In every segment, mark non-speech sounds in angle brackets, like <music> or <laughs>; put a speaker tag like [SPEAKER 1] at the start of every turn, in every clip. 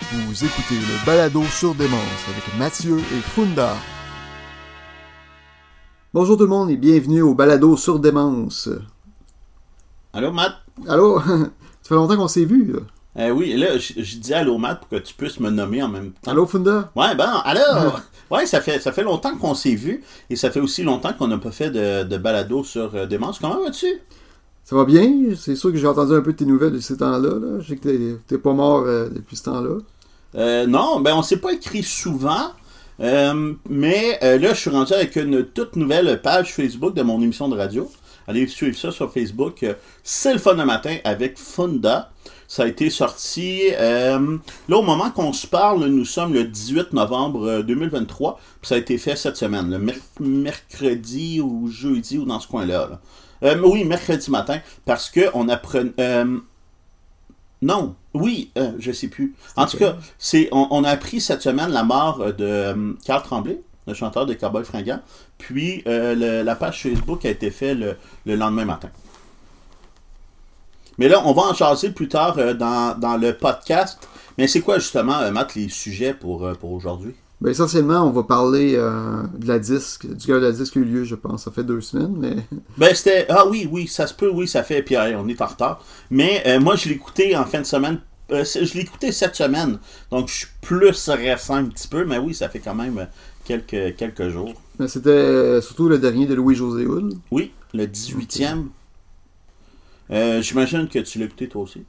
[SPEAKER 1] Vous écoutez le balado sur Démence avec Mathieu et Funda. Bonjour tout le monde et bienvenue au balado sur Démence.
[SPEAKER 2] Allô, Matt?
[SPEAKER 1] Allô, <laughs> ça fait longtemps qu'on s'est vu. là.
[SPEAKER 2] Eh oui, là, je je dis allô, Matt, pour que tu puisses me nommer en même temps.
[SPEAKER 1] Allô Funda?
[SPEAKER 2] Ouais, ben, <laughs> alors... Ouais, ça fait, ça fait longtemps qu'on s'est vu et ça fait aussi longtemps qu'on n'a pas fait de, de balado sur euh, Démence. Comment vas-tu?
[SPEAKER 1] Ça va bien? C'est sûr que j'ai entendu un peu de tes nouvelles de ces temps-là. là. Je sais que t'es- t'es pas mort euh, depuis ce temps-là.
[SPEAKER 2] Euh, non, ben, on s'est pas écrit souvent, euh, mais euh, là, je suis rendu avec une toute nouvelle page Facebook de mon émission de radio. Allez suivre ça sur Facebook. euh, C'est le fun le matin avec Funda. Ça a été sorti. euh, là, au moment qu'on se parle, nous sommes le 18 novembre euh, 2023. Puis ça a été fait cette semaine, le merc- mercredi ou jeudi ou dans ce coin-là. là. Euh, oui, mercredi matin, parce que on apprenait. euh, non, oui, euh, je sais plus. En tout cas, c'est on, on a appris cette semaine la mort euh, de euh, Carl Tremblay, le chanteur de Cowboy Fringant. Puis euh, le- la page Facebook a été faite le, le lendemain matin. Mais là, on va en jaser plus tard euh, dans, dans le podcast. Mais c'est quoi justement, euh, Matt, les sujets pour, euh, pour aujourd'hui?
[SPEAKER 1] Ben, essentiellement, on va parler euh, de la disque, du gars de la disque qui a eu lieu, je pense. Ça fait deux semaines, mais <laughs>
[SPEAKER 2] Ben, c'était. Ah oui, oui, ça se peut, oui, ça fait. Puis hey, on est en retard. Mais euh, moi, je l'ai écouté en fin de semaine. Euh, c'est- je l'ai écouté cette semaine. Donc, je suis plus récent un petit peu. Mais oui, ça fait quand même euh, quelques, quelques jours.
[SPEAKER 1] mais c'était euh, surtout le dernier de Louis-José Houle.
[SPEAKER 2] Oui, le 18e. Euh, J'imagine que tu l'as écouté toi aussi.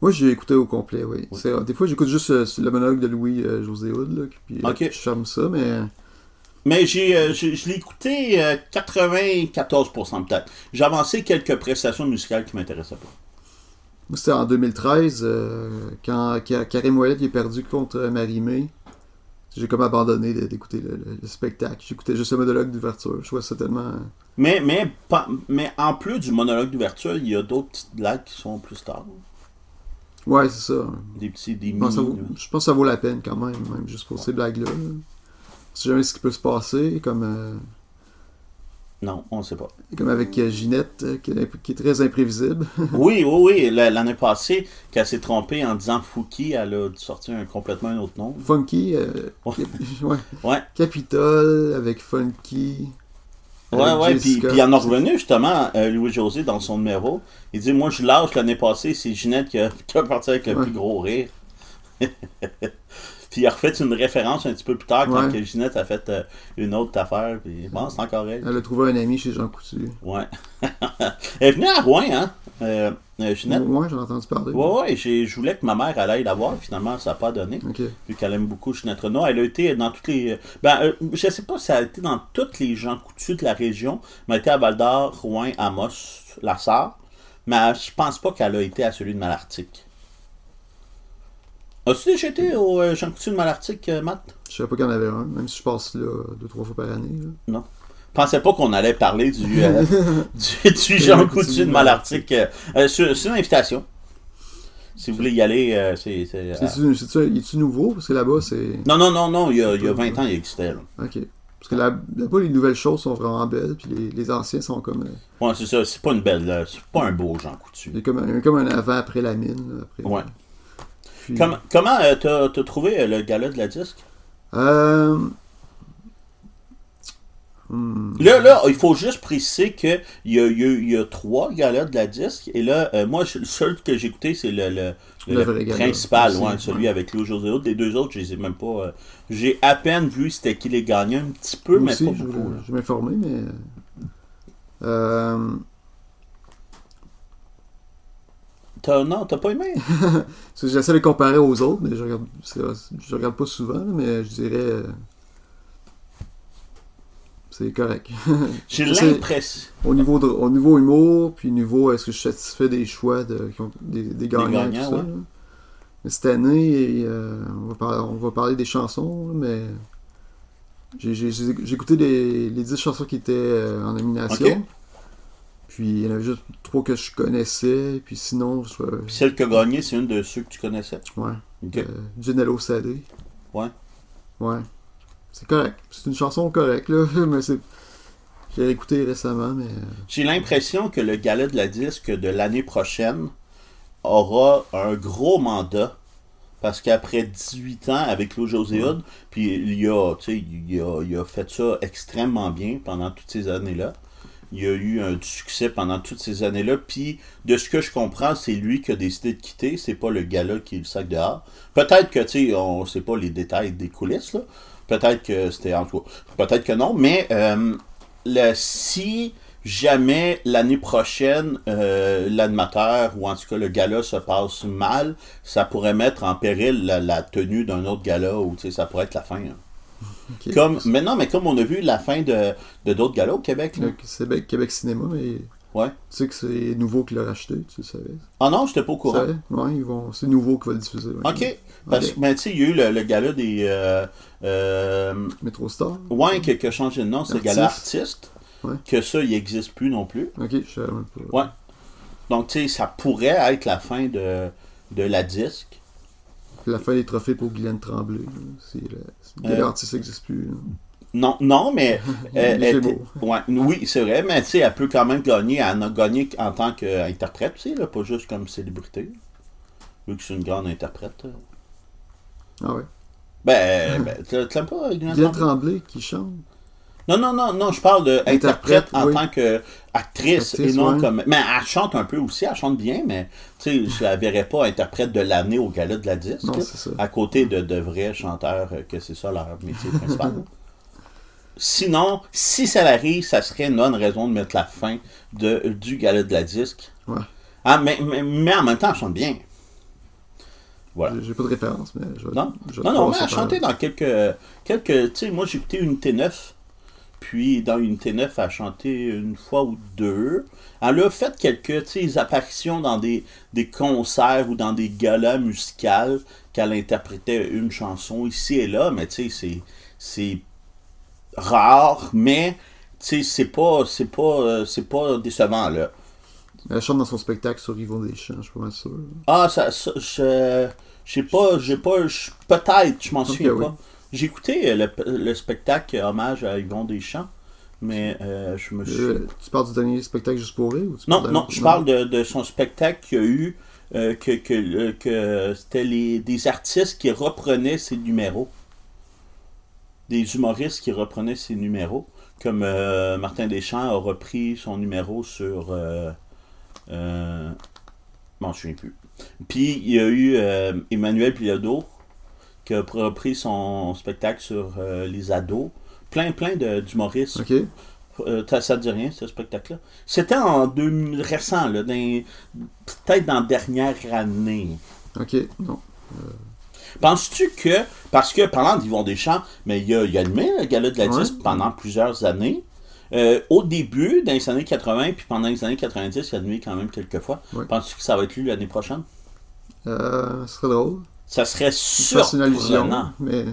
[SPEAKER 1] Moi, j'ai écouté au complet, oui.
[SPEAKER 2] Oui.
[SPEAKER 1] C'est- Des fois, j'écoute juste euh, le monologue de Louis-José Hood, là, puis euh,
[SPEAKER 2] Ok.
[SPEAKER 1] je charme ça, mais...
[SPEAKER 2] Mais j'ai, euh, j'ai- je l'ai écouté euh, 94% peut-être. J'ai avancé quelques prestations musicales qui m'intéressaient pas.
[SPEAKER 1] Moi, C'était en 2013, euh, quand Ka- Karim Ouellet il est perdu contre euh, Marie-Mé. J'ai comme abandonné de- d'écouter le, le- le spectacle. J'écoutais juste le monologue d'ouverture. Je trouvais ça tellement...
[SPEAKER 2] Mais, mais, pas- mais en plus du monologue d'ouverture, il y a d'autres petites blagues qui sont plus tard.
[SPEAKER 1] Ouais, c'est ça.
[SPEAKER 2] Des petits, des
[SPEAKER 1] Je pense, que ça
[SPEAKER 2] mini-
[SPEAKER 1] vaut, je pense que ça vaut la peine quand même, même juste pour ces blagues-là. On sait jamais ce qui peut se passer, comme, euh,
[SPEAKER 2] Non, on ne sait pas.
[SPEAKER 1] comme avec euh, Ginette, euh, qui, est- qui est très imprévisible.
[SPEAKER 2] Oui, oui, oui. la- L'année passée, qu'elle s'est trompée en disant Fouki, elle a sorti un, complètement un autre nom.
[SPEAKER 1] Funky, euh,
[SPEAKER 2] Ouais.
[SPEAKER 1] Cap- <laughs> ouais.
[SPEAKER 2] Ouais.
[SPEAKER 1] Capitole avec Funky.
[SPEAKER 2] Ouais,
[SPEAKER 1] avec
[SPEAKER 2] ouais, puis,
[SPEAKER 1] Jessica.
[SPEAKER 2] puis il en est revenu justement, euh, Louis-José, dans son numéro. Il dit Moi, je lâche l'année passée, c'est Ginette qui a, <laughs> qui a parti avec le
[SPEAKER 1] Ouais.
[SPEAKER 2] plus gros rire. <laughs> puis il a refait une référence un petit peu plus tard quand
[SPEAKER 1] Ouais.
[SPEAKER 2] que Ginette a fait euh, une autre affaire. Puis bon, c'est encore elle.
[SPEAKER 1] Elle a trouvé un ami chez Jean Coutu.
[SPEAKER 2] Ouais. <laughs> elle est venue à Rouen, hein, euh, euh, Ginette.
[SPEAKER 1] Moi, j'en ai entendu parler.
[SPEAKER 2] Ouais, ouais, j'ai- je voulais que ma mère elle aille la voir, finalement, ça n'a pas donné.
[SPEAKER 1] Ok.
[SPEAKER 2] vu qu'elle aime beaucoup Ginette Renault. Elle a été dans toutes les. Ben, euh, je sais pas si elle a été dans toutes les gens coutus de la région, mais elle a été à Val d'Or, Rouen, Amos, La Sarre. Mais euh, je pense pas qu'elle a été à celui de Malartic. As-tu déjà été au euh, Jean Coutu de Malartic, euh, Matt
[SPEAKER 1] Je savais pas qu'il y en avait un, même si je passe là deux, trois fois par année.
[SPEAKER 2] <laughs>
[SPEAKER 1] là.
[SPEAKER 2] Non. Je pensais pas qu'on allait parler du, <laughs> euh, du, du Jean Coutu de Malartic. euh, euh, c'est c'est une invitation. Si vous voulez y aller, euh, c'est. c'est,
[SPEAKER 1] <laughs>
[SPEAKER 2] euh,
[SPEAKER 1] C'est-tu- c'est-tu- est-tu nouveau? Parce que là-bas, c'est.
[SPEAKER 2] Non, non, non, non, il y a, il y a 20 ans, il existait. Là.
[SPEAKER 1] Ok. Parce que là- là-bas, les nouvelles choses sont vraiment belles, puis les, les anciens sont comme. euh,
[SPEAKER 2] Ouais, c'est ça. C'est pas une belle. euh, C'est pas un beau Jean Coutu.
[SPEAKER 1] Il y a comme un, comme un avant après la mine. là, après-
[SPEAKER 2] Ouais.
[SPEAKER 1] Puis-
[SPEAKER 2] Comme- comment euh, t'as t'as trouvé euh, le gala de la disque?
[SPEAKER 1] Euh, hmm,
[SPEAKER 2] Là, là, il faut juste préciser que il y a, il y a- il y a trois galas de la disque. Et là, euh, moi, je- le seul que j'ai écouté, c'est le, le,
[SPEAKER 1] Le vrai gala.
[SPEAKER 2] principal,
[SPEAKER 1] Aussi,
[SPEAKER 2] ouais, celui avec Louis José Hood. Les deux autres, je les ai même pas. euh, j'ai à peine vu c'était qui les gagnait un petit peu,
[SPEAKER 1] moi
[SPEAKER 2] mais
[SPEAKER 1] aussi,
[SPEAKER 2] pas
[SPEAKER 1] je,
[SPEAKER 2] beaucoup.
[SPEAKER 1] voulais-
[SPEAKER 2] là.
[SPEAKER 1] je vais m'informer, mais. Euh,
[SPEAKER 2] T'as- Non, t'as pas
[SPEAKER 1] <laughs>
[SPEAKER 2] aimé?
[SPEAKER 1] parce que J'essaie de les comparer aux autres, mais je regarde, c'est- je regarde pas souvent, là, mais je dirais. euh, c'est correct.
[SPEAKER 2] J'ai
[SPEAKER 1] C'est-
[SPEAKER 2] l'impression.
[SPEAKER 1] Au niveau, de- au niveau humour, puis niveau est-ce que je suis satisfait des choix de, qui ont- des, des gagnants, et
[SPEAKER 2] gagnants,
[SPEAKER 1] tout ça,
[SPEAKER 2] ouais.
[SPEAKER 1] là. Mais cette année, euh, on, va par- on va parler des chansons, là, mais j'ai- j'ai j'ai- j'ai écouté les, les 10 chansons qui étaient euh, en nomination.
[SPEAKER 2] Ok.
[SPEAKER 1] Puis il y en avait juste trois que je connaissais, puis sinon, je,
[SPEAKER 2] Puis Celle que gagnait, c'est une de ceux que tu connaissais.
[SPEAKER 1] ouais,
[SPEAKER 2] Ok.
[SPEAKER 1] euh, Gennaro Salé.
[SPEAKER 2] Ouais.
[SPEAKER 1] Ouais. C'est correct. C'est une chanson correcte, là, <laughs> mais c'est... J'ai écouté récemment, mais... euh,
[SPEAKER 2] J'ai l'impression que le gala de la disque de l'année prochaine aura un gros mandat Parce qu'après 18 ans avec Claude José Hood, puis il a, tu sais, il, a, il a fait ça extrêmement bien pendant toutes ces années-là. Il a eu un, du succès pendant toutes ces années-là. Puis, de ce que je comprends, c'est lui qui a décidé de quitter. C'est pas le gars-là qui est le sac dehors. Peut-être que, tu sais, on sait pas les détails des coulisses, là. Peut-être que c'était en tout cas. Peut-être que non, mais euh, le- si jamais l'année prochaine, euh, l'animateur ou en tout cas le gala se passe mal, ça pourrait mettre en péril la, la tenue d'un autre gala ou tu sais, ça pourrait être la fin. hein.
[SPEAKER 1] Ok.
[SPEAKER 2] Comme, mais non, mais comme on a vu la fin de de d'autres galas au Québec. là.
[SPEAKER 1] Le Québec, Québec Cinéma, mais tu
[SPEAKER 2] Ouais.
[SPEAKER 1] sais que c'est nouveau qu'il l'a racheté, tu le savais.
[SPEAKER 2] Ah non, j'étais pas au
[SPEAKER 1] Tu
[SPEAKER 2] courant.
[SPEAKER 1] savais? Ouais, ils vont. C'est nouveau qu'il va le diffuser. ouais.
[SPEAKER 2] Ok. Parce
[SPEAKER 1] Ok.
[SPEAKER 2] que, ben, tu sais, il y a eu le, le gala des. Euh, euh,
[SPEAKER 1] Metro Star.
[SPEAKER 2] ouais, qui qui a changé de nom, c'est le gala artiste.
[SPEAKER 1] Ouais.
[SPEAKER 2] Que ça, il existe plus non plus.
[SPEAKER 1] Ok, je savais même pas.
[SPEAKER 2] Ouais. Donc, tu sais, ça pourrait être la fin de, de la disque.
[SPEAKER 1] La fin des trophées pour Guylaine Tremblay. là, C'est le c'est-
[SPEAKER 2] Euh.
[SPEAKER 1] le artiste n'existe plus. là.
[SPEAKER 2] Non, non, mais. euh,
[SPEAKER 1] Mais c'est
[SPEAKER 2] elle
[SPEAKER 1] beau.
[SPEAKER 2] était- ouais, oui, c'est vrai, mais tu sais, elle peut quand même gagner. Elle a gagné en tant qu'interprète, tu sais, là, pas juste comme célébrité. Vu que c'est une grande interprète. euh.
[SPEAKER 1] Ah ouais.
[SPEAKER 2] Ben, ben tu tu l'aimes pas, Guylaine
[SPEAKER 1] Guylaine
[SPEAKER 2] Tremblay?
[SPEAKER 1] Tremblay qui chante.
[SPEAKER 2] Non, non, non, non, je parle d'interprète
[SPEAKER 1] Interprète,
[SPEAKER 2] en
[SPEAKER 1] oui.
[SPEAKER 2] tant qu'actrice et
[SPEAKER 1] Actrice,
[SPEAKER 2] non
[SPEAKER 1] ouais.
[SPEAKER 2] comme. Mais elle chante un peu aussi, elle chante bien, mais tu sais, je la verrais pas interprète de l'année au gala de la disque.
[SPEAKER 1] Non, c'est ça.
[SPEAKER 2] à côté de, de vrais chanteurs, euh, que c'est ça leur métier
[SPEAKER 1] <laughs>
[SPEAKER 2] principal. Sinon, si ça arrive, ça serait une bonne raison de mettre la fin de, du gala de la disque.
[SPEAKER 1] Ouais.
[SPEAKER 2] Ah, mais, mais, mais en même temps, elle chante bien. Voilà.
[SPEAKER 1] J'ai- J'ai pas de référence, mais je vais.
[SPEAKER 2] Non,
[SPEAKER 1] je vais
[SPEAKER 2] non, non, mais
[SPEAKER 1] passer
[SPEAKER 2] elle
[SPEAKER 1] par-
[SPEAKER 2] chantait dans quelques. quelques tu sais, moi, j'ai écouté Unité 9. Puis, dans Unité 9, elle a chanté une fois ou deux. Elle a fait quelques tu sais, apparitions dans des, des concerts ou dans des galas musicales qu'elle interprétait une chanson ici et là. Mais, tu sais, c'est- c'est rare, mais, tu sais, c'est pas, c'est pas, euh, c'est pas décevant, là.
[SPEAKER 1] Elle chante dans son spectacle sur Yvon Deschamps, je suis pas mal sûr.
[SPEAKER 2] Ah, ça, ça- je je sais pas, j'ai pas, je- peut-être, je m'en
[SPEAKER 1] pense
[SPEAKER 2] souviens
[SPEAKER 1] que
[SPEAKER 2] pas.
[SPEAKER 1] oui.
[SPEAKER 2] J'ai écouté euh, le, le spectacle hommage à Yvon Deschamps, mais euh, je me suis...
[SPEAKER 1] Euh, tu parles du dernier spectacle juste pour rire ou tu
[SPEAKER 2] non,
[SPEAKER 1] parles d'un
[SPEAKER 2] non,
[SPEAKER 1] autre?
[SPEAKER 2] je parle de, de son spectacle qu'il y a eu, euh, que, que, euh, que c'était les- des artistes qui reprenaient ses numéros. Des humoristes qui reprenaient ses numéros, comme euh, Martin Deschamps a repris son numéro sur... euh, euh, bon, je ne sais plus. Puis il y a eu euh, Emmanuel Bilodeau qui a repris son spectacle sur euh, les ados. Plein, plein de- d'humoristes
[SPEAKER 1] Ok.
[SPEAKER 2] euh, ça, ça te dit rien, ce spectacle-là. C'était en 2000, récent, là, dans- peut-être dans la dernière année.
[SPEAKER 1] Ok, non.
[SPEAKER 2] Penses-tu que, parce que parlant d'Yvon Deschamps, mais il a, il a animé le gala de la
[SPEAKER 1] Ouais.
[SPEAKER 2] disque pendant plusieurs années. Euh, au début, dans les années 80, puis pendant les années 90, il a animé quand même quelques fois.
[SPEAKER 1] Ouais.
[SPEAKER 2] Penses-tu que ça va être lui l'année prochaine?
[SPEAKER 1] Euh, ce serait drôle.
[SPEAKER 2] Ça serait
[SPEAKER 1] C'est une allusion.
[SPEAKER 2] surprenant.
[SPEAKER 1] Mais.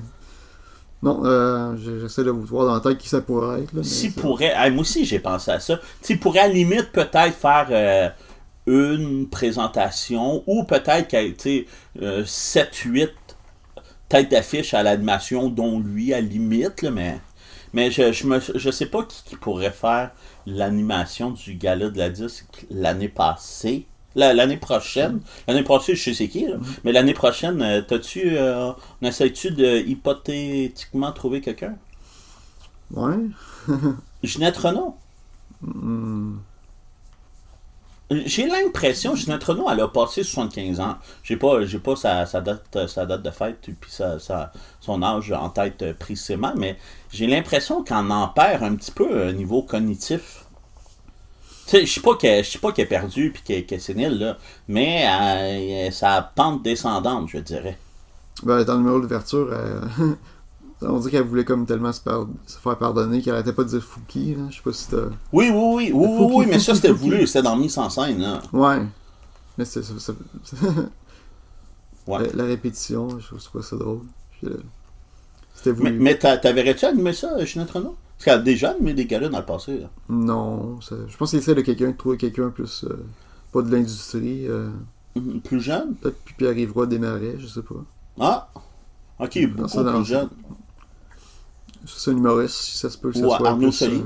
[SPEAKER 1] Non, euh, j'ai- j'essaie de vous voir dans la tête qui ça pourrait être. Là, mais
[SPEAKER 2] S'il
[SPEAKER 1] ça-
[SPEAKER 2] pourrait, ah, moi aussi j'ai pensé à ça, Tu sais, il pourrait à la limite peut-être faire euh, une présentation ou peut-être qu'il y a 7-8 euh, têtes d'affiche à l'animation, dont lui à la limite, là, mais, mais je, je, me, je sais pas qui, qui pourrait faire l'animation du gala de la disque l'année passée. La- L'année prochaine, l'année prochaine, je sais c'est qui, là. mais l'année prochaine, euh, t'as-tu, euh, on essaie-tu de hypothétiquement trouver quelqu'un?
[SPEAKER 1] Ouais. Hmm.
[SPEAKER 2] Ginette Renault. J'ai l'impression, Ginette Renault, elle a passé 75 ans. J'ai pas, j'ai pas sa, sa date, sa date de fête puis sa, sa- son âge en tête euh, précisément, mais j'ai l'impression qu'on en perd un petit peu euh, au niveau cognitif. Tu sais, je sais pas qu'elle, je sais pas qu'elle est perdue puis qu'elle, qu'elle est sénile là, mais euh, sa pente descendante, je dirais.
[SPEAKER 1] Ben, dans le numéro d'ouverture, elle- <laughs> on dit qu'elle voulait comme tellement se, par- se faire pardonner qu'elle arrêtait pas de dire Fouki. là. Je sais pas si t'as.
[SPEAKER 2] Oui, oui, oui, oui, oui,
[SPEAKER 1] Faut
[SPEAKER 2] oui,
[SPEAKER 1] qu'il-
[SPEAKER 2] mais
[SPEAKER 1] faut
[SPEAKER 2] ça
[SPEAKER 1] qu'il-
[SPEAKER 2] c'était
[SPEAKER 1] faut qu'il-
[SPEAKER 2] voulu, c'était dans mise en scène là.
[SPEAKER 1] Ouais. Mais c'est ça. ça-
[SPEAKER 2] Ouais.
[SPEAKER 1] <laughs> la, la répétition, je trouve- je trouve ça drôle. Puis, euh, C'était
[SPEAKER 2] Mais,
[SPEAKER 1] voulu.
[SPEAKER 2] mais t'a- t'avais-tu animé ça, Ginette Renault? Parce qu'elle a déjà animé des galas dans le passé. là.
[SPEAKER 1] Non, ça- je pense qu'il essaie de quelqu'un, de trouver quelqu'un plus. euh, pas de l'industrie. euh,
[SPEAKER 2] Mhm. Plus jeune?
[SPEAKER 1] Peut-être puis Pierre Ivroy démarrait, je sais pas.
[SPEAKER 2] Ah! Ok,
[SPEAKER 1] Dans
[SPEAKER 2] beaucoup
[SPEAKER 1] ça, dans
[SPEAKER 2] plus
[SPEAKER 1] ça.
[SPEAKER 2] jeune.
[SPEAKER 1] C'est un humoriste, si ça se peut que ça
[SPEAKER 2] Ou
[SPEAKER 1] soit.
[SPEAKER 2] Arnaud
[SPEAKER 1] plus,
[SPEAKER 2] Soli.
[SPEAKER 1] euh,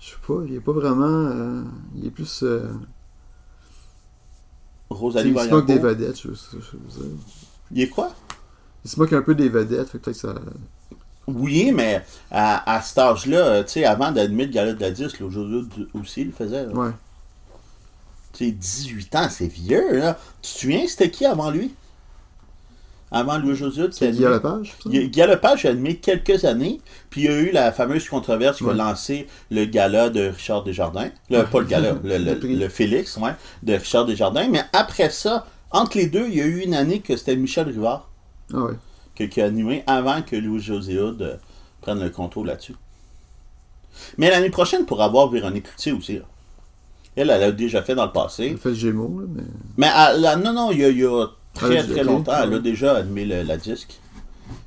[SPEAKER 1] Je sais pas, il est pas vraiment. euh, il est plus. euh,
[SPEAKER 2] Rosalie
[SPEAKER 1] Il se moque
[SPEAKER 2] Vaillancourt.
[SPEAKER 1] des vedettes, je, je- je veux dire.
[SPEAKER 2] Il est quoi?
[SPEAKER 1] Il se moque un peu des vedettes, fait que peut-être ça.
[SPEAKER 2] Oui, mais à, à cet âge-là, euh, tu sais, avant d'admettre Galop de la 10, là, aujourd'hui aussi, il le faisait. là.
[SPEAKER 1] Ouais.
[SPEAKER 2] Tu sais, 18 ans, c'est vieux, là. Tu te souviens, c'était qui avant lui? Avant Louis José,
[SPEAKER 1] C'est Guy à la page, ça?
[SPEAKER 2] Il- Gala Page a admis quelques années, puis il y a eu la fameuse controverse qui a
[SPEAKER 1] Ouais.
[SPEAKER 2] lancé le gala de Richard Desjardins. Le, pas
[SPEAKER 1] <laughs>
[SPEAKER 2] le gala, le, le-
[SPEAKER 1] Le prix.
[SPEAKER 2] le Félix, ouais, de Richard Desjardins. Mais après ça, entre les deux, il y a eu une année que c'était Michel Rivard
[SPEAKER 1] Ah ouais.
[SPEAKER 2] que- qui a animé avant que Louis-José Hood euh, prenne le contrôle là-dessus. Mais l'année prochaine, pour avoir Véronique Cloutier aussi. là. Elle, elle l'a déjà fait dans le passé.
[SPEAKER 1] Il fait le Gémeaux, là, mais.
[SPEAKER 2] Mais elle a- non, non, il y a, il y a très
[SPEAKER 1] Ah,
[SPEAKER 2] très
[SPEAKER 1] ok.
[SPEAKER 2] longtemps, elle a déjà admis le- la disque.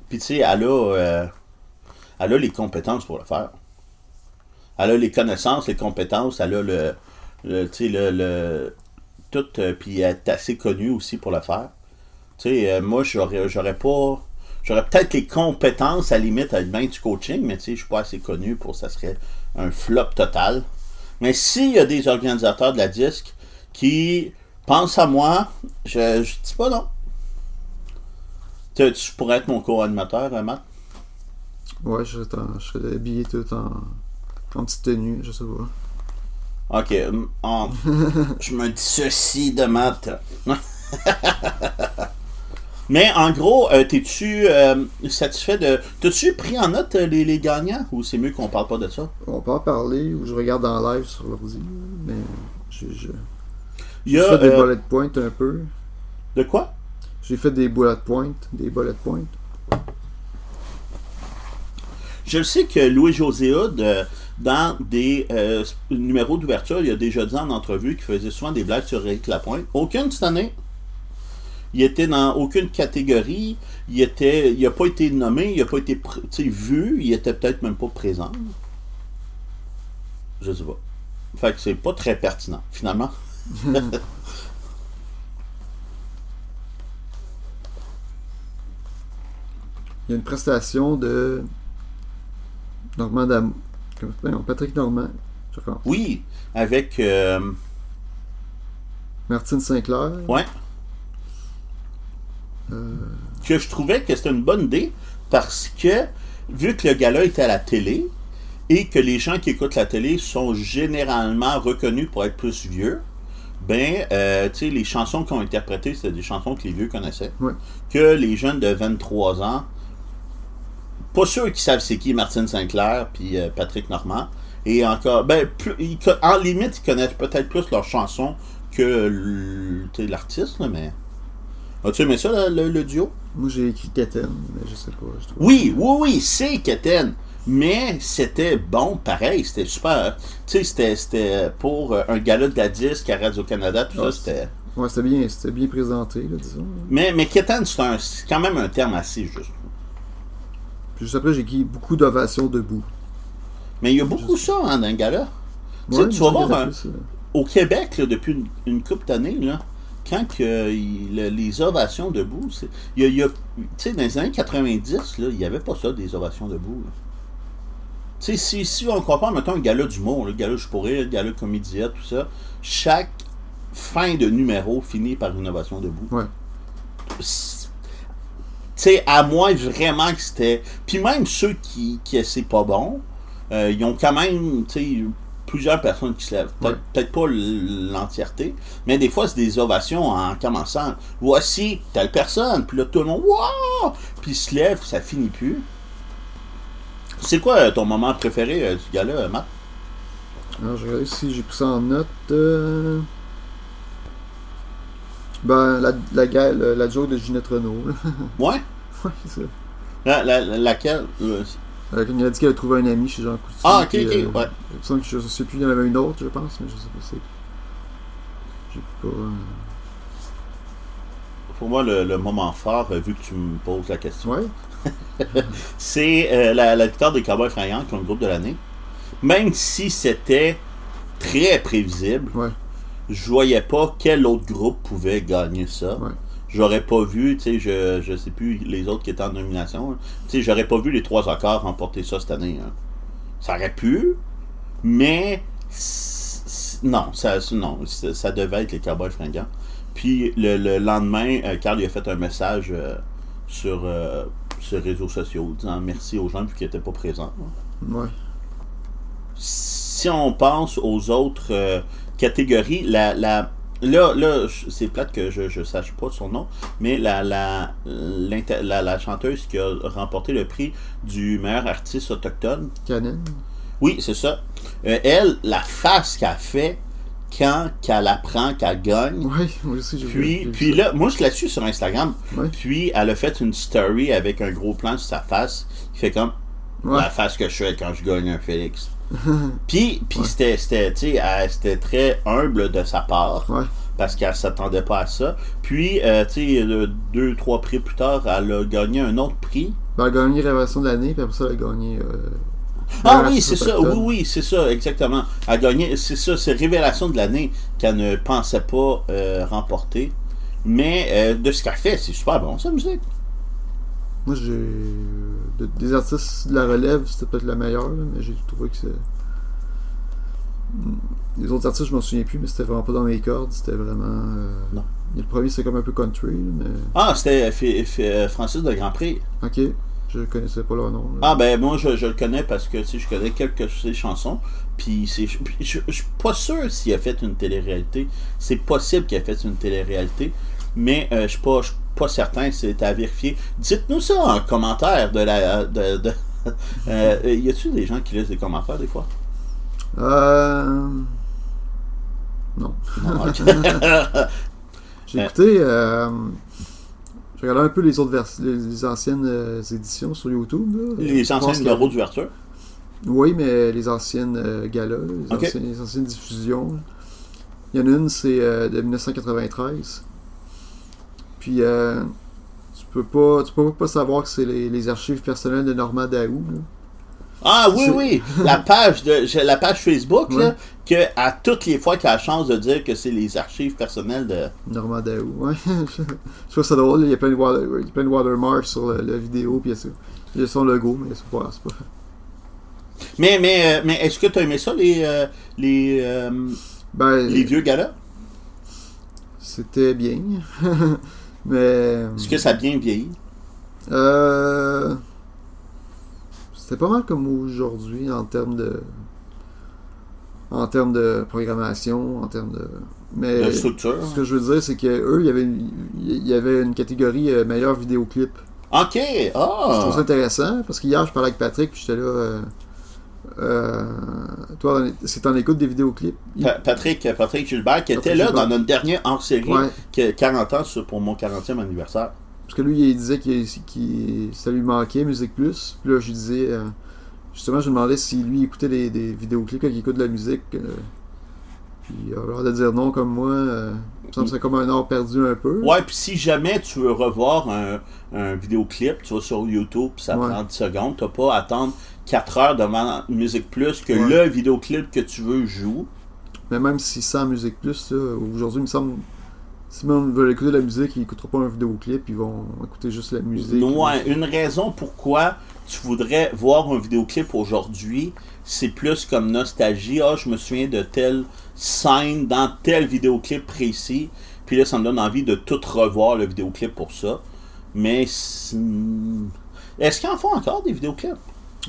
[SPEAKER 2] Puis tu sais, elle a, euh, elle a les compétences pour le faire. Elle a les connaissances, les compétences, elle a le, le- tu sais, le, le- tout, euh, puis elle est assez connue aussi pour le faire. Tu sais, euh, moi, j'aurais, j'aurais pas, j'aurais peut-être les compétences à la limite à être bien du coaching, mais tu sais, je suis pas assez connu pour ça serait un flop total. Mais s'il y a des organisateurs de la disque qui pensent à moi, je, je dis pas non. Tu, tu pourrais être mon co-animateur, euh, Matt.
[SPEAKER 1] Ouais, je serais, en- je serais habillé tout en, en petite tenue, je sais pas.
[SPEAKER 2] Ok, hum, en- je me dis ceci de Matt. <laughs> Mais en gros, euh, t'es-tu euh, satisfait de. T'as-tu pris en note euh, les, les gagnants ou c'est mieux qu'on parle pas de ça?
[SPEAKER 1] On peut en parler ou je regarde en live sur l'ordi, mais j'ai je,
[SPEAKER 2] Il y a,
[SPEAKER 1] je fais des
[SPEAKER 2] euh,
[SPEAKER 1] bullet points un peu.
[SPEAKER 2] de quoi?
[SPEAKER 1] J'ai fait des bullet points, des bullet points.
[SPEAKER 2] Je sais que Louis-José Hood, euh, dans des euh, numéros d'ouverture, il y a déjà dit en entrevue qu'il faisait souvent des blagues sur Eric Lapointe. Aucune cette année. Il était dans aucune catégorie. Il était, il n'a pas été nommé, il n'a pas été pr- tu sais, vu. Il était peut-être même pas présent. Je sais pas. Fait que c'est pas très pertinent, finalement.
[SPEAKER 1] Il y a une prestation de Normand Dam... comment- voyons, Patrick Normand, je recommence.
[SPEAKER 2] Oui, avec. euh,
[SPEAKER 1] Martine Sinclair.
[SPEAKER 2] ouais.
[SPEAKER 1] euh,
[SPEAKER 2] que je trouvais que c'était une bonne idée parce que vu que le gala était à la télé et que les gens qui écoutent la télé sont généralement reconnus pour être plus vieux, ben, euh, tu sais, les chansons qu'on interprétées, c'était des chansons que les vieux connaissaient.
[SPEAKER 1] Ouais.
[SPEAKER 2] Que les jeunes de 23 ans, pas sûr qu'ils savent c'est qui Martine Sinclair puis euh, Patrick Normand. Et encore, ben, plus- ils co- en limite, ils connaissent peut-être plus leurs chansons que l- tu sais, l'artiste, là, mais. As-tu aimé ça, le- le- le duo?
[SPEAKER 1] moi j'ai écrit Katen, mais je sais pas. Je trouve...
[SPEAKER 2] Oui, oui, oui, c'est Keten. Mais c'était bon, pareil, c'était super. hein. Tu sais, c'était- c'était pour euh, un gala de la disque à Radio-Canada, tout
[SPEAKER 1] Ah,
[SPEAKER 2] ça, c'était...
[SPEAKER 1] Ouais, c'était bien, c'était bien présenté, là, disons. là.
[SPEAKER 2] Mais, mais Keten, c'est un- c'est quand même un terme assez juste.
[SPEAKER 1] Puis juste après, j'ai écrit beaucoup d'ovations debout.
[SPEAKER 2] Mais il y a beaucoup ça, hein, d'un gala. Tu sais,
[SPEAKER 1] Ouais,
[SPEAKER 2] tu
[SPEAKER 1] je
[SPEAKER 2] vas
[SPEAKER 1] sais qu'il y en
[SPEAKER 2] voir hein.
[SPEAKER 1] a
[SPEAKER 2] un-
[SPEAKER 1] plus, euh,
[SPEAKER 2] Au Québec, là, depuis une, une couple d'années, là, quand que, euh, il- le- les ovations debout, c'est- il y a, il y a- tu sais, dans les années 90, là, il n'y avait pas ça, des ovations debout. là. Tu sais, si, si on compare, mettons, le gala d'humour, le gala je pourrais, le gala comédia, tout ça, chaque fin de numéro finit par une ovation debout.
[SPEAKER 1] Ouais.
[SPEAKER 2] C'est- Tu sais, à moins vraiment que c'était... Puis même ceux qui, qui c'est pas bon, euh, ils ont quand même, tu sais, plusieurs personnes qui se lèvent. Peut-être
[SPEAKER 1] Ouais.
[SPEAKER 2] peut-être pas l- l'entièreté, mais des fois, c'est des ovations en commençant. Voici telle personne, puis là, tout le monde, waouh! Puis ils se lève, ça finit plus. C'est quoi euh, ton moment préféré euh, du gala, euh, Matt?
[SPEAKER 1] Alors, je regarde si j'ai pris ça en note. euh, Ben, la, la, gueule- la, joke de Ginette Renault. là. <laughs>
[SPEAKER 2] Ouais?
[SPEAKER 1] Ouais, c'est ça.
[SPEAKER 2] La- la- la- laquelle? euh,
[SPEAKER 1] Euh, quand il a dit qu'elle a trouvé un ami chez Jean Coutu.
[SPEAKER 2] Ah, ok,
[SPEAKER 1] puis,
[SPEAKER 2] ok,
[SPEAKER 1] euh,
[SPEAKER 2] ouais.
[SPEAKER 1] il me semble que je sais plus, il y en avait une autre, je pense, mais je sais pas c'est. J'ai pas. euh,
[SPEAKER 2] Pour moi, le, le moment fort, euh, vu que tu me poses la question,
[SPEAKER 1] Ouais,
[SPEAKER 2] c'est euh, la, la victoire des Cowboys Fringants comme groupe de l'année. Même si c'était très prévisible,
[SPEAKER 1] ouais.
[SPEAKER 2] je voyais pas quel autre groupe pouvait gagner ça.
[SPEAKER 1] Ouais.
[SPEAKER 2] J'aurais pas vu, tu sais, je, je sais plus les autres qui étaient en nomination. hein. Tu sais, j'aurais pas vu les trois accords remporter ça cette année. hein. Ça aurait pu, mais c- c- non, ça, non, ça ça devait être les Cowboys fringants. Puis le, le lendemain, euh, Carl lui a fait un message euh, sur euh, ses réseaux sociaux disant merci aux gens qui n'étaient pas présents.
[SPEAKER 1] Ouais.
[SPEAKER 2] Si on pense aux autres euh, catégories, la, la, là, là je- c'est plate que je ne sache pas son nom, mais la, la, l'inter- la, la chanteuse qui a remporté le prix du meilleur artiste autochtone,
[SPEAKER 1] Canon.
[SPEAKER 2] oui, c'est ça. Euh, elle, la face qu'elle fait quand qu'elle apprend qu'elle gagne,
[SPEAKER 1] Ouais, moi aussi, j'ai vu- j'ai
[SPEAKER 2] puis,
[SPEAKER 1] vu
[SPEAKER 2] puis
[SPEAKER 1] ça.
[SPEAKER 2] là, moi je la suis sur Instagram.
[SPEAKER 1] Ouais.
[SPEAKER 2] Puis elle a fait une story avec un gros plan sur sa face qui fait comme
[SPEAKER 1] Ouais.
[SPEAKER 2] la face que je fais quand je gagne
[SPEAKER 1] <laughs>
[SPEAKER 2] un Félix. puis puis c'était- c'était tu sais, elle- c'était très humble de sa part
[SPEAKER 1] Ouais.
[SPEAKER 2] parce qu'elle s'attendait pas à ça. Puis euh, tu sais le- deux trois prix plus tard, elle a gagné un autre prix.
[SPEAKER 1] Ben, elle a gagné Révélation de l'année, puis après ça, elle a gagné. euh,
[SPEAKER 2] Ah
[SPEAKER 1] Meilleur
[SPEAKER 2] oui,
[SPEAKER 1] artiste
[SPEAKER 2] c'est ça. Oui,
[SPEAKER 1] autochtone.
[SPEAKER 2] oui, c'est ça, exactement. Elle a gagné, c'est ça, c'est révélation de l'année qu'elle ne pensait pas euh, remporter. Mais euh, de ce qu'elle fait, c'est super bon, sa musique.
[SPEAKER 1] Moi, j'ai. euh, de- des artistes de la relève, c'était peut-être la meilleure, là, mais j'ai trouvé que c'est. Les autres artistes, je m'en souviens plus, mais c'était vraiment pas dans mes cordes. C'était vraiment. euh,
[SPEAKER 2] Non.
[SPEAKER 1] Le premier, c'était comme un peu country, là, mais.
[SPEAKER 2] Ah, c'était euh, F- F- euh, Francis de Grand Prix.
[SPEAKER 1] Ok, je connaissais pas leur nom. là.
[SPEAKER 2] Ah ben moi je, je le connais parce que tu sais, je connais quelques de ses chansons. Puis c'est puis je, je suis pas sûr s'il a fait une télé-réalité. C'est possible qu'il a fait une télé-réalité, mais euh, je suis pas je suis pas certain, c'est à vérifier. Dites-nous ça en commentaire de la de, de- <laughs> Euh, y a-tu des gens qui laissent des commentaires des fois Ah.
[SPEAKER 1] Euh, Non.
[SPEAKER 2] Non, ok.
[SPEAKER 1] J'ai
[SPEAKER 2] Euh.
[SPEAKER 1] écouté. euh, J'ai regardé un peu les autres vers... les, les anciennes euh, éditions sur YouTube. là.
[SPEAKER 2] <laughs> Les
[SPEAKER 1] Je pense
[SPEAKER 2] anciens
[SPEAKER 1] que-
[SPEAKER 2] numéros d'ouverture.
[SPEAKER 1] Oui, mais les anciennes euh, galas, les,
[SPEAKER 2] Ok.
[SPEAKER 1] anciennes, les anciennes diffusions. Il y en a une, c'est euh, de 1993. Puis, euh, tu peux pas, tu peux pas savoir que c'est les, les archives personnelles de Normand Daou. là.
[SPEAKER 2] Ah oui,
[SPEAKER 1] C'est-
[SPEAKER 2] oui, la page de j'ai la page Facebook là, que à toutes les fois qu'il a la chance de dire que c'est les archives personnelles de
[SPEAKER 1] Normand Daou, ouais. <laughs> je trouve ça drôle, il y a plein de, water, il y a plein de watermarks sur le- la vidéo, puis il y a ça- il y a son logo, mais c'est pas, c'est pas...
[SPEAKER 2] Mais, mais, euh, mais est-ce que tu as aimé ça, les, euh, les, euh,
[SPEAKER 1] Ben,
[SPEAKER 2] les vieux galas?
[SPEAKER 1] c'était bien, <laughs> mais...
[SPEAKER 2] Est-ce que ça a bien vieilli?
[SPEAKER 1] Euh, C'était pas mal comme aujourd'hui en termes de. En termes de programmation, en termes de. Mais
[SPEAKER 2] La structure?
[SPEAKER 1] ce que Euh, je veux dire, c'est que eux, il y avait une, il y avait une catégorie euh, meilleur vidéoclip.
[SPEAKER 2] OK!
[SPEAKER 1] Je trouve ça
[SPEAKER 2] Ah!
[SPEAKER 1] intéressant parce qu'hier, je parlais avec Patrick, puis j'étais là. euh, euh, toi, c'est en écoute des vidéoclips. Il-
[SPEAKER 2] Pa- Patrick, Patrick Gilbert, qui était
[SPEAKER 1] Patrick
[SPEAKER 2] là
[SPEAKER 1] Gilbert.
[SPEAKER 2] dans notre dernière hors-série,
[SPEAKER 1] Ouais.
[SPEAKER 2] que- 40 ans sur- pour mon 40e anniversaire.
[SPEAKER 1] Parce que lui, il disait que ça lui manquait, Musique Plus. Puis là, je lui disais, euh, justement, je lui demandais si lui écoutait des, des vidéoclips quand il écoute de la musique. euh, puis il a l'air de dire non comme moi. euh, il me semble que c'est comme un art perdu un peu.
[SPEAKER 2] Ouais, puis si jamais tu veux revoir un, un vidéoclip, tu vas sur YouTube, ça
[SPEAKER 1] Ouais.
[SPEAKER 2] prend 10 secondes, t'as pas à attendre 4 heures devant Musique Plus que
[SPEAKER 1] Ouais.
[SPEAKER 2] le vidéoclip que tu veux joue.
[SPEAKER 1] Mais même si sans Musique Plus, là, aujourd'hui, il me semble. Si même ils veulent écouter de la musique, ils n'écouteront pas un vidéoclip, ils vont écouter juste la musique.
[SPEAKER 2] Ouais, une raison pourquoi tu voudrais voir un vidéoclip aujourd'hui, c'est plus comme nostalgie. Ah, je me souviens de telle scène dans tel vidéoclip précis. Puis là, ça me donne envie de tout revoir le vidéoclip pour ça. Mais c'est- hmm, est-ce qu'ils en font encore des vidéoclips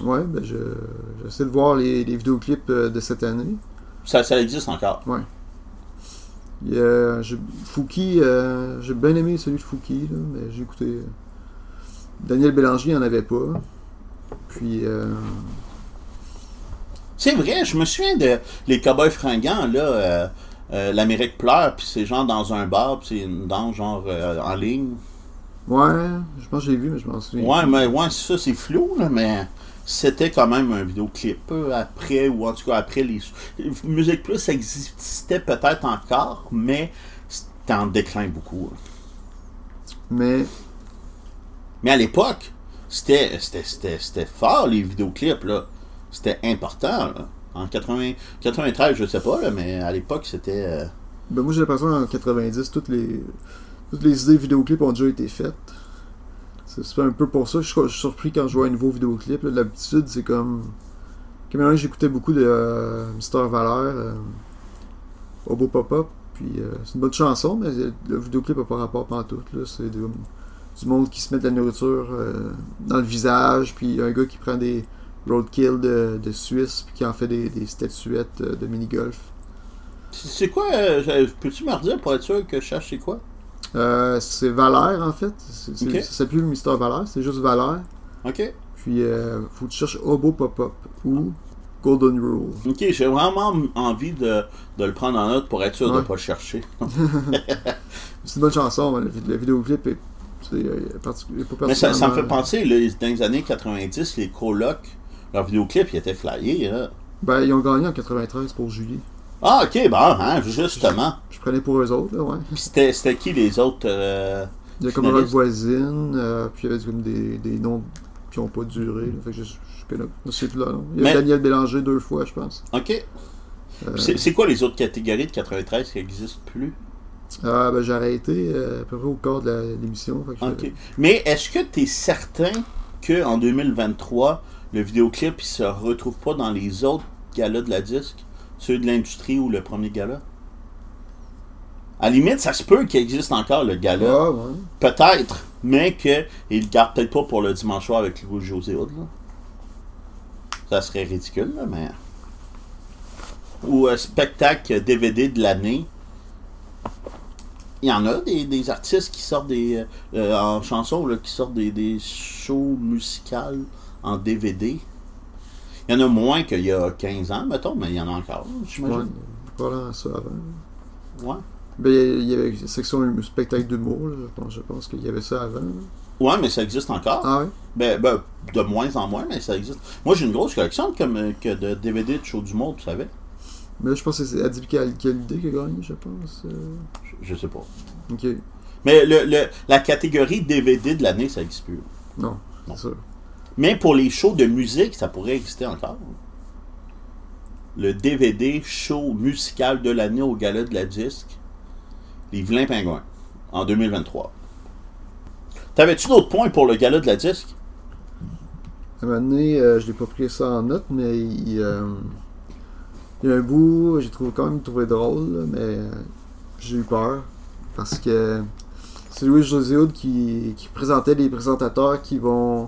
[SPEAKER 1] Ouais, ben je, j'essaie de voir les, les vidéoclips euh, de cette année.
[SPEAKER 2] ça, ça existe encore.
[SPEAKER 1] Il y a- j'ai- Euh, Fouki, euh, j'ai bien aimé celui de Fouki, là, mais j'ai écouté. euh, Daniel Bélanger, il n'y en avait pas. Puis, euh,
[SPEAKER 2] C'est vrai, je me souviens de les cowboys fringants, là. euh, euh, L'Amérique pleure, puis c'est genre dans un bar, puis c'est une danse genre euh, en ligne.
[SPEAKER 1] ouais, je pense que j'ai vu, mais je m'en souviens.
[SPEAKER 2] Ouais,
[SPEAKER 1] plus.
[SPEAKER 2] mais ouais, ça c'est flou, là, mais c'était quand même un vidéoclip peu après, ou en tout cas après les. Musique Plus existait peut-être encore, mais c'était en déclin beaucoup. hein. là.
[SPEAKER 1] Mais,
[SPEAKER 2] Mais à l'époque, c'était c'était- c'était- c'était fort les vidéoclips, là. C'était important, là. En 80, 93, je sais pas, là, mais à l'époque, c'était. euh,
[SPEAKER 1] ben, moi, j'ai l'impression qu'en 90, toutes les, toutes les idées vidéoclips ont déjà été faites. C'est c'est un peu pour ça. que Je, suis- je suis surpris quand je vois un nouveau vidéoclip. là. L'habitude, c'est comme. Comme maintenant, j'écoutais beaucoup de euh, Mr. Valère, euh, Obo Pop-Up. Puis euh, c'est une bonne chanson, mais le vidéoclip n'a pas rapport pantoute. Là. C'est du, du monde qui se met de la nourriture euh, dans le visage, puis un gars qui prend des roadkill de, de Suisse, puis qui en fait des, des statuettes euh, de mini-golf.
[SPEAKER 2] C'est quoi euh, je- Peux-tu me redire pour être sûr que je cherche c'est quoi
[SPEAKER 1] Euh, c'est Valère, en fait. C'est, c'est,
[SPEAKER 2] Ok.
[SPEAKER 1] c'est plus Mister Valère, c'est juste Valère.
[SPEAKER 2] Ok.
[SPEAKER 1] Puis euh, faut que tu cherches Hobo Pop-Up ou Golden Rule.
[SPEAKER 2] Ok, j'ai vraiment m- envie de, de le prendre en note pour être sûr de
[SPEAKER 1] Ouais.
[SPEAKER 2] ne pas le chercher.
[SPEAKER 1] C'est une bonne chanson, hein, le, vid- le vidéoclip est, c'est, euh, particu- est pas
[SPEAKER 2] Mais ça, ça me fait
[SPEAKER 1] particulièrement-
[SPEAKER 2] penser, là, dans les années 90, les colocs, leurs vidéoclips, ils étaient flyés. là.
[SPEAKER 1] Ben, ils ont gagné en 93 pour Julie.
[SPEAKER 2] Ah, ok, bon, hein, justement.
[SPEAKER 1] Je prenais pour eux autres, là, ouais.
[SPEAKER 2] Puis c'était c'était qui les autres euh,
[SPEAKER 1] Il y a comme Rock
[SPEAKER 2] Finaliste.
[SPEAKER 1] Voisine, euh, puis il y avait comme des, des noms qui n'ont pas duré. là. Fait que je, je connais, je sais plus leur nom. Il y a
[SPEAKER 2] Mais-
[SPEAKER 1] Daniel Bélanger deux fois, je pense.
[SPEAKER 2] Ok.
[SPEAKER 1] Euh,
[SPEAKER 2] C'est c'est quoi les autres catégories de 93 qui n'existent plus
[SPEAKER 1] ah, ben, j'ai arrêté euh, à peu près au corps de la- l'émission. fait que je-
[SPEAKER 2] Ok. Mais est-ce que tu es certain qu'en 2023, le vidéoclip ne se retrouve pas dans les autres galas de la disque Ceux de l'industrie ou le premier gala À la limite, ça se peut qu'il existe encore le gala.
[SPEAKER 1] Ah, ouais.
[SPEAKER 2] Peut-être, mais qu'il ne le garde peut-être pas pour le dimanche soir avec le José Hood. là. Ça serait ridicule, là, mais. Ou euh, spectacle DVD de l'année. Il y en a des, des artistes qui sortent des. euh, en chanson, là, qui sortent des, des shows musicales en DVD. Il y en a moins qu'il y a 15 ans, mettons, mais il y en a encore,
[SPEAKER 1] Ouais,
[SPEAKER 2] j'imagine.
[SPEAKER 1] voilà ça avant.
[SPEAKER 2] Ouais.
[SPEAKER 1] Ben, il y a- il y avait une section hum- spectacle d'humour, là, je pense, je pense qu'il y avait ça avant. là.
[SPEAKER 2] Ouais, mais ça existe encore.
[SPEAKER 1] Ah ouais?
[SPEAKER 2] Ben, ben, de moins en moins, mais ça existe. Moi, j'ai une grosse collection de, comme, euh, que de DVD de show du monde, tu savais?
[SPEAKER 1] Mais là, je pense que c'est Adib Kal- Khalidé qui a gagné, je pense. euh.
[SPEAKER 2] Je, je sais pas.
[SPEAKER 1] Ok,
[SPEAKER 2] Mais le, le- la catégorie DVD de l'année, ça n'existe plus.
[SPEAKER 1] non,
[SPEAKER 2] Non.
[SPEAKER 1] c'est sûr.
[SPEAKER 2] Mais pour les shows de musique, ça pourrait exister encore. Le DVD show musical de l'année au gala de la disque, Les Vilains Pingouins, en 2023. T'avais-tu d'autres points pour le gala de la disque?
[SPEAKER 1] À un moment donné, euh, je l'ai pas pris ça en note, mais il, euh, il y a un bout, j'ai trouvé quand même trouvé drôle, là, mais euh, j'ai eu peur. Parce que c'est Louis José Hood qui, qui présentait les présentateurs qui vont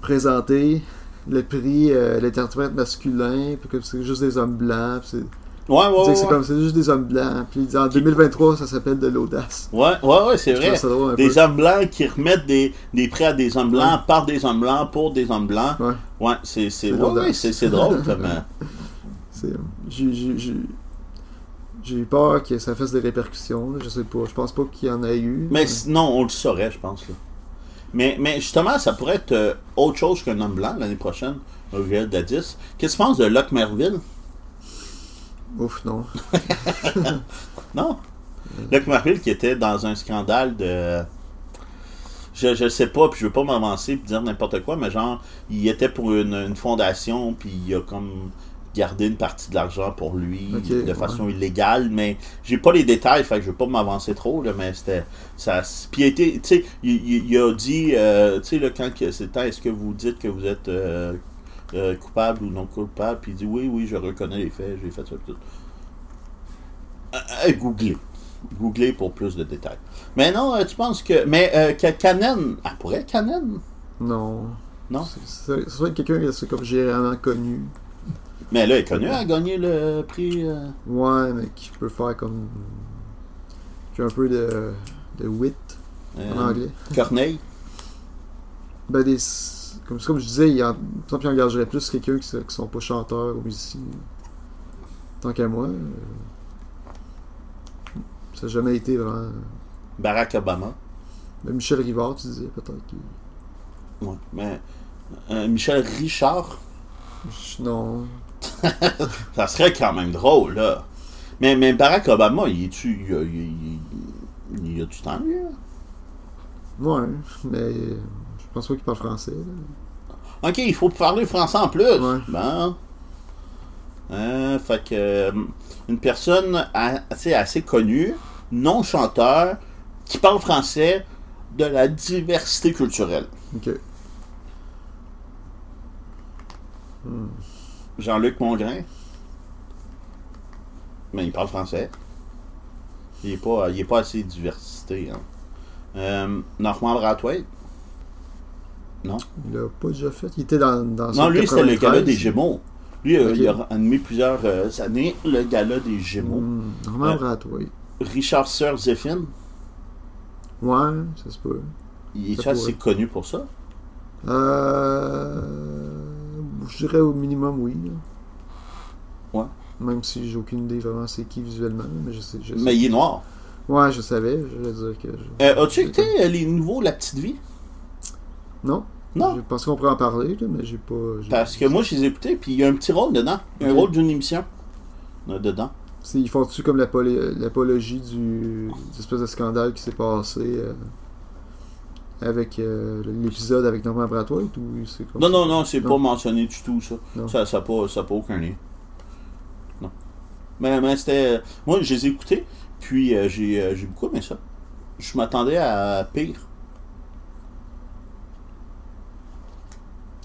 [SPEAKER 1] présenter le prix, euh, l'interprète masculin, puis comme c'est juste des hommes blancs, puis c'est
[SPEAKER 2] Ouais, ouais,
[SPEAKER 1] Il disait que
[SPEAKER 2] ouais.
[SPEAKER 1] c'est
[SPEAKER 2] Ouais,
[SPEAKER 1] comme c'est juste des hommes blancs. Puis il disait en 2023, ça s'appelle de l'audace.
[SPEAKER 2] ouais, ouais, ouais, c'est
[SPEAKER 1] Je
[SPEAKER 2] vrai.
[SPEAKER 1] trouve ça drôle un
[SPEAKER 2] Des
[SPEAKER 1] peu.
[SPEAKER 2] hommes blancs qui remettent des, des prêts à des hommes blancs, par des hommes blancs, pour des hommes blancs.
[SPEAKER 1] Ouais.
[SPEAKER 2] Ouais, c'est c'est-
[SPEAKER 1] C'est
[SPEAKER 2] ouais,
[SPEAKER 1] drôle.
[SPEAKER 2] ouais, c'est- c'est drôle
[SPEAKER 1] <laughs>
[SPEAKER 2] comme. euh,
[SPEAKER 1] C'est- euh, j'ai- j'ai- j'ai- J'ai eu peur que ça fasse des répercussions. là. Je sais pas. Je pense pas qu'il y en ait eu.
[SPEAKER 2] Mais non, on le saurait, je pense. là. Mais, mais justement, ça pourrait être euh, autre chose qu'un homme blanc l'année prochaine au VL de la 10. Qu'est-ce que tu penses de Locke Merville
[SPEAKER 1] Ouf, non.
[SPEAKER 2] Non Locke Merville qui était dans un scandale de. Je, je sais pas, puis je veux pas m'avancer et dire n'importe quoi, mais genre, il était pour une, une fondation, puis il a comme gardé une partie de l'argent pour lui
[SPEAKER 1] Ok,
[SPEAKER 2] de
[SPEAKER 1] ouais.
[SPEAKER 2] façon illégale, mais j'ai pas les détails, fait que je veux pas m'avancer trop, là, mais c'était. Ça, puis il, a été- tu sais, il- il- il a dit, euh, tu sais, là, quand que c'est le temps, est-ce que vous dites que vous êtes euh, euh, coupable ou non coupable, puis il dit oui, oui, je reconnais les faits, j'ai fait ça, puis tout. Euh, euh, googlez. Googlez pour plus de détails. Mais non, euh, tu penses que. Mais euh, que Canen. Ah, pourrait Canen
[SPEAKER 1] Non.
[SPEAKER 2] Non.
[SPEAKER 1] C'est- C'est c'est vrai que quelqu'un qui est comme généralement connu.
[SPEAKER 2] Mais là, elle est connue à gagner le prix. euh,
[SPEAKER 1] Ouais, mais qui peut faire comme. Qui a un peu de. de wit
[SPEAKER 2] euh,
[SPEAKER 1] en anglais.
[SPEAKER 2] Corneille.
[SPEAKER 1] Ben, des. Comme, comme je disais, il en, tant pis, il engagerait plus quelqu'un qui, ne sont pas chanteurs ou musiciens. Tant qu'à moi, euh, ça n'a jamais été vraiment.
[SPEAKER 2] Barack Obama.
[SPEAKER 1] Ben, Michel Rivard, tu disais peut-être. qu'il-
[SPEAKER 2] Ouais, mais. euh, Michel Richard.
[SPEAKER 1] Je- Non.
[SPEAKER 2] Ça serait quand même drôle, là. Mais, mais Barack Obama, il est-tu. Il, a- il- il- il a du temps, lui, là?
[SPEAKER 1] Ouais, mais euh, je pense pas qu'il parle français. là.
[SPEAKER 2] Ok, il faut parler français en plus.
[SPEAKER 1] Ouais.
[SPEAKER 2] Bon. Euh, fait que euh, une personne a- assez, assez connue, non chanteur, qui parle français de la diversité culturelle.
[SPEAKER 1] Ok.
[SPEAKER 2] Jean-Luc Mongrain. Mais il parle français. Il n'est pas, il est pas assez diversité. Hein. Euh, Norman Brathwaite. Non.
[SPEAKER 1] Il l'a pas déjà fait. Il était dans, dans
[SPEAKER 2] Non,
[SPEAKER 1] son
[SPEAKER 2] lui, c'était le
[SPEAKER 1] 93.
[SPEAKER 2] gala des Gémeaux. Lui, euh,
[SPEAKER 1] Ah, Ok.
[SPEAKER 2] il a animé plusieurs euh, années le gala des Gémeaux.
[SPEAKER 1] Hmm, Norman
[SPEAKER 2] Ouais.
[SPEAKER 1] Brathwaite.
[SPEAKER 2] Richard Sir Zephin,
[SPEAKER 1] Ouais, ça se peut.
[SPEAKER 2] il est
[SPEAKER 1] Ça
[SPEAKER 2] assez
[SPEAKER 1] pourrait.
[SPEAKER 2] connu pour ça.
[SPEAKER 1] Euh, je dirais au minimum oui. là.
[SPEAKER 2] Ouais.
[SPEAKER 1] Même si j'ai aucune idée vraiment c'est qui visuellement, mais je sais. Je sais.
[SPEAKER 2] Mais il est noir.
[SPEAKER 1] Ouais, je savais. Je vais dire que. je-
[SPEAKER 2] Euh, As-tu écouté euh, les nouveaux La Petite Vie
[SPEAKER 1] Non.
[SPEAKER 2] Non.
[SPEAKER 1] Je pense qu'on pourrait en parler, là, mais j'ai pas. j'ai-
[SPEAKER 2] Parce que moi, je les ai écoutés, puis il y a un petit rôle dedans. Un
[SPEAKER 1] Ok.
[SPEAKER 2] rôle d'une émission euh, dedans.
[SPEAKER 1] C'est- Ils font-tu comme l'apolé- l'apologie du de l'espèce de scandale qui s'est passé euh, avec euh, l'épisode avec Norman Brathwaite ou c'est comme
[SPEAKER 2] Non,
[SPEAKER 1] ça?
[SPEAKER 2] non, non, c'est
[SPEAKER 1] Non.
[SPEAKER 2] pas mentionné du tout, ça.
[SPEAKER 1] Non.
[SPEAKER 2] Ça n'a ça a pas, ça a pas aucun lien. Non. Mais, mais c'était. euh, Moi, je les ai écoutés, puis euh, j'ai euh, j'ai beaucoup aimé ça. Je m'attendais à pire.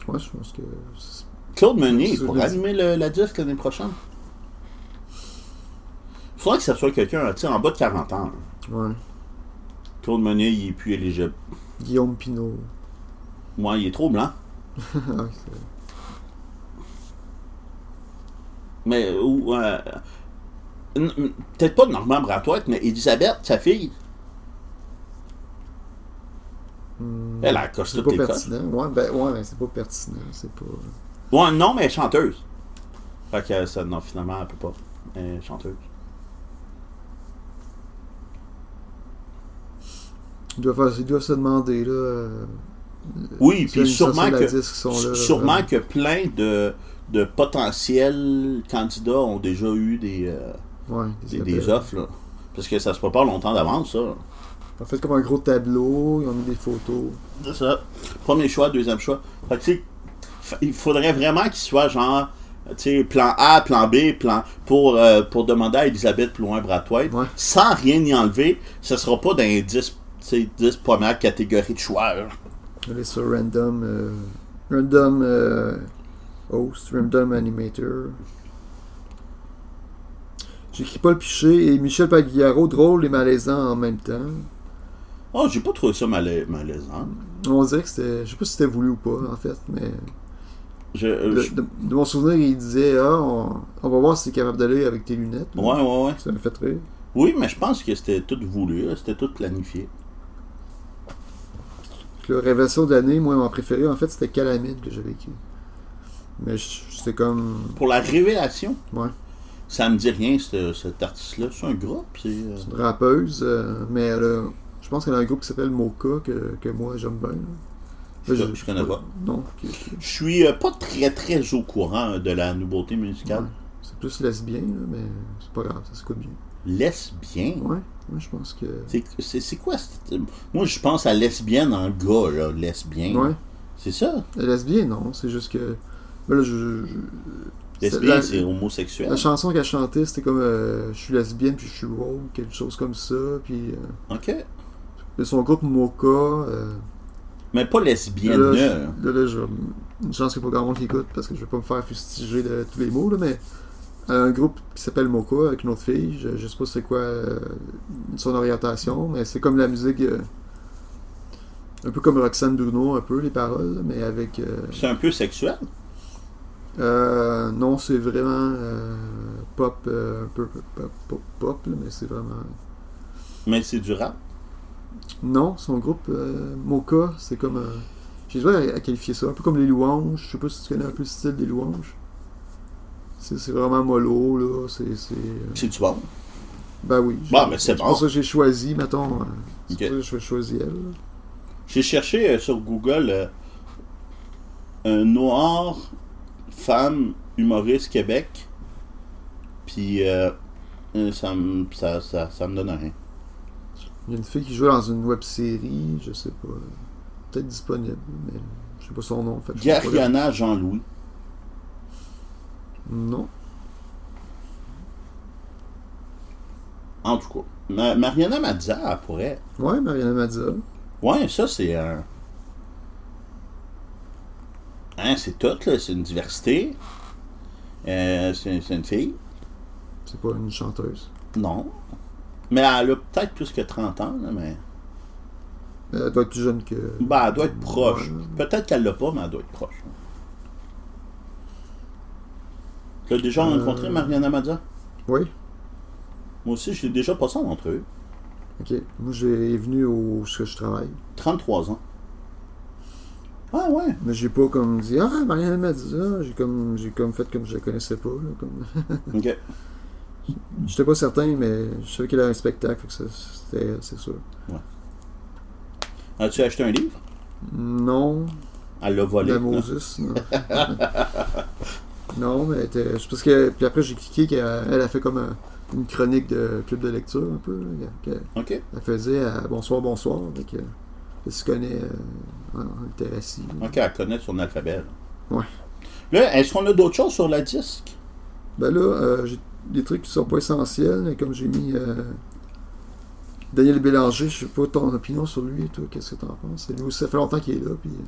[SPEAKER 1] Ouais, je pense que c'est-
[SPEAKER 2] Claude Meunier, il
[SPEAKER 1] Sur
[SPEAKER 2] pourrait
[SPEAKER 1] le-
[SPEAKER 2] animer le- la disque l'année prochaine. Il faudrait que ça soit quelqu'un, tu sais, en bas de 40 ans. là.
[SPEAKER 1] ouais.
[SPEAKER 2] Claude Meunier, il est plus éligible.
[SPEAKER 1] Guillaume Pinot.
[SPEAKER 2] Moi, il est trop blanc.
[SPEAKER 1] Ah, c'est-
[SPEAKER 2] Mais, ou. euh, n- n- Peut-être pas Normand Bratoite, mais Elisabeth, sa fille,
[SPEAKER 1] Hmm,
[SPEAKER 2] elle a costaud
[SPEAKER 1] c'est pas
[SPEAKER 2] tes coches.
[SPEAKER 1] pertinent. Ouais, ben ouais, mais c'est pas pertinent. C'est pas.
[SPEAKER 2] Ouais, non, mais elle est chanteuse. Fait que ça, non, finalement, elle peut pas. Elle est chanteuse.
[SPEAKER 1] Ils doivent, faire- ils doivent se demander là. euh, s'il y a
[SPEAKER 2] Oui, puis
[SPEAKER 1] une sortie
[SPEAKER 2] sûrement
[SPEAKER 1] de la
[SPEAKER 2] que.
[SPEAKER 1] disque qui sont là, là,
[SPEAKER 2] Sûrement
[SPEAKER 1] euh, vraiment.
[SPEAKER 2] que plein de, de potentiels candidats ont déjà eu des. euh,
[SPEAKER 1] Ouais,
[SPEAKER 2] des,
[SPEAKER 1] appels.
[SPEAKER 2] des offres, là. Parce que ça se prépare longtemps d'avance, ça.
[SPEAKER 1] En fait, comme un gros tableau, ils ont mis des photos.
[SPEAKER 2] C'est ça. Premier choix, deuxième choix. Fait que, tu sais, fa- il faudrait vraiment qu'il soit genre, tu sais, plan A, plan B, plan. pour, euh, pour demander à Elisabeth Plouin-Bratois.
[SPEAKER 1] Ouais.
[SPEAKER 2] Sans rien y enlever, ça sera pas dans les 10, tu sais, 10 premières catégories de choix, là.
[SPEAKER 1] Allez sur random. euh, random euh, host, random animator. J'écris pas le Piché et Michel Pagliaro, drôle et malaisant en même temps.
[SPEAKER 2] Oh, j'ai pas trouvé ça mala- malaisant.
[SPEAKER 1] On dirait que c'était. Je sais pas si c'était voulu ou pas, en fait, mais.
[SPEAKER 2] Je, euh,
[SPEAKER 1] De,
[SPEAKER 2] je-
[SPEAKER 1] de- de mon souvenir, il disait Ah, on, on va voir si t'es capable d'aller avec tes lunettes.
[SPEAKER 2] Ouais, ouais, ouais.
[SPEAKER 1] Ça me fait rire.
[SPEAKER 2] Oui, mais je pense que c'était tout voulu, là. c'était tout planifié.
[SPEAKER 1] Puis là, Révélation de l'année, moi, mon préféré, en fait, c'était Calamine que j'avais écrit. Mais je- c'était comme.
[SPEAKER 2] Pour la révélation,
[SPEAKER 1] Ouais.
[SPEAKER 2] ça me dit rien, ce- cet artiste-là. C'est un groupe, c'est. euh,
[SPEAKER 1] C'est une rappeuse, euh, mais elle a- je pense qu'elle a un groupe qui s'appelle Mocha, que, que moi j'aime bien. là.
[SPEAKER 2] Je-
[SPEAKER 1] Là,
[SPEAKER 2] je connais pas.
[SPEAKER 1] Non, ok, ok.
[SPEAKER 2] Je suis euh, pas très très au courant euh, de la nouveauté musicale.
[SPEAKER 1] Ouais. c'est plus lesbien, là, mais c'est pas grave, ça s'écoute bien.
[SPEAKER 2] Lesbien.
[SPEAKER 1] Ouais, moi je pense que.
[SPEAKER 2] C'est- C'est c'est quoi cette- Moi je pense à lesbienne en gars, là, lesbien.
[SPEAKER 1] Ouais,
[SPEAKER 2] C'est ça.
[SPEAKER 1] lesbien, non, c'est juste que. ben là, je- je- je-
[SPEAKER 2] Lesbien,
[SPEAKER 1] la-
[SPEAKER 2] c'est homosexuel.
[SPEAKER 1] La chanson qu'elle chantait, c'était comme euh, Je suis lesbienne, puis je suis woke, quelque chose comme ça, puis. euh,
[SPEAKER 2] OK.
[SPEAKER 1] de son groupe Mocha. euh,
[SPEAKER 2] Mais pas
[SPEAKER 1] là,
[SPEAKER 2] lesbienne.
[SPEAKER 1] là,
[SPEAKER 2] là.
[SPEAKER 1] je- là, là, je- une chance qu'il n'y a pas grand monde qui écoute parce que je vais pas me faire fustiger de tous les mots, là, mais un groupe qui s'appelle Mocha avec une autre fille, je, je sais pas c'est quoi euh, son orientation, mais c'est comme la musique. euh, un peu comme Roxane Bruno, un peu les paroles, là, mais avec. euh,
[SPEAKER 2] C'est un peu sexuel.
[SPEAKER 1] euh, non, c'est vraiment euh, pop, euh, un peu pop, pop, pop, là, mais c'est vraiment.
[SPEAKER 2] Mais c'est du rap.
[SPEAKER 1] Non, son groupe euh, Mocha, c'est comme. euh, J'ai du mal à, à qualifier ça. Un peu comme les louanges. Je sais pas si tu connais un peu le style des louanges. C'est c'est vraiment mollo, là. C'est. c'est, euh,
[SPEAKER 2] C'est du bon.
[SPEAKER 1] Ben oui.
[SPEAKER 2] Bon, mais c'est
[SPEAKER 1] C'est
[SPEAKER 2] Bah, bon.
[SPEAKER 1] pour ça que j'ai choisi, mettons. euh, C'est
[SPEAKER 2] Ok.
[SPEAKER 1] pour ça que j'ai choisi elle. là.
[SPEAKER 2] J'ai cherché euh, sur Google euh, un noir femme humoriste Québec. Puis euh, euh, ça, me- ça, ça, ça me donne rien.
[SPEAKER 1] Il y a une fille qui joue dans une web série, je sais pas. Peut-être disponible, mais je sais pas son nom. Fait, que je peux pas la-
[SPEAKER 2] Gariana Jean-Louis.
[SPEAKER 1] Non.
[SPEAKER 2] En tout cas, Ma- Mariana Mazza elle pourrait.
[SPEAKER 1] Ouais, Mariana Mazza.
[SPEAKER 2] Ouais, ça c'est un. Hein, c'est tout, là. C'est une diversité. Euh, c'est c'est une fille.
[SPEAKER 1] C'est pas une chanteuse.
[SPEAKER 2] Non. Mais elle a peut-être plus que 30 ans, là, mais.
[SPEAKER 1] Euh, Elle doit être plus jeune que.
[SPEAKER 2] Ben, elle doit être proche.
[SPEAKER 1] Ouais.
[SPEAKER 2] Peut-être qu'elle l'a pas, mais elle doit être proche. Tu l'as déjà rencontré,
[SPEAKER 1] Euh.
[SPEAKER 2] Mariana Mazza?
[SPEAKER 1] Oui,
[SPEAKER 2] Moi aussi, je l'ai déjà passé en entrevue.
[SPEAKER 1] ok. Moi, j'ai venu au où ce que je travaille.
[SPEAKER 2] 33 ans. Ah ouais.
[SPEAKER 1] Mais j'ai pas comme dit Ah, Marianne m'a dit ça. J'ai comme, j'ai comme fait comme je la connaissais pas. là, comme... <laughs>
[SPEAKER 2] Ok.
[SPEAKER 1] J'étais pas certain, mais je savais qu'elle avait un spectacle. fait que ça, c'était elle, c'est sûr.
[SPEAKER 2] As-tu acheté un livre?
[SPEAKER 1] Non,
[SPEAKER 2] Elle l'a volé.
[SPEAKER 1] la
[SPEAKER 2] là.
[SPEAKER 1] Moses, non. <laughs> non, mais elle était- je pense que. Puis après, j'ai cliqué qu'elle elle a fait comme un- une chronique de club de lecture, un peu. là, qu'elle-
[SPEAKER 2] Ok.
[SPEAKER 1] Elle faisait à Bonsoir, bonsoir. Fait que, elle se connaît. euh, elle était assis. là.
[SPEAKER 2] Ok, elle connaît son alphabet. là.
[SPEAKER 1] Ouais.
[SPEAKER 2] Là, est-ce qu'on a d'autres choses sur la disque?
[SPEAKER 1] Ben là, euh, j'ai des trucs qui sont pas essentiels, mais comme j'ai mis euh, Daniel Bélanger, je sais pas ton opinion sur lui et tout, qu'est-ce que t'en penses? Lui aussi, ça fait longtemps qu'il est là, puis euh,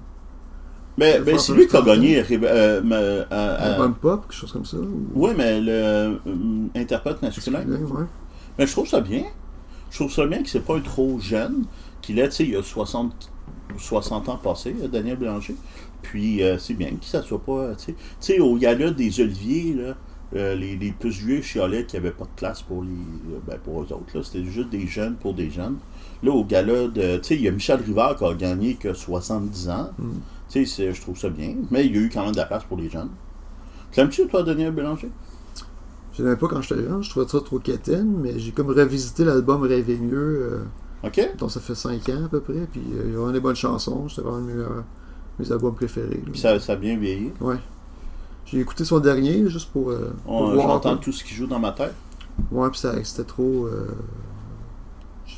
[SPEAKER 2] Mais,
[SPEAKER 1] Je
[SPEAKER 2] ben,
[SPEAKER 1] pense
[SPEAKER 2] c'est
[SPEAKER 1] que
[SPEAKER 2] lui
[SPEAKER 1] je
[SPEAKER 2] qui a
[SPEAKER 1] t'entends.
[SPEAKER 2] gagné. euh, euh, euh,
[SPEAKER 1] Bump Pop, quelque chose comme ça. ou-
[SPEAKER 2] oui, mais le euh, interprète masculin.
[SPEAKER 1] Ouais, ouais.
[SPEAKER 2] Mais je trouve ça bien. Je trouve ça bien que c'est pas un trop jeune. Qu'il est, tu sais, il y a 60, 60 ans passés, euh, Daniel Blanger. Puis euh, c'est bien que ça soit pas. euh, Tu sais, Tu sais, au gala des Oliviers, là, euh, les, les plus vieux chialaient qu'il n'y avait pas de place pour les euh, ben, pour eux autres. là. C'était juste des jeunes pour des jeunes. Là, au gala de. Tu sais, il y a Michel Rivard qui a gagné que 70 ans.
[SPEAKER 1] Mm.
[SPEAKER 2] Tu sais, c'est- je trouve ça bien. Mais il y a eu quand même de la place pour les jeunes. T'aimes-tu, toi, Daniel Bélanger?
[SPEAKER 1] Je l'aimais pas quand j'étais jeune, je trouvais ça trop quétaine, mais j'ai comme revisité l'album Rêver mieux, euh,
[SPEAKER 2] OK?
[SPEAKER 1] dont ça fait 5 ans à peu près, puis euh, il y a vraiment des bonnes chansons, c'était vraiment mes, euh, mes albums préférés. là.
[SPEAKER 2] Puis ça, ça a bien vieilli.
[SPEAKER 1] Ouais. J'ai écouté son dernier, juste pour, euh, pour
[SPEAKER 2] On-
[SPEAKER 1] voir.
[SPEAKER 2] J'entends
[SPEAKER 1] quoi.
[SPEAKER 2] tout ce qui joue dans ma tête.
[SPEAKER 1] Ouais, puis ça- c'était trop... euh,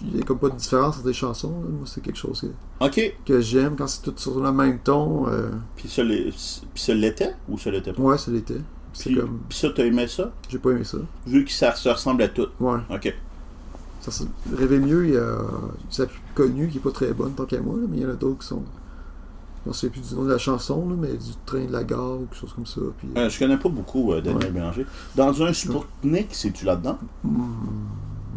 [SPEAKER 1] Il n'y a comme pas de différence entre les chansons, là. moi c'est quelque chose que...
[SPEAKER 2] OK.
[SPEAKER 1] que j'aime quand c'est tout sur le même ton. euh,
[SPEAKER 2] Puis ça l'est- puis ça l'était ou ça l'était pas?
[SPEAKER 1] ouais, ça l'était. C'est
[SPEAKER 2] Puis,
[SPEAKER 1] comme.
[SPEAKER 2] puis ça, t'as aimé ça?
[SPEAKER 1] J'ai pas aimé ça.
[SPEAKER 2] Vu que ça se ressemble à tout.
[SPEAKER 1] Ouais.
[SPEAKER 2] OK.
[SPEAKER 1] Ça, se- Rêver mieux, il y a sa plus connue qui est pas très bonne tant qu'à moi, là, mais il y en a d'autres qui sont. Je ne sais plus du nom de la chanson, là, mais du train de la gare ou quelque chose comme ça. Puis,
[SPEAKER 2] Euh, je connais pas beaucoup euh, Daniel Bélanger. Dans un Spoutnik, c'est-tu là-dedans?
[SPEAKER 1] Hmm,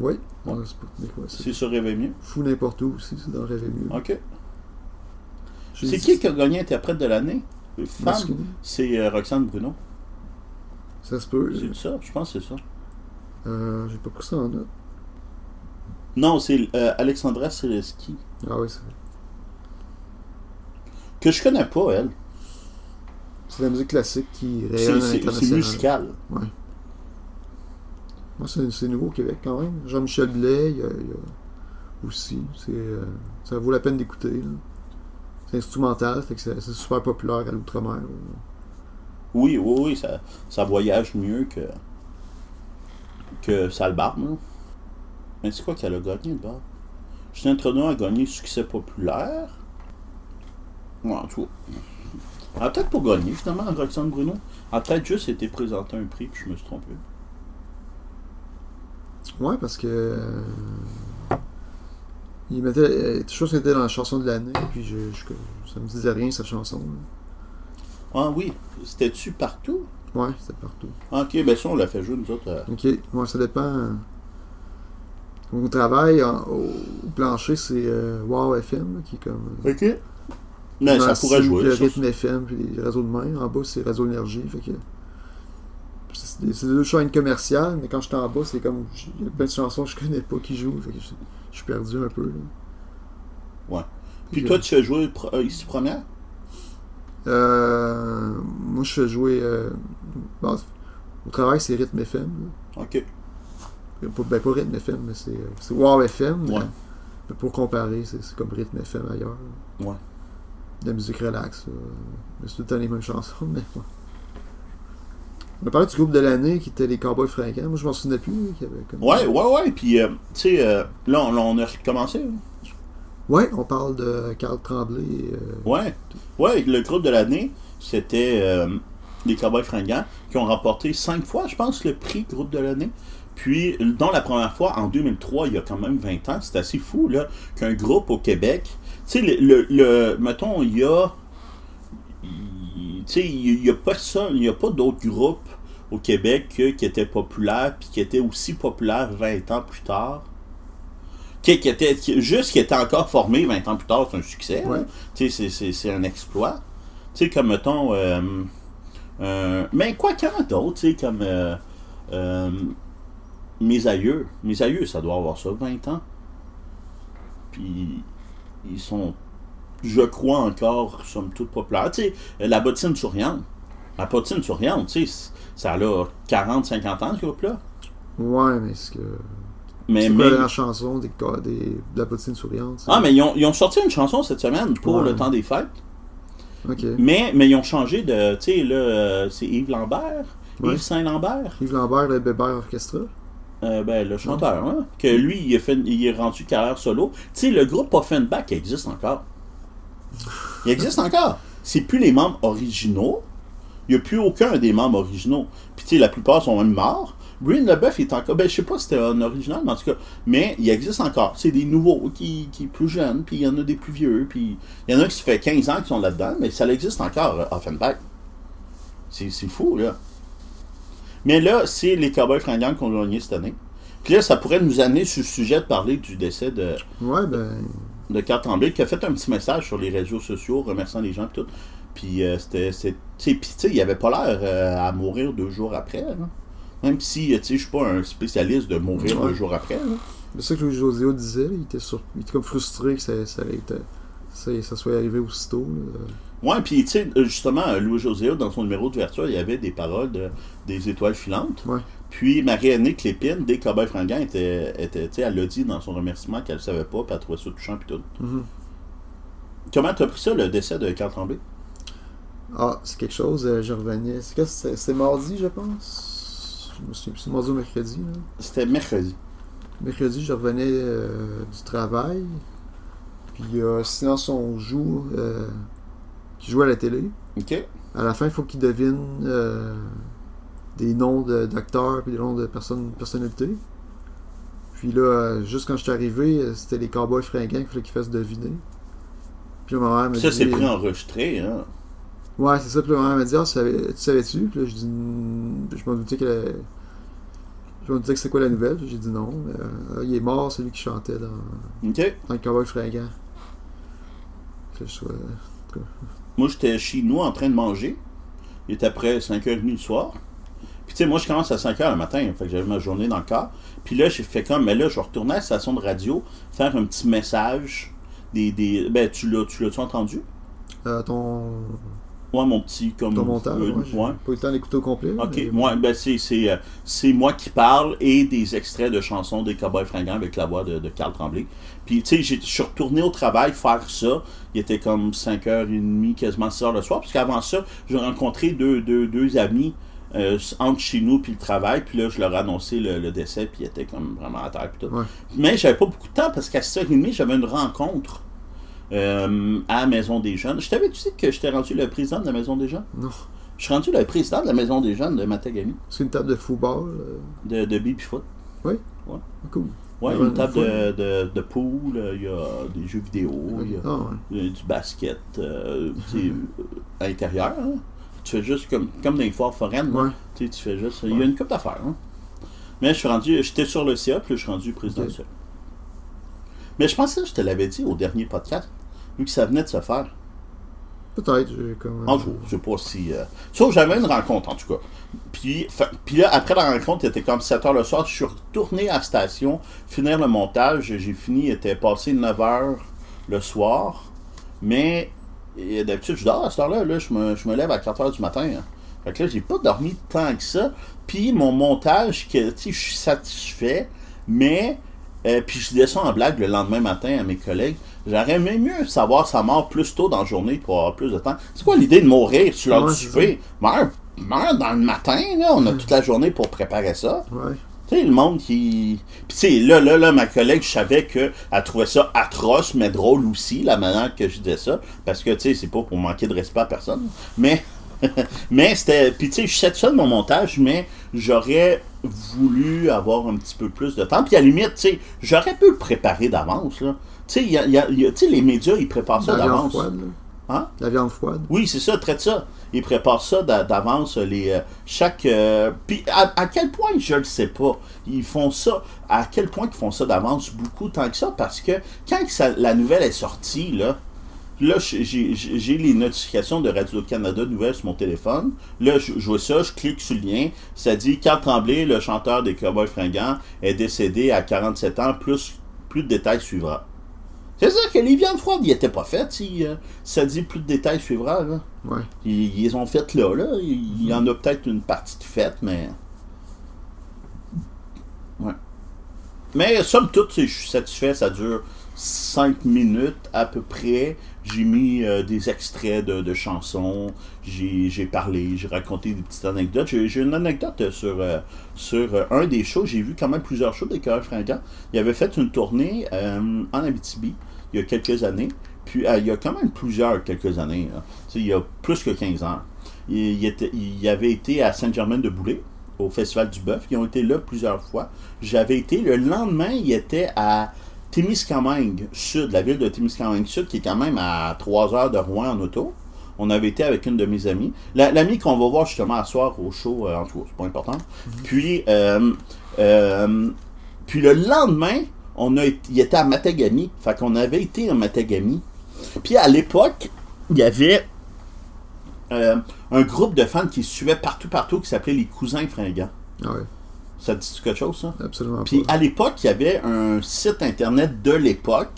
[SPEAKER 1] ouais, dans le Spoutnik, ouais, c'est
[SPEAKER 2] C'est ça rêvait mieux?
[SPEAKER 1] fou n'importe où aussi, c'est dans Rêver mieux.
[SPEAKER 2] OK.
[SPEAKER 1] J'ai
[SPEAKER 2] C'est
[SPEAKER 1] dit-
[SPEAKER 2] qui qui a gagné interprète de l'année? Euh, Femme?
[SPEAKER 1] masculine,
[SPEAKER 2] C'est euh, Roxane Bruno.
[SPEAKER 1] Ça se peut.
[SPEAKER 2] C'est ça? Je pense que c'est ça.
[SPEAKER 1] Euh, J'ai pas pris ça en note.
[SPEAKER 2] Non, c'est euh, Alexandra Seleski.
[SPEAKER 1] Ah oui, c'est
[SPEAKER 2] Que je connais pas, elle.
[SPEAKER 1] c'est la musique classique qui
[SPEAKER 2] C'est-
[SPEAKER 1] rayonne à
[SPEAKER 2] C'est c'est
[SPEAKER 1] l'international.
[SPEAKER 2] musical.
[SPEAKER 1] Moi, c'est c'est nouveau au Québec quand même. Jean-Michel Blais, il y a, il y a aussi. c'est, euh, ça vaut la peine d'écouter. là. C'est instrumental, fait que c'est c'est super populaire à l'outre-mer. là.
[SPEAKER 2] Oui, oui, oui, ça, ça voyage mieux que. que Salbarbe, là. Mais c'est quoi qu'elle a gagné, là Justin Trudeau a gagné succès populaire. Ouais, en tout cas. Elle a peut-être pas gagné, finalement, Roxane Bruno. Elle a peut-être juste été présentée un prix, puis je me suis trompé.
[SPEAKER 1] Ouais, parce que. euh, il mettait. euh, Quelque chose qui était dans la chanson de l'année, puis je, je- ça me disait rien, cette chanson. là.
[SPEAKER 2] Ah oui, c'était-tu partout
[SPEAKER 1] Ouais, c'était partout.
[SPEAKER 2] Ok, ben ça, on l'a fait jouer, nous autres. euh.
[SPEAKER 1] Ok, moi, ça dépend. euh, Mon travail en- au plancher, c'est euh, Wow FM, là, qui est comme. euh,
[SPEAKER 2] Mais Ben, ça
[SPEAKER 1] Merci,
[SPEAKER 2] pourrait jouer.
[SPEAKER 1] puis Le
[SPEAKER 2] ça.
[SPEAKER 1] rythme FM, puis les réseaux de main. En bas, c'est réseau énergie. Fait que... C'est des c'est des deux chaînes commerciales, mais quand j'étais en bas, c'est comme. Il y a plein de chansons que je connais pas qui jouent. Fait que je, je suis perdu un peu. là.
[SPEAKER 2] Ouais. Puis
[SPEAKER 1] que-
[SPEAKER 2] toi, tu as joué pr- euh, ici première
[SPEAKER 1] Euh, moi, je fais jouer. euh, bon, au travail, c'est rythme FM. là.
[SPEAKER 2] Ok.
[SPEAKER 1] Pas- ben, pas rythme FM, mais c'est euh, c'est Wow FM. mais-
[SPEAKER 2] Ouais.
[SPEAKER 1] mais pour comparer, c'est c'est comme rythme FM ailleurs. là.
[SPEAKER 2] Ouais.
[SPEAKER 1] De la musique relax. là. Mais c'est tout le temps les mêmes chansons, <laughs> mais ouais. On a parlé du groupe de l'année qui était les Cowboys Fringants. Moi, je m'en souvenais plus. là, qu'il y avait comme-
[SPEAKER 2] Ouais, ouais, ouais. Puis, euh, tu sais, euh, là, on, là, on a recommencé. hein.
[SPEAKER 1] Ouais, on parle de Carl Tremblay. et, euh,
[SPEAKER 2] Ouais. Ouais, le groupe de l'année, c'était euh, les Cowboys Fringants qui ont remporté cinq fois, je pense, le prix groupe de l'année. Puis, dans la première fois, en 2003, il y a quand même 20 ans, c'est assez fou, là, qu'un groupe au Québec. Tu sais, le, le, le- Mettons, il y a. il- Tu sais, il n'y a personne, il n'y a pas d'autres groupes au Québec que- qui étaient populaires, puis qui étaient aussi populaires 20 ans plus tard. qui, qui était, qui- juste qui était encore formé 20 ans plus tard, c'est un succès.
[SPEAKER 1] Ouais.
[SPEAKER 2] là. Tu sais, c'est- c'est c'est un exploit. Tu sais, comme, mettons... euh, euh, mais quoi quand d'autres, tu sais, comme... euh, euh, mes aïeux. Mes aïeux, ça doit avoir ça, 20 ans. Puis, ils sont, je crois, encore, somme toute, populaires. Tu sais, la bottine souriante. La bottine souriante, tu sais, c- ça a 40, 50 ans, ce groupe-là.
[SPEAKER 1] Ouais, mais ce que.
[SPEAKER 2] Mais,
[SPEAKER 1] C'est quoi
[SPEAKER 2] mais-
[SPEAKER 1] la chanson des, co- des, de la poutine souriante? ça?
[SPEAKER 2] Ah, mais ils ont, ils ont sorti une chanson cette semaine pour
[SPEAKER 1] Ouais.
[SPEAKER 2] le temps des fêtes.
[SPEAKER 1] Ok.
[SPEAKER 2] Mais, mais ils ont changé de. Tu sais, là, euh, c'est Yves Lambert.
[SPEAKER 1] Ouais.
[SPEAKER 2] Yves Saint-Lambert.
[SPEAKER 1] Yves Lambert, le Bébert Orchestra.
[SPEAKER 2] Euh, ben, le chanteur, hein, que lui, il, a fait, il est rendu carrière solo. Tu sais, le groupe Offenbach existe encore. Il existe encore. C'est plus les membres originaux. Il n'y a plus aucun des membres originaux. Puis, tu sais, la plupart sont même morts. Brian Leboeuf est encore. Ben, je sais pas si c'était un original, mais en tout cas. Mais il existe encore. C'est des nouveaux qui, qui sont plus jeunes, puis il y en a des plus vieux, puis il y en a qui se fait 15 ans qui sont là-dedans, mais ça existe encore, euh, Offenbach. C'est c'est fou, là. Mais là, c'est les Cowboys fringants qu'on a gagné cette année. Puis là, ça pourrait nous amener sur le sujet de parler du décès de,
[SPEAKER 1] Ouais, ben.
[SPEAKER 2] de Carl Tremblay, qui a fait un petit message sur les réseaux sociaux, remerciant les gens et tout. Puis, euh, c'était, c'est- tu sais, puis, tu sais, il avait pas l'air euh, à mourir deux jours après. là. Même si, euh, tu sais, je suis pas un spécialiste de mourir
[SPEAKER 1] Ouais.
[SPEAKER 2] deux jours après. là.
[SPEAKER 1] C'est ça que Louis José disait, là, il était, sur... il était comme frustré que ça, ça, ait été- ça- ça soit arrivé aussitôt. là.
[SPEAKER 2] Ouais, puis tu sais, euh, justement, euh, Louis José, dans son numéro d'ouverture, il y avait des paroles de- des étoiles filantes.
[SPEAKER 1] Ouais.
[SPEAKER 2] Puis Marie-Annick Lépine, des Cowboys fringants, était, était, tu sais, elle l'a dit dans son remerciement qu'elle savait pas, puis elle trouvait ça touchant, puis tout.
[SPEAKER 1] Mhm.
[SPEAKER 2] Comment t'as pris ça, le décès de Carl Tremblay?
[SPEAKER 1] Ah, c'est quelque chose, euh, je revenais. C'est quand c'était c'était mardi, je pense. Je me souviens plus, c'est mardi ou mercredi. là.
[SPEAKER 2] C'était mercredi.
[SPEAKER 1] Mercredi, je revenais euh, du travail. Puis il y a Silence on joue euh, qui joue à la télé.
[SPEAKER 2] OK?
[SPEAKER 1] À la fin, il faut qu'ils devinent euh, des noms de- d'acteurs puis des noms de personnes, personnalités. Puis là, euh, juste quand je suis arrivé, euh, c'était les cowboys fringants qu'il fallait qu'ils fassent deviner. Puis là, ma mère m'a dit.
[SPEAKER 2] Ça, c'est préenregistré, hein?
[SPEAKER 1] Ouais, c'est ça. Puis là, ma mère m'a dit Ah, tu savais- tu savais-tu Puis là, je dis Hmm, Je m'en doutais que. la- Je m'en doutais que c'est quoi la nouvelle. J'ai dit non. mais, euh, ah, il est mort, celui qui chantait dans,
[SPEAKER 2] OK?
[SPEAKER 1] dans le cowboy fringant. Que je euh, sois-
[SPEAKER 2] Moi, j'étais chez nous en train de manger. Il était après 5h30 du soir. Puis, tu sais, moi, je commence à 5h le matin. Fait que j'avais ma journée dans le corps. Puis là, j'ai fait comme, mais là, je retournais à la station de radio faire un petit message. Des, des, ben, tu l'as- tu l'as-tu entendu?
[SPEAKER 1] Euh, ton,
[SPEAKER 2] Moi, mon petit, comme.
[SPEAKER 1] ton montage.
[SPEAKER 2] euh,
[SPEAKER 1] ouais, j'ai
[SPEAKER 2] ouais.
[SPEAKER 1] Pas eu le temps d'écouter au complet.
[SPEAKER 2] Ok,
[SPEAKER 1] mais-
[SPEAKER 2] ouais, ben c'est, c'est, euh, c'est moi qui parle et des extraits de chansons des Cowboys fringants avec la voix de, de Carl Tremblay. Puis, tu sais, j'ai- je suis retourné au travail faire ça. Il était comme 5h30, quasiment 6h le soir. Parce qu'avant ça, j'ai rencontré deux, deux, deux amis euh, entre chez nous puis le travail. Puis là, je leur ai annoncé le, le décès. Puis ils étaient comme vraiment à terre. Puis tout.
[SPEAKER 1] Ouais.
[SPEAKER 2] Mais j'avais pas beaucoup de temps parce qu'à 6h30, j'avais une rencontre euh, à la Maison des Jeunes. Je t'avais dit que j'étais rendu le président de la Maison des Jeunes?
[SPEAKER 1] Non.
[SPEAKER 2] Je suis rendu le président de la Maison des Jeunes de Matagami.
[SPEAKER 1] C'est une table de football. euh,
[SPEAKER 2] De, de baby foot.
[SPEAKER 1] Cool.
[SPEAKER 2] Ouais,
[SPEAKER 1] Ouais,
[SPEAKER 2] une
[SPEAKER 1] de
[SPEAKER 2] table
[SPEAKER 1] foot.
[SPEAKER 2] de, de, de pool, euh, il y a des jeux vidéo, il y a
[SPEAKER 1] Ah ouais.
[SPEAKER 2] euh, du basket, euh, tu sais, euh, intérieur. hein. Tu fais juste comme, comme dans les foires foraines. là.
[SPEAKER 1] Ouais.
[SPEAKER 2] Tu sais, tu fais juste. Il y a une coupe d'affaires. hein. Mais je suis rendu. J'étais sur le CA, puis là, je suis rendu président
[SPEAKER 1] Ok.
[SPEAKER 2] du CA. Mais je pensais, je te l'avais dit au dernier podcast, vu que ça venait de se faire.
[SPEAKER 1] Peut-être. j'ai Comme...
[SPEAKER 2] En jour, je sais pas si. Euh... Sauf j'avais une rencontre en tout cas. Puis, fa- puis là, après la rencontre, il était comme 7 h le soir. Je suis retourné à la station, finir le montage. J'ai fini, il était passé 9 h le soir. Mais et d'habitude, je dors à cette heure-là. Là, je, me, je me lève à 4 h du matin. hein. Fait que là, j'ai pas dormi tant que ça. Puis mon montage, que, tu sais, je suis satisfait, mais. euh, puis je disais ça en blague le lendemain matin à mes collègues. J'aurais aimé mieux savoir sa mort plus tôt dans la journée pour avoir plus de temps. C'est quoi l'idée de mourir sur l'heure
[SPEAKER 1] Ouais,
[SPEAKER 2] du
[SPEAKER 1] c'est
[SPEAKER 2] souper? Meurs, meurs dans le matin, là. On a toute la journée pour préparer ça.
[SPEAKER 1] Ouais.
[SPEAKER 2] Tu sais, le monde qui. Puis, tu sais, là, là, là, ma collègue, je savais qu'elle trouvait ça atroce, mais drôle aussi, la manière que je disais ça. Parce que, tu sais, c'est pas pour manquer de respect à personne. Mais, <laughs> mais c'était. Puis, tu sais, je suis satisfait de mon montage, mais j'aurais voulu avoir un petit peu plus de temps. Puis, à la limite, tu sais, j'aurais pu le préparer d'avance, là. Tu sais, il y a- il y a- il y a- tu sais, les médias, ils préparent Ah, ça
[SPEAKER 1] Dans l'air
[SPEAKER 2] d'avance.
[SPEAKER 1] froid, là.
[SPEAKER 2] Hein?
[SPEAKER 1] La viande froide.
[SPEAKER 2] Oui, c'est ça, traite ça. Ils préparent ça d'a- d'avance, les euh, chaque. euh, puis à, à quel point je le sais pas. Ils font ça. À quel point ils font ça d'avance beaucoup tant que ça parce que quand que ça- la nouvelle est sortie là. Là, j'ai- j'ai j'ai les notifications de Radio-Canada Nouvelles sur mon téléphone. Là, je, je vois ça, je clique sur le lien. Ça dit Carl Tremblay, le chanteur des Cowboys fringants, est décédé à 47 ans, plus, plus de détails suivra. C'est-à-dire que les viandes froides, n'y étaient pas faites. si, euh, ça dit plus de détails suivra. Là.
[SPEAKER 1] Ouais.
[SPEAKER 2] Ils, ils les ont faites là, là. Il y en a peut-être une partie de faite, mais. Ouais. Mais somme toute, je suis satisfait. Ça dure 5 minutes à peu près. J'ai mis euh, des extraits de, de chansons. J'ai j'ai parlé, j'ai raconté des petites anecdotes. J'ai j'ai une anecdote sur, euh, sur euh, un des shows. J'ai vu quand même plusieurs shows des Cœurs Fringants. Il avait fait une tournée euh, en Abitibi il y a quelques années. Puis euh, il y a quand même plusieurs quelques années. là. Tu sais, Il y a plus que 15 ans. Il, il était, il avait été à Saint-Germain-de-Boulay, au Festival du Bœuf. Ils ont été là plusieurs fois. J'avais été. Le lendemain, il était à Témiscamingue Sud, la ville de Témiscamingue Sud, qui est quand même à 3 heures de Rouen en auto. On avait été avec une de mes amies. La- L'amie qu'on va voir justement à soir au show, euh, en tout cas, c'est pas important. Puis, euh, euh, puis le lendemain, on a, été- il était à Matagami. Fait qu'on avait été à Matagami. Puis à l'époque, il y avait euh, un groupe de fans qui se suivait partout, partout, qui s'appelait les Cousins Fringants.
[SPEAKER 1] Ah ouais,
[SPEAKER 2] Ça te dit quelque chose, ça?
[SPEAKER 1] absolument
[SPEAKER 2] Puis
[SPEAKER 1] pas.
[SPEAKER 2] à l'époque, il y avait un site internet de l'époque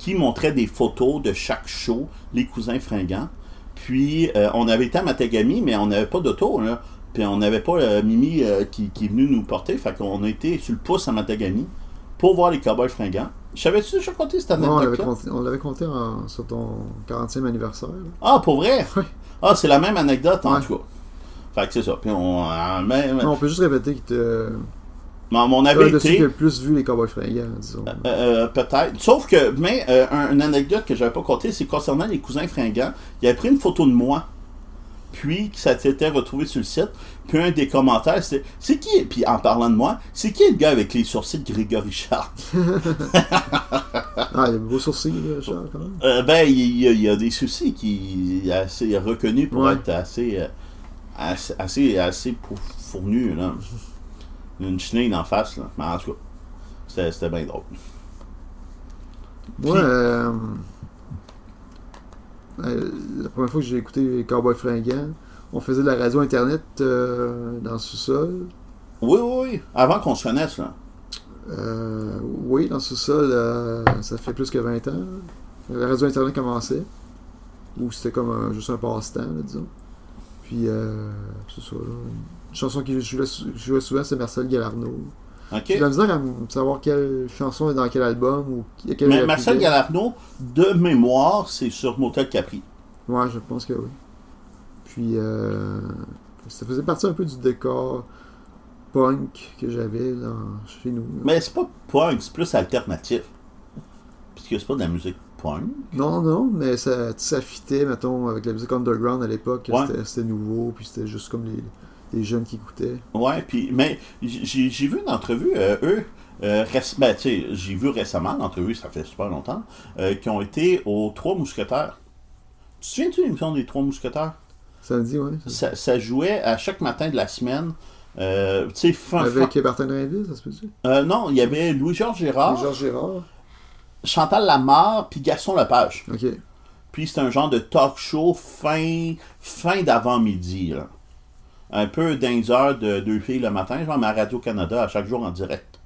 [SPEAKER 2] qui montrait des photos de chaque show, les cousins fringants. Puis euh, on avait été à Matagami, mais on n'avait pas d'auto. là. Puis on n'avait pas euh, Mimi euh, qui, qui est venue nous porter. Fait qu'on a été sur le pouce à Matagami pour voir les cowboys fringants. Savais-tu déjà compté cette
[SPEAKER 1] Non, on l'avait
[SPEAKER 2] anecdote-là?
[SPEAKER 1] compté, on l'avait compté en- sur ton 40e anniversaire. là.
[SPEAKER 2] Ah, pour
[SPEAKER 1] <laughs>
[SPEAKER 2] vrai? Ah, c'est la même anecdote en
[SPEAKER 1] Ouais.
[SPEAKER 2] tout cas. Fait que c'est ça. Puis on, ah, mais- mais-
[SPEAKER 1] Non, on peut juste répéter que t'es
[SPEAKER 2] mais on
[SPEAKER 1] un
[SPEAKER 2] avait
[SPEAKER 1] de ceux
[SPEAKER 2] été.
[SPEAKER 1] qui a le plus vu les cowboys fringants,
[SPEAKER 2] <laughs>
[SPEAKER 1] disons.
[SPEAKER 2] Euh, peut-être. Sauf que, mais euh, un- une anecdote que j'avais pas contée, c'est concernant les cousins fringants. Il avait pris une photo de moi, puis que ça s'était retrouvé sur le site. Puis un des commentaires, c'était c'est qui Puis en parlant de moi, c'est qui le gars avec les sourcils de Grégory Charles
[SPEAKER 1] Ah, il a beau sourcil, là, Charles, quand même.
[SPEAKER 2] <laughs> Euh, Ben, il, il y a- il y a des soucis qui est assez reconnu pour
[SPEAKER 1] Ouais.
[SPEAKER 2] être assez, euh, assez, assez, assez pour- fournu là. Une chenille en face là. Mais en tout cas, c'était c'était bien drôle.
[SPEAKER 1] Moi, euh, euh, la première fois que j'ai écouté Cowboy Fringant, on faisait de la radio internet euh, dans le sous-sol.
[SPEAKER 2] Oui, oui, oui. Avant qu'on se connaisse là.
[SPEAKER 1] Euh, oui, dans le sous-sol, euh, ça fait plus que 20 ans. La radio internet commençait. Ou c'était comme un- juste un passe-temps, là, disons. Puis, euh, c'est ça. là. Une chanson qui jouait, sou- jouait souvent, c'est Marcel Galarno.
[SPEAKER 2] Ok.
[SPEAKER 1] J'ai de la misère à m- savoir quelle chanson est dans quel album ou qui- quelle est la
[SPEAKER 2] Mais
[SPEAKER 1] plus
[SPEAKER 2] Marcel
[SPEAKER 1] vieille.
[SPEAKER 2] Galarno, de mémoire, c'est sur Motel Capri.
[SPEAKER 1] Ouais, je pense que oui. Puis, euh, ça faisait partie un peu du décor punk que j'avais dans- chez nous. là.
[SPEAKER 2] Mais c'est pas punk, c'est plus alternatif. Parce que c'est pas de la musique punk.
[SPEAKER 1] Non, non, mais ça, ça fitait, mettons, avec la musique underground à l'époque.
[SPEAKER 2] Ouais.
[SPEAKER 1] C'était- C'était nouveau, puis c'était juste comme les, les jeunes qui écoutaient.
[SPEAKER 2] Ouais, puis, mais j'ai j'ai vu une entrevue, euh, eux, euh, réc- ben, tu sais, j'ai vu récemment l'entrevue, ça fait super longtemps, euh, qui ont été aux Trois Mousquetaires. Tu te souviens-tu de l'émission des Trois Mousquetaires?
[SPEAKER 1] Samedi, ouais.
[SPEAKER 2] Ça, ça jouait à chaque matin de la semaine. euh, tu sais, fin, fin-
[SPEAKER 1] Avec Martin Rainville, ça se peut-tu?
[SPEAKER 2] euh, non, il y avait Louis-Georges Gérard,
[SPEAKER 1] Georges Gérard.
[SPEAKER 2] Chantal Lamarre, puis Gaston Lepage.
[SPEAKER 1] Ok.
[SPEAKER 2] Puis c'est un genre de talk show fin, fin d'avant-midi. là. Un peu d'inzer de deux filles le matin, genre mais à Radio-Canada à chaque jour en direct.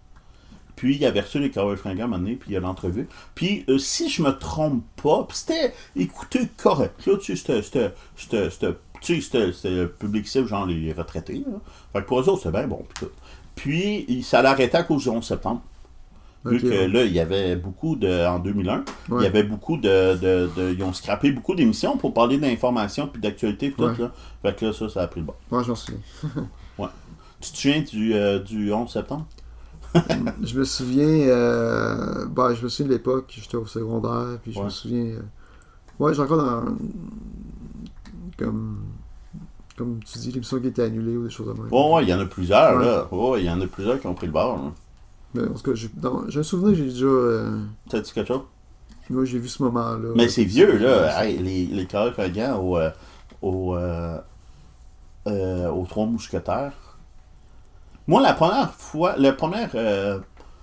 [SPEAKER 2] Puis il a reçu les Cowboys fringants à un moment donné, puis il y a l'entrevue. Puis euh, si je me trompe pas, puis c'était, écoutez, correct. Là, tu sais, c'était- c'était- c'était- c'était- tu sais, c'était c'était le public cible, genre les retraités. Là. Fait que pour eux autres, c'était bien bon. Puis, tout. puis il- ça l'arrêtait à cause du 11 septembre. Vu
[SPEAKER 1] Ok,
[SPEAKER 2] que
[SPEAKER 1] ouais.
[SPEAKER 2] là, il y avait beaucoup de. En 2001, il
[SPEAKER 1] Ouais.
[SPEAKER 2] y avait beaucoup de, de- de- Ils ont scrappé beaucoup d'émissions pour parler d'informations puis d'actualité puis tout,
[SPEAKER 1] Ouais.
[SPEAKER 2] là. Fait que là, ça, ça a pris le bon.
[SPEAKER 1] Moi, j'en souviens.
[SPEAKER 2] Tu te souviens du, euh, du 11 septembre
[SPEAKER 1] Je me souviens, euh, bah, je me souviens de l'époque, j'étais au secondaire, puis je
[SPEAKER 2] Ouais.
[SPEAKER 1] me souviens. euh, ouais, j'ai encore dans. Comme. Comme tu dis, l'émission qui était annulée ou des choses comme ça.
[SPEAKER 2] Oh, ouais, il y en a plusieurs,
[SPEAKER 1] Ouais.
[SPEAKER 2] là. Oh, ouais, il y en a plusieurs qui ont pris le bord, là.
[SPEAKER 1] Mais en tout cas, j'ai dans- j'ai un souvenir que j'ai déjà. euh,
[SPEAKER 2] T'as dit quelque chose
[SPEAKER 1] Puis moi, j'ai vu ce moment-là.
[SPEAKER 2] Mais c'est vieux, là. Hey, les, les Karel Kogan au, euh, au, euh, euh, aux Trois Mousquetaires. Moi, la première fois, le premier euh,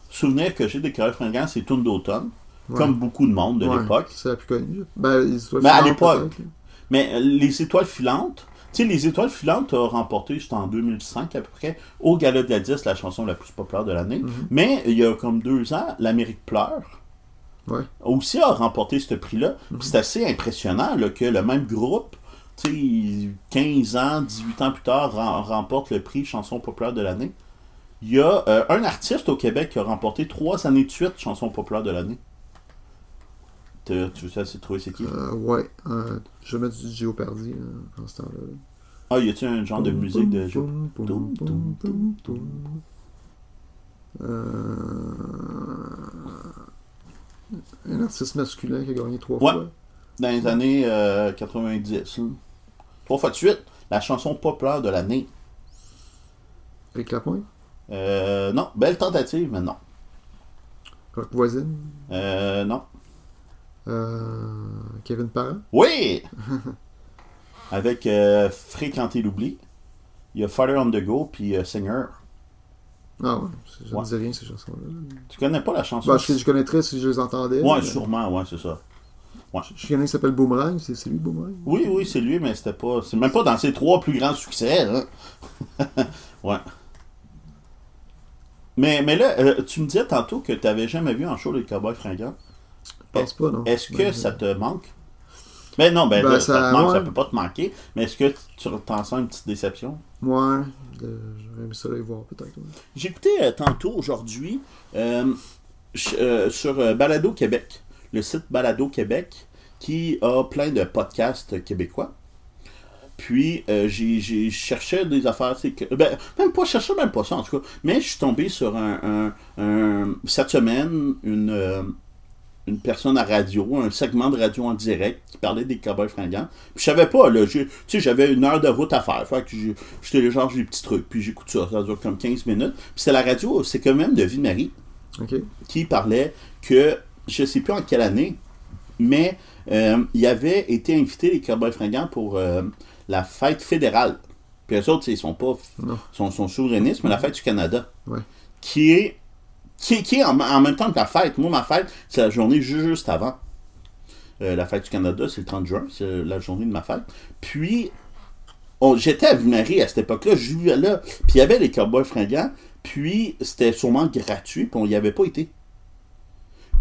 [SPEAKER 2] souvenir que j'ai des Karel Kogan, c'est Tourne d'automne.
[SPEAKER 1] Ouais.
[SPEAKER 2] Comme beaucoup de monde de
[SPEAKER 1] Ouais,
[SPEAKER 2] l'époque.
[SPEAKER 1] C'est la plus connue. Ben, les étoiles
[SPEAKER 2] Ben, à
[SPEAKER 1] filantes,
[SPEAKER 2] l'époque.
[SPEAKER 1] peut-être, là.
[SPEAKER 2] Mais euh, les étoiles filantes, tu sais, les étoiles filantes a remporté, c'était en 2005 à peu près, au Gala de la 10, la chanson la plus populaire de l'année.
[SPEAKER 1] Mhm.
[SPEAKER 2] Mais il y a comme deux ans, l'Amérique pleure.
[SPEAKER 1] Ouais. Mhm.
[SPEAKER 2] Aussi a remporté ce prix-là. Puis C'est assez impressionnant là, que le même groupe, tu sais, 15 ans, 18 ans plus tard, rem- remporte le prix chanson populaire de l'année. Il y a euh, un artiste au Québec qui a remporté trois années de suite chanson populaire de l'année. T'as- Tu veux essayer de trouver c'est qui?
[SPEAKER 1] Euh, ouais. euh, je vais mettre du Géopardy en ce temps-là.
[SPEAKER 2] Ah, y a-t-il un genre de musique de jeu?
[SPEAKER 1] Poum, poum,
[SPEAKER 2] Toum,
[SPEAKER 1] poum,
[SPEAKER 2] toum,
[SPEAKER 1] poum, poum. Euh, Un artiste masculin qui a gagné trois
[SPEAKER 2] Ouais.
[SPEAKER 1] fois.
[SPEAKER 2] dans les années euh, 90. hein. Trois fois de suite, la chanson populaire de l'année.
[SPEAKER 1] Avec la pointe.
[SPEAKER 2] Euh, non, belle tentative, mais non.
[SPEAKER 1] Rock voisine.
[SPEAKER 2] Euh, non.
[SPEAKER 1] Euh, Kevin Parent. <laughs>
[SPEAKER 2] Oui! Avec euh, Fréquenter l'oubli, il y a Father on the Go, puis euh, Singer.
[SPEAKER 1] Ah ouais. c'est- Ça
[SPEAKER 2] Ouais.
[SPEAKER 1] me dit rien ces chansons-là.
[SPEAKER 2] Tu connais pas la chanson?
[SPEAKER 1] Bah, je, je connaîtrais si je les entendais.
[SPEAKER 2] ouais,
[SPEAKER 1] mais-
[SPEAKER 2] sûrement, ouais, c'est ça.
[SPEAKER 1] Je connais un qui s'appelle Boomerang. C'est c'est lui Boomerang.
[SPEAKER 2] Oui, oui, c'est lui, mais c'était pas. C'est même pas dans ses trois plus grands succès, hein. <laughs> ouais. Mais, mais là, euh, tu me disais tantôt que tu n'avais jamais vu en show les cowboys fringants.
[SPEAKER 1] Je pense pas, non.
[SPEAKER 2] Est-ce que
[SPEAKER 1] Ben,
[SPEAKER 2] ça te manque? Ben non, ben,
[SPEAKER 1] Ben,
[SPEAKER 2] là,
[SPEAKER 1] ça-
[SPEAKER 2] ça, te manque,
[SPEAKER 1] ouais.
[SPEAKER 2] ça peut pas te manquer, mais est-ce que tu t'en sens une petite déception?
[SPEAKER 1] Moi, euh, j'aurais aimé ça les voir peut-être. ouais.
[SPEAKER 2] J'écoutais euh, tantôt aujourd'hui euh, ch- euh, sur euh, Balado Québec, le site Balado Québec, qui a plein de podcasts québécois. Puis euh, j'ai j'ai- je cherchais des affaires, c'est que- ben, même pas, je cherchais même pas ça en tout cas, mais je suis tombé sur un, un- un- cette semaine, une, euh, une personne à radio, un segment de radio en direct qui parlait des cowboys fringants. Puis je savais pas, là, j'ai- tu sais, j'avais une heure de route à faire, fait que j'ai- je télécharge des petits trucs, puis j'écoute ça, ça dure comme 15 minutes. Puis c'était la radio, c'est quand même de Ville-Marie
[SPEAKER 1] Ok.
[SPEAKER 2] qui parlait que, je sais plus en quelle année, mais euh, il avait été invité les Cowboys Fringants pour euh, la fête fédérale. Puis eux autres, ils sont pas.
[SPEAKER 1] Non.
[SPEAKER 2] sont, sont souverainistes, mais la fête du Canada.
[SPEAKER 1] Ouais.
[SPEAKER 2] Qui est. Qui, est- qui est en, en même temps que la fête. Moi, ma fête, c'est la journée ju- juste avant. Euh, la fête du Canada, c'est le 30 juin, c'est la journée de ma fête. Puis, on- j'étais à Ville-Marie à cette époque-là, je vivais là. Puis il y avait les Cowboys Fringants, puis c'était sûrement gratuit, puis on n'y avait pas été.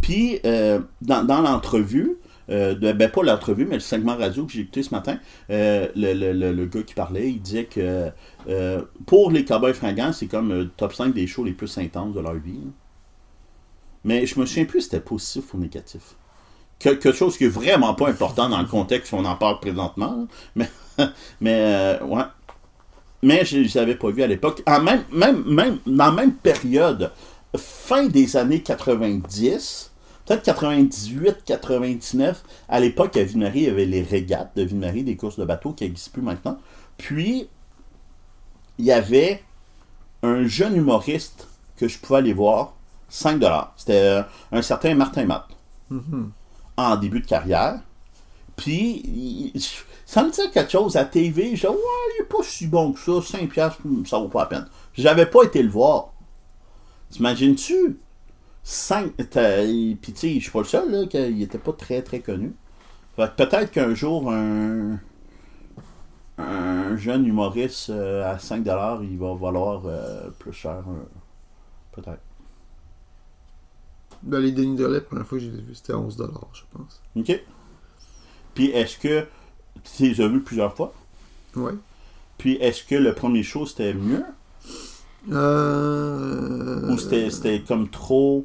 [SPEAKER 2] Puis, euh, dans, dans l'entrevue, euh, de- ben pas l'entrevue, mais le segment radio que j'ai écouté ce matin, euh, le, le- le- le gars qui parlait, il disait que euh, pour les Cowboys fringants, c'est comme le top 5 des shows les plus intenses de leur vie. hein. Mais je me souviens plus si c'était positif ou négatif. Que- quelque chose qui est vraiment pas important dans le contexte qu'on en parle présentement. là. Mais, <laughs> mais euh, ouais. Mais je ne les avais pas vus à l'époque. En même, même, même, dans la même période, fin des années 90, peut-être 98, 99, à l'époque, à Ville-Marie, il y avait les régates de Ville-Marie, des courses de bateaux qui n'existent plus maintenant. Puis, il y avait un jeune humoriste que je pouvais aller voir, 5 C'était euh, un certain Martin Matt,
[SPEAKER 1] Mhm.
[SPEAKER 2] en début de carrière. Puis, il- ça me disait quelque chose à TV. Je disais, ouais, il est pas si bon que ça, 5 piastres, hum, ça vaut pas la peine. J'avais pas été le voir. T'imagines-tu? 5. Puis, tu sais, je suis pas le seul, là, qu'il était pas très, très connu. Fait que peut-être qu'un jour, un, un jeune humoriste euh, à 5$, il va valoir euh, plus cher. euh, peut-être.
[SPEAKER 1] Ben, les Denis Drolet, la première fois que j'ai vu, c'était à 11 je pense.
[SPEAKER 2] OK. Puis, est-ce que tu les as vus plusieurs fois?
[SPEAKER 1] Ouais.
[SPEAKER 2] Puis, est-ce que le premier show, c'était mieux?
[SPEAKER 1] Euh...
[SPEAKER 2] Ou c'était, c'était comme trop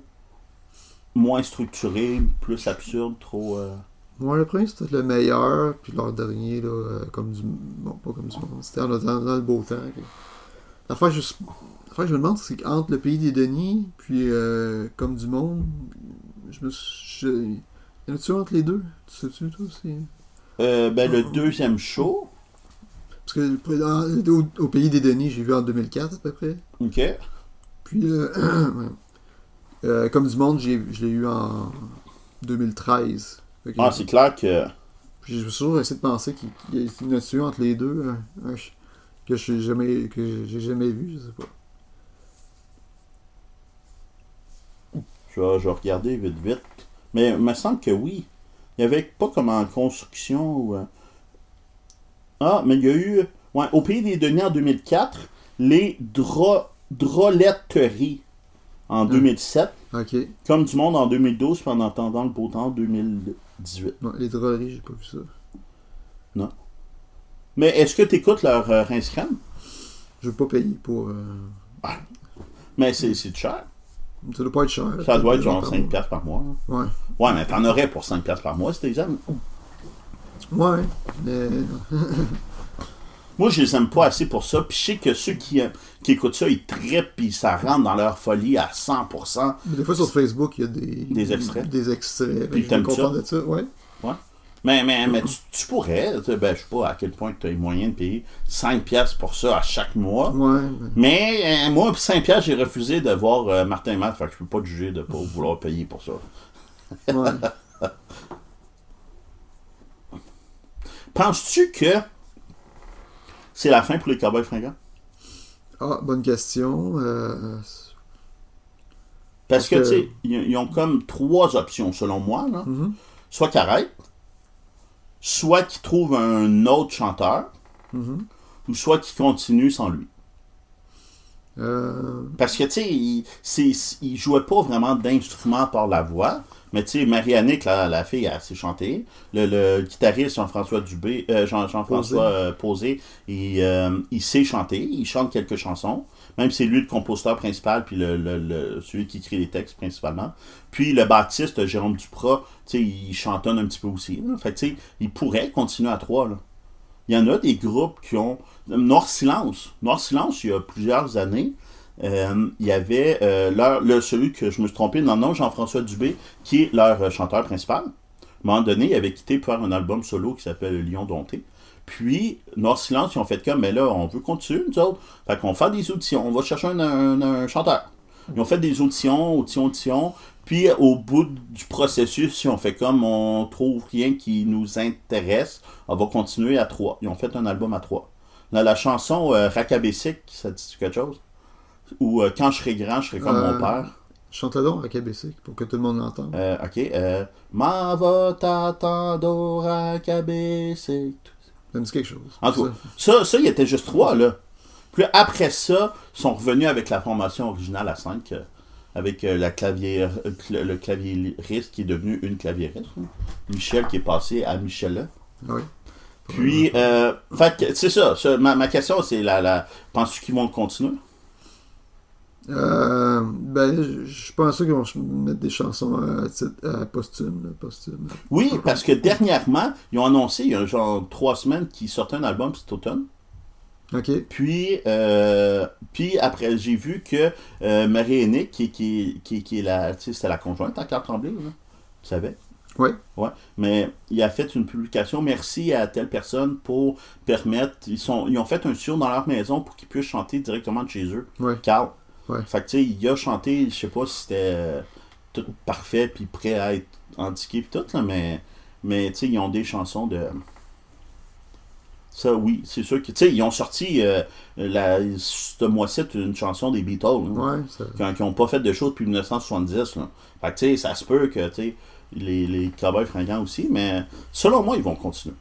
[SPEAKER 2] moins structuré, plus absurde, trop... euh,
[SPEAKER 1] Ouais, le premier, c'était le meilleur, puis leur dernier, là, euh, comme du... Non, pas comme du monde, c'était en- dans, dans le beau temps. que- La fois, que je... la fois que je me demande, c'est qu'entre le pays des Denis, puis euh, comme du monde, je me suis... je- Y en a-tu un entre les deux? Tu sais-tu, toi, c'est...
[SPEAKER 2] euh, ben, le deuxième show,
[SPEAKER 1] Parce que le- dans- au, au pays des Denis, j'ai vu en 2004, à peu près.
[SPEAKER 2] OK.
[SPEAKER 1] <clears throat> Puis, euh, ouais. Euh, comme du monde, j'ai- je l'ai eu en 2013. Fait que-
[SPEAKER 2] Ah, c'est clair que.
[SPEAKER 1] Puis j'ai toujours essayé de penser qu'il qu'il y a une tué entre les deux hein, hein, je- que j'ai jamais que j'ai jamais vu, je sais pas.
[SPEAKER 2] Je vais, je vais regarder vite, vite. Mais il me semble que oui. Il n'y avait pas comme en construction. ou, euh, Ah, mais il y a eu. Ouais, au pays des Denis en 2004, les dro... droletteries en 2007,
[SPEAKER 1] Ok.
[SPEAKER 2] comme du monde en 2012, puis en entendant le beau temps en 2018.
[SPEAKER 1] Non, les drogueries, j'ai pas vu ça.
[SPEAKER 2] Mais est-ce que tu écoutes leur euh, rince crème?
[SPEAKER 1] Je veux pas payer pour. euh,
[SPEAKER 2] Mais c'est c'est cher.
[SPEAKER 1] Ça doit pas être cher.
[SPEAKER 2] Ça doit être
[SPEAKER 1] Par
[SPEAKER 2] genre
[SPEAKER 1] mois.
[SPEAKER 2] 5$ piastres par mois.
[SPEAKER 1] Ouais.
[SPEAKER 2] Ouais, mais t'en aurais pour 5$ piastres par mois, c'était exemple.
[SPEAKER 1] Ouais. Mais.
[SPEAKER 2] Moi, je les aime pas assez pour ça. Puis je sais que ceux qui, euh, qui écoutent ça, ils trippent, puis ça rentre dans leur folie à 100%.
[SPEAKER 1] mais des fois sur Facebook, il y a des.
[SPEAKER 2] Des extraits.
[SPEAKER 1] Des extraits. Ben,
[SPEAKER 2] Puis
[SPEAKER 1] je suis
[SPEAKER 2] t'aimes
[SPEAKER 1] content
[SPEAKER 2] ça?
[SPEAKER 1] de ça, ouais.
[SPEAKER 2] Mais, mais, mais tu, tu pourrais, tu sais, ben, je sais pas à quel point tu as les moyens de payer 5$ piastres pour ça à chaque mois.
[SPEAKER 1] Ouais. mais-
[SPEAKER 2] Mais euh, moi, puis 5$, piastres, j'ai refusé de voir euh, Martin Matt, fait que je peux pas te juger de pas vouloir payer pour ça.
[SPEAKER 1] ben, Ouais.
[SPEAKER 2] Penses-tu que c'est la fin pour les cowboys fringants?
[SPEAKER 1] Ah, bonne question. euh,
[SPEAKER 2] Parce que,
[SPEAKER 1] Parce
[SPEAKER 2] tu
[SPEAKER 1] que-
[SPEAKER 2] sais, ils ils ont comme trois options, selon moi. Là.
[SPEAKER 1] Mhm.
[SPEAKER 2] Soit qu'ils arrêtent, soit qu'ils trouvent un autre chanteur,
[SPEAKER 1] Mhm.
[SPEAKER 2] ou soit qu'ils continuent sans lui.
[SPEAKER 1] euh,
[SPEAKER 2] Parce que, tu sais, il, c'est- c'est- il jouait pas vraiment d'instrument par la voix. Mais, tu sais, Marie-Annick, la, la fille, elle s'est chantée. Le, le guitariste Jean-François Dubé, euh, Jean, françois Posé, il, euh, il sait chanter. Il chante quelques chansons. Même c'est lui le compositeur principal, puis le, le- le- celui qui écrit les textes principalement. Puis le baptiste Jérôme Duprat, tu sais, il chantonne un petit peu aussi. là. Fait que, tu sais, il pourrait continuer à trois, là. Il y en a des groupes qui ont. Noir Silence. Noir Silence, il y a plusieurs années, euh, il y avait euh, leur, le, celui que je me suis trompé dans le nom, Jean-François Dubé, qui est leur euh, chanteur principal. À un moment donné, il avait quitté pour faire un album solo qui s'appelle Lion Dompté. Puis, Noir Silence, ils ont fait comme, mais là, on veut continuer, nous autres. Fait qu'on fait des auditions. On va chercher un, un- un chanteur. Ils ont fait des auditions, auditions, auditions. Puis, au bout du processus, ils ont fait comme, on trouve rien qui nous intéresse. On va continuer à trois. Ils ont fait un album à trois. Là, la chanson euh, Rakabessic, ça te dit quelque chose? Ou euh, Quand je serai grand, je serai comme
[SPEAKER 1] Euh,
[SPEAKER 2] mon père.
[SPEAKER 1] Chante-la donc à KBC pour que tout le monde l'entende.
[SPEAKER 2] Euh, ok. Euh, Mava tatando Rakabessic.
[SPEAKER 1] Ça me dit quelque chose.
[SPEAKER 2] En tout cas, ça, ça, il était juste trois, là. Puis là, après ça, ils sont revenus avec la formation originale à 5, avec euh, la clavier, euh, cl- le clavieriste qui est devenu une clavieriste. hein. Michel qui est passé à Michela.
[SPEAKER 1] Ah oui.
[SPEAKER 2] Puis, euh, fait que, c'est ça. ça, ma, ma question, c'est la, la penses-tu qu'ils vont continuer?
[SPEAKER 1] Euh, ben, je- je suis pas sûr qu'ils vont ch- mettre des chansons euh, à, titre- à posthume, là, posthume.
[SPEAKER 2] Oui, parce que dernièrement, ils ont annoncé, il y a genre trois semaines, qu'ils sortaient un album cet automne.
[SPEAKER 1] Ok.
[SPEAKER 2] Puis, euh, puis après, j'ai vu que euh, Marie-Aînée, qui, qui, qui, qui est la, tu sais, c'était la conjointe à Claire Tremblay, là. tu savais?
[SPEAKER 1] Oui.
[SPEAKER 2] Ouais. Mais il a fait une publication, merci à telle personne pour permettre, ils, sont, ils ont fait un studio dans leur maison pour qu'ils puissent chanter directement de chez eux.
[SPEAKER 1] Ouais.
[SPEAKER 2] Carl.
[SPEAKER 1] Ouais.
[SPEAKER 2] Fait que tu sais, il a chanté, je sais pas si c'était euh, tout parfait puis prêt à être indiqué puis tout, là, mais, mais tu sais, ils ont des chansons de... Ça, oui, c'est sûr que, tu sais, ils ont sorti euh, la, ce mois-ci une chanson des Beatles, hein. là,
[SPEAKER 1] Ouais, ça.
[SPEAKER 2] qui ont- qui n'ont pas fait de choses depuis 1970. Là. Fait que, tu sais, ça se peut que, tu sais, les, les cowboys fringants aussi, mais selon moi, ils vont continuer.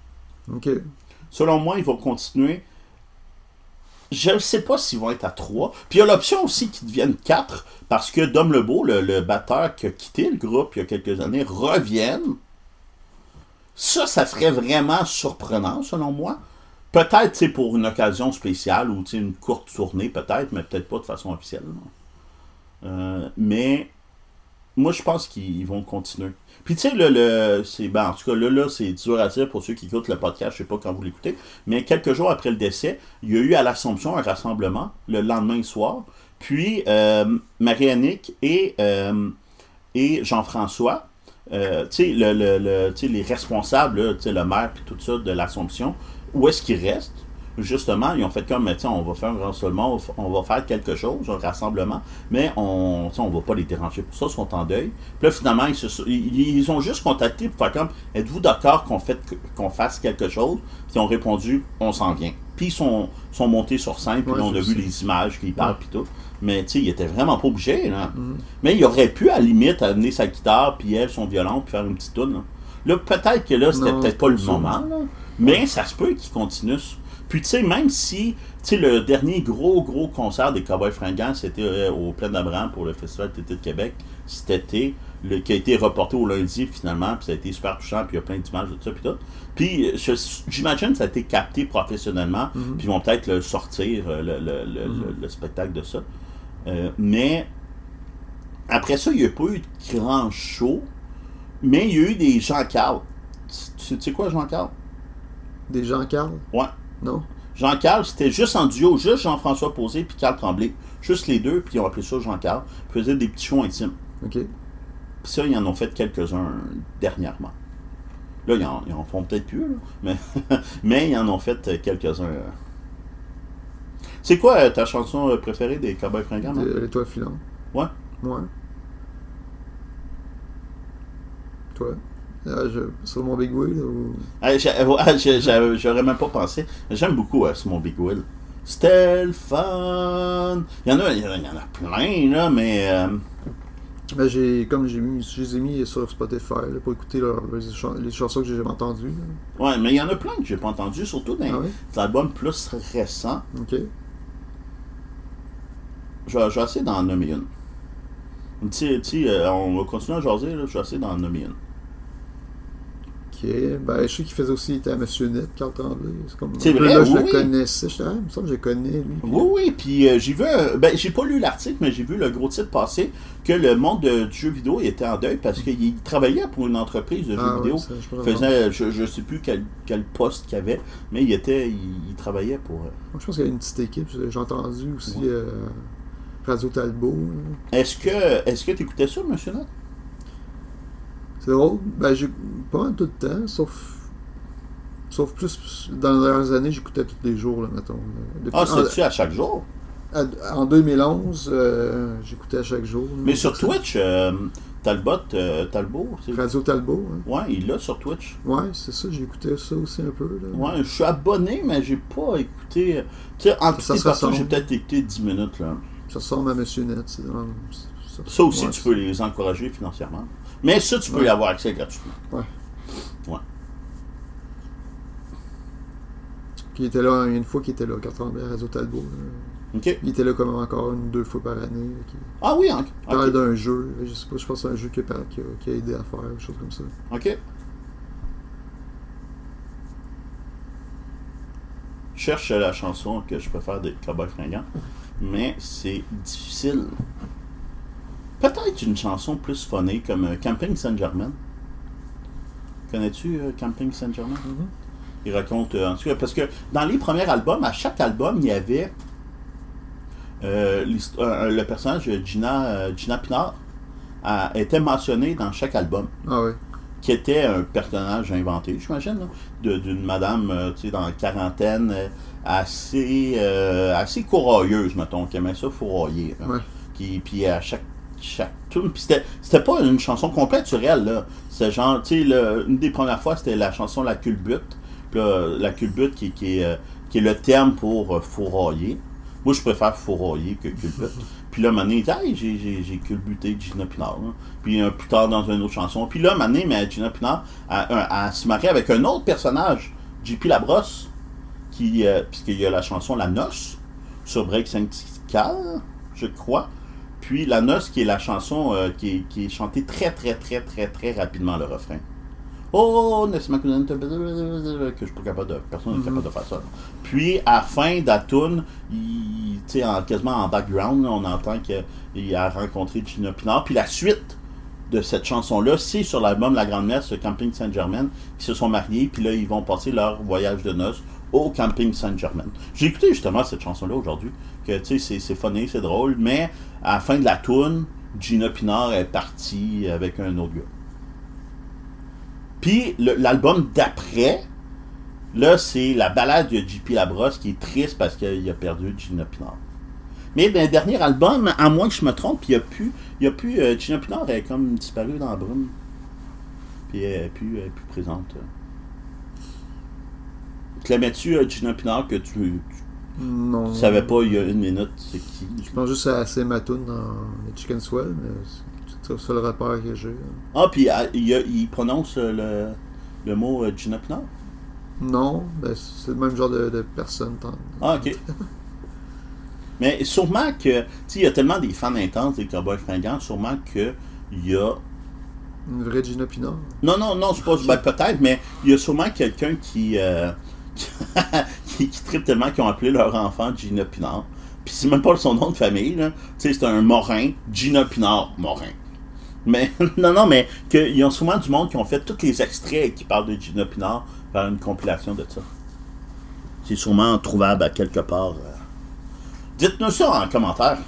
[SPEAKER 1] Ok.
[SPEAKER 2] Selon moi, ils vont continuer. Je ne sais pas s'ils vont être à 3. Puis il y a l'option aussi qu'ils deviennent 4, parce que Dom Lebeau, le, le batteur qui a quitté le groupe il y a quelques années, revienne. Ça, ça serait vraiment surprenant, selon moi. Peut-être tu sais, pour une occasion spéciale ou tu sais, une courte tournée, peut-être, mais peut-être pas de façon officielle. là. Euh, mais moi, je pense qu'ils vont continuer. Puis tu sais, le, le, c'est, ben, en tout cas, là, là, c'est dur à dire pour ceux qui écoutent le podcast, je sais pas quand vous l'écoutez, mais quelques jours après le décès, il y a eu à l'Assomption un rassemblement le lendemain soir. Puis euh, Marie-Annick et, euh, et Jean-François, euh, tu sais, le, le, le- tu sais, les responsables, là, tu sais, le maire puis tout ça de l'Assomption, où est-ce qu'ils restent? justement, ils ont fait comme, tiens, on va faire un rassemblement, on va faire quelque chose, un rassemblement, mais on ne on va pas les déranger pour ça, ils sont en deuil. Puis là, finalement, ils, se- ils- ils ont juste contacté pour faire comme, êtes-vous d'accord qu'on fait- qu'on fasse quelque chose? Puis ils ont répondu, on s'en vient. Puis ils sont, sont montés sur scène, puis
[SPEAKER 1] Ouais,
[SPEAKER 2] là, on a
[SPEAKER 1] c'est
[SPEAKER 2] vu
[SPEAKER 1] ça.
[SPEAKER 2] les images qu'ils parlent, puis tout. Mais tu sais, il était vraiment pas obligé, là. Mais il aurait pu, à la limite, amener sa guitare, puis elle, son violon, puis faire une petite tune. Là, Là, peut-être que là, c'était
[SPEAKER 1] Non,
[SPEAKER 2] peut-être pas le
[SPEAKER 1] c'est pas
[SPEAKER 2] moment, là. Mais ça se peut qu'il continue. Puis, tu sais, même si, tu sais, le dernier gros, gros concert des Cowboys Fringants, c'était euh, au Plein d'Abraham pour le Festival Tété de Québec, cet été, le, qui a été reporté au lundi, finalement, puis ça a été super touchant, puis il y a plein d'images de ça, puis tout. Puis, euh, je- j'imagine que ça a été capté professionnellement,
[SPEAKER 1] Mm-hmm.
[SPEAKER 2] puis ils vont peut-être le sortir, euh, le, le- le- le- le spectacle de ça. Euh, mais, après ça, il n'y a pas eu de grand show, mais il y a eu des jean carl Tu tu sais quoi, jean carl
[SPEAKER 1] Des gens Carl
[SPEAKER 2] Ouais.
[SPEAKER 1] Non
[SPEAKER 2] jean carl c'était juste en duo, juste Jean-François Posé puis Carl Tremblay. Juste les deux, puis ils ont appelé ça jean carl Ils faisaient des petits shows intimes.
[SPEAKER 1] Ok.
[SPEAKER 2] Puis ça, ils en ont fait quelques-uns dernièrement. Là, ils en, ils en font peut-être plus, là, mais, <laughs> mais ils en ont fait euh, quelques-uns. euh. C'est quoi euh, ta chanson euh, préférée des Cowboys Fringants? man?
[SPEAKER 1] De L'étoile filante.
[SPEAKER 2] Ouais.
[SPEAKER 1] Moi. Toi. Ah, je... Sur mon Big Wheel ou.
[SPEAKER 2] Ah, j'a- <laughs> ouais, j'a- j'a- J'aurais même pas pensé. J'aime beaucoup euh, Simon Big Will. C'était le fun. Il y en a, il y en a- il y en a plein, là, mais. euh,
[SPEAKER 1] Ben, j'ai, comme j'ai mis, je les ai mis sur Spotify là, pour écouter leurs- les, chan- les chansons que j'ai jamais entendues. là.
[SPEAKER 2] ouais, mais il y en a plein que j'ai pas entendu, surtout dans
[SPEAKER 1] Ah oui?
[SPEAKER 2] les albums plus récents.
[SPEAKER 1] Ok.
[SPEAKER 2] Je vais je vais essayer d'en nommer une. Une petite- petite, euh, on va continuer à jaser, là, je vais essayer d'en nommer une.
[SPEAKER 1] Ok. Ben, je sais qu'il faisait aussi, il était à Monsieur Net quand Tremblay. C'est comme.
[SPEAKER 2] C'est vrai,
[SPEAKER 1] là, je
[SPEAKER 2] oui,
[SPEAKER 1] le
[SPEAKER 2] oui.
[SPEAKER 1] connaissais. Je ah, il me semble que je le connais, lui. Puis,
[SPEAKER 2] Oui, oui, puis euh, j'ai vu, un- ben j'ai pas lu l'article, mais j'ai vu le gros titre passer que le monde de- du jeu vidéo était en deuil parce qu'il travaillait pour une entreprise de jeux
[SPEAKER 1] Ah, ouais,
[SPEAKER 2] vidéo.
[SPEAKER 1] ça, je peux
[SPEAKER 2] faisait, euh, je, je sais plus quel, quel poste qu'il avait, mais il était, il, il travaillait pour. euh.
[SPEAKER 1] Moi, je pense qu'il y a une petite équipe. J'ai entendu aussi
[SPEAKER 2] Ouais.
[SPEAKER 1] euh, Radio Talbot. là.
[SPEAKER 2] Est-ce que, est-ce que t'écoutais ça, Monsieur Nat?
[SPEAKER 1] C'est drôle. Ben, j'ai pas mal tout le temps, sauf. Sauf plus dans les dernières années, j'écoutais tous les jours, là, mettons. là. Depuis-
[SPEAKER 2] Ah, c'était tu à chaque jour.
[SPEAKER 1] en, à- en 2011, euh, j'écoutais à chaque jour. là.
[SPEAKER 2] Mais sur Twitch, euh, Talbot, euh, Talbot, c'est-
[SPEAKER 1] Radio Talbot, hein.
[SPEAKER 2] ouais, il l'a sur Twitch.
[SPEAKER 1] Ouais, c'est ça, j'écoutais ça aussi un peu. Là.
[SPEAKER 2] Ouais, je suis abonné, mais j'ai pas écouté. euh, Tu sais, en tout
[SPEAKER 1] Ça se
[SPEAKER 2] cas,
[SPEAKER 1] ressemble.
[SPEAKER 2] j'ai peut-être écouté 10 minutes là.
[SPEAKER 1] Ça ressemble à Monsieur Net. c'est dans- c'est-
[SPEAKER 2] Ça aussi,
[SPEAKER 1] ouais,
[SPEAKER 2] tu peux les encourager financièrement. Mais ça, tu peux
[SPEAKER 1] Ouais.
[SPEAKER 2] y avoir accès gratuitement.
[SPEAKER 1] Puis il était là une fois qu'il était là, quand Tremblay à Radio Talbot. là.
[SPEAKER 2] Ok.
[SPEAKER 1] Il était là comme encore une ou deux fois par année. là, qui-
[SPEAKER 2] Ah oui, ok.
[SPEAKER 1] Il parlait
[SPEAKER 2] Ok.
[SPEAKER 1] d'un jeu, je sais pas, je pense que c'est un jeu qui a, qui a- qui a aidé à faire, quelque chose comme ça.
[SPEAKER 2] Ok. Je cherche la chanson que je préfère des Cowboys Fringants, mais c'est difficile. Peut-être une chanson plus phonée comme euh, Camping Saint-Germain. Connais-tu euh, Camping Saint-Germain?
[SPEAKER 1] Mhm.
[SPEAKER 2] Il raconte, euh, en tout cas, parce que dans les premiers albums, à chaque album, il y avait euh, l'hist- euh, le personnage de Gina, euh, Gina Pinard euh, était mentionné dans chaque album
[SPEAKER 1] Ah ouais.
[SPEAKER 2] qui était un personnage inventé, j'imagine, là, de- d'une madame, euh, tu sais, dans la quarantaine, euh, assez, euh, assez courailleuse, mettons, qui aimait ça fourroyer. là.
[SPEAKER 1] Ouais.
[SPEAKER 2] Qui, puis à chaque, chaque tune, puis c'était, c'était pas une chanson complète sur elle, là. C'était genre, tu sais, le- une des premières fois, c'était la chanson La culbute, Puis là, la culbute qui, qui, est, euh, qui est le terme pour euh, fourroyer. Moi, je préfère fourroyer que culbute. Puis là, Mané, hey, j'ai, j'ai, j'ai culbuté Gina Pinard. là. Puis euh, plus tard, dans une autre chanson. Puis là, Mané, mais Gina Pinard, elle, elle- elle se marie avec un autre personnage, JP Labrosse, qui, euh, puisqu'il y a la chanson La Noce sur Break Syndical, je crois. Puis La Noce, qui est la chanson euh, qui, est, qui est chantée très, très, très, très, très rapidement, le refrain. Oh, n'est-ce pas que je suis pas capable de. Personne n'est capable de faire ça. Puis, à la fin de la toune, il- tu sais, en- quasiment en background, là, on entend qu'il a rencontré Gina Pinard. Puis la suite de cette chanson-là, c'est sur l'album La Grande Messe, Camping Saint-Germain, qui se sont mariés, puis là, ils vont passer leur voyage de noces au Camping Saint-Germain. J'ai écouté justement cette chanson-là aujourd'hui, que tu sais, c'est- c'est funny, c'est drôle, mais à la fin de la toune, Gina Pinard est partie avec un autre gars. Puis le- l'album d'après, Là, c'est la balade de JP Labrosse qui est triste parce qu'il a perdu Gina Pinard. Mais dans le dernier album, à moins que je me trompe, puis il n'y a plus. Il y a plus euh, Gina Pinard est comme disparue dans la brume. Puis elle est plus, elle est plus présente. Clamais-tu euh, Gina Pinard que tu,
[SPEAKER 1] Non.
[SPEAKER 2] tu savais pas il y a une minute c'est qui
[SPEAKER 1] Je pense juste à C'est ma tune dans les Chicken Swell, mais c'est- c'est le seul rapport que j'ai. là.
[SPEAKER 2] Ah, puis ah, il, y a- il prononce euh, le, le mot euh, Gina Pinard
[SPEAKER 1] Non, ben, c'est le même genre de, de personne. tant-
[SPEAKER 2] Ah, ok. Mais sûrement que, tu sais, il y a tellement des fans intenses des Cowboys fringants, sûrement que il y a.
[SPEAKER 1] Une vraie Gina Pinard.
[SPEAKER 2] Non, non, non, c'est pas. ben, peut-être, mais il y a sûrement quelqu'un qui, euh, <laughs> qui. qui tripe tellement qu'ils ont appelé leur enfant Gina Pinard. Puis c'est même pas son nom de famille, là. Tu sais, c'est un Morin, Gina Pinard Morin. Mais, <laughs> non, non, mais qu'il y a sûrement du monde qui ont fait tous les extraits qui parlent de Gina Pinard vers une compilation de ça. C'est sûrement trouvable à quelque part. euh. Dites-nous ça en commentaire.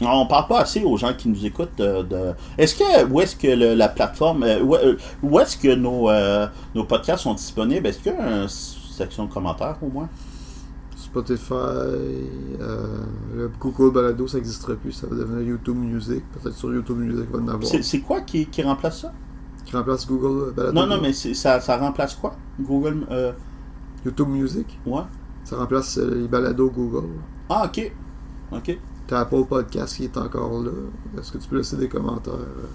[SPEAKER 2] On parle pas assez aux gens qui nous écoutent de. de- Est-ce que où est-ce que le- la plateforme euh, où, euh, où est-ce que nos, euh, nos podcasts sont disponibles Est-ce qu'il y a une section commentaires au moins
[SPEAKER 1] Spotify, euh, le Google Balado, ça n'existera plus, ça va devenir YouTube Music. Peut-être sur YouTube Music, il va en avoir.
[SPEAKER 2] C'est c'est quoi qui, qui remplace ça
[SPEAKER 1] Qui remplace Google Balado
[SPEAKER 2] Non non mais c'est- ça, ça remplace quoi Google euh,
[SPEAKER 1] YouTube Music,
[SPEAKER 2] ouais
[SPEAKER 1] ça remplace euh, les balados Google.
[SPEAKER 2] ah ok ok
[SPEAKER 1] T'as Apple Podcast qui est encore là. Est-ce que tu peux laisser des commentaires euh?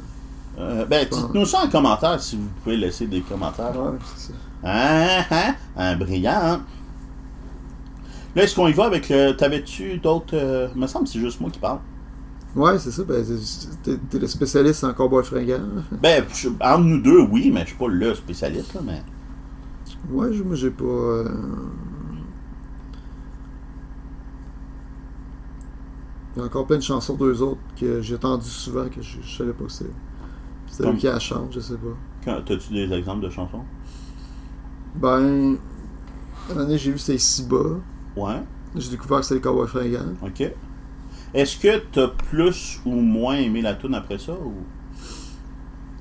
[SPEAKER 2] Euh, ben dites-nous ça en commentaire si vous pouvez laisser des commentaires.
[SPEAKER 1] Ouais, c'est ça.
[SPEAKER 2] Hein, hein, un brillant. hein? Là, est-ce qu'on y va avec le. T'avais-tu d'autres. euh, me semble que c'est juste moi qui parle.
[SPEAKER 1] Ouais, c'est ça. Ben, c'est- t'es, t'es le spécialiste en cowboy fringant.
[SPEAKER 2] Ben, je- entre nous deux, oui, mais je suis pas le spécialiste, là, mais.
[SPEAKER 1] Ouais, je- moi, j'ai pas. euh, Il y a encore plein de chansons d'eux autres que j'ai entendues souvent que je, je savais pas que c'est. C'est
[SPEAKER 2] Comme-
[SPEAKER 1] lui qui la chante, je sais pas.
[SPEAKER 2] Quand- T'as-tu des exemples de chansons
[SPEAKER 1] Ben, à l'année, j'ai vu c'est Siba.
[SPEAKER 2] Ouais,
[SPEAKER 1] J'ai découvert que c'est les cowboys fringants.
[SPEAKER 2] ok. Est-ce que t'as plus ou moins aimé la tune après ça ou...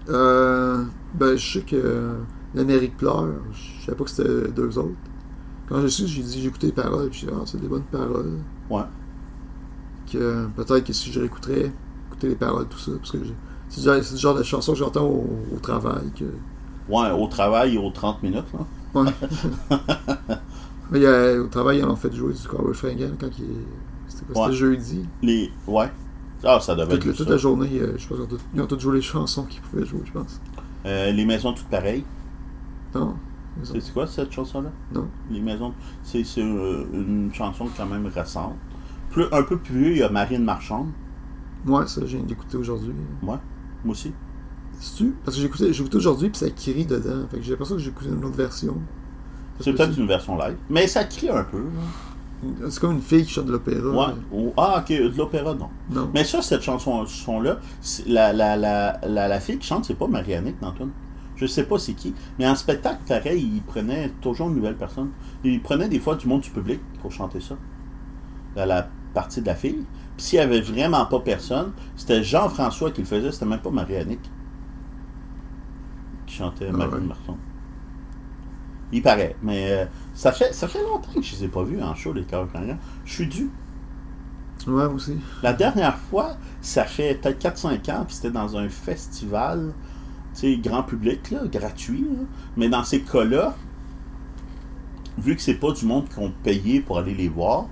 [SPEAKER 1] Euh, ben, je sais que l'Amérique pleure, je savais pas que c'était deux autres. Quand je suis, j'ai dit, j'ai écouté les paroles, puis j'ai dit, ah, c'est des bonnes paroles.
[SPEAKER 2] Ouais.
[SPEAKER 1] Que peut-être que si je réécouterais, écouter les paroles, tout ça, parce que j'ai- c'est du genre- c'est du genre de chanson que j'entends au, au travail. Que...
[SPEAKER 2] Ouais, au travail et aux 30 minutes, là.
[SPEAKER 1] Ouais. Mais il y a- au travail, ils en ont fait jouer du Cowboy Fringant quand il. C'était quoi
[SPEAKER 2] Ouais.
[SPEAKER 1] C'était jeudi.
[SPEAKER 2] Les. Ouais. Ah, ça devait
[SPEAKER 1] Toute,
[SPEAKER 2] être.
[SPEAKER 1] toute
[SPEAKER 2] ça.
[SPEAKER 1] la journée, euh, je pense qu'ils ont tout- ils ont tous joué les chansons qu'ils pouvaient jouer, je pense.
[SPEAKER 2] Euh, les maisons toutes pareilles.
[SPEAKER 1] Non
[SPEAKER 2] C'est c'est quoi cette chanson-là
[SPEAKER 1] Non.
[SPEAKER 2] Les maisons. C'est c'est, euh, une chanson quand même récente. Plus, un peu plus vieux, il y a Marine Marchande.
[SPEAKER 1] Moi, ça, j'ai écouté aujourd'hui.
[SPEAKER 2] Moi aussi.
[SPEAKER 1] C'est-tu? Parce que j'écoutais j'écoutais aujourd'hui, puis ça crie dedans. Fait que j'ai l'impression que j'écoutais une autre version. Ça
[SPEAKER 2] C'est
[SPEAKER 1] se
[SPEAKER 2] peut-être
[SPEAKER 1] peut-tu?
[SPEAKER 2] une version live. Mais ça crie un peu. là.
[SPEAKER 1] C'est comme une fille qui chante de l'opéra.
[SPEAKER 2] Ouais. Ou- ah, ok. De l'opéra, non.
[SPEAKER 1] Non.
[SPEAKER 2] Mais ça, cette chanson-là, c'est- la, la, la, la, la fille qui chante, c'est pas Marianne d'Antoine. Je sais pas c'est qui. Mais en spectacle, pareil, ils prenaient toujours une nouvelle personne. Ils prenaient des fois du monde du public pour chanter ça. La, la partie de la fille. Puis s'il y avait vraiment pas personne, c'était Jean-François qui le faisait, c'était même pas Marianne qui chantait
[SPEAKER 1] Ah
[SPEAKER 2] Marie
[SPEAKER 1] ouais.
[SPEAKER 2] Marson. Il paraît. Mais euh, ça, fait, ça fait longtemps que je les ai pas vus en show, les cœurs Clangants. Je suis dû
[SPEAKER 1] Ouais, moi aussi.
[SPEAKER 2] la dernière fois, ça fait peut-être 4-5 ans, puis c'était dans un festival, tu sais, grand public, là, gratuit. là. Mais dans ces cas-là, vu que c'est pas du monde qu'on payait pour aller les voir,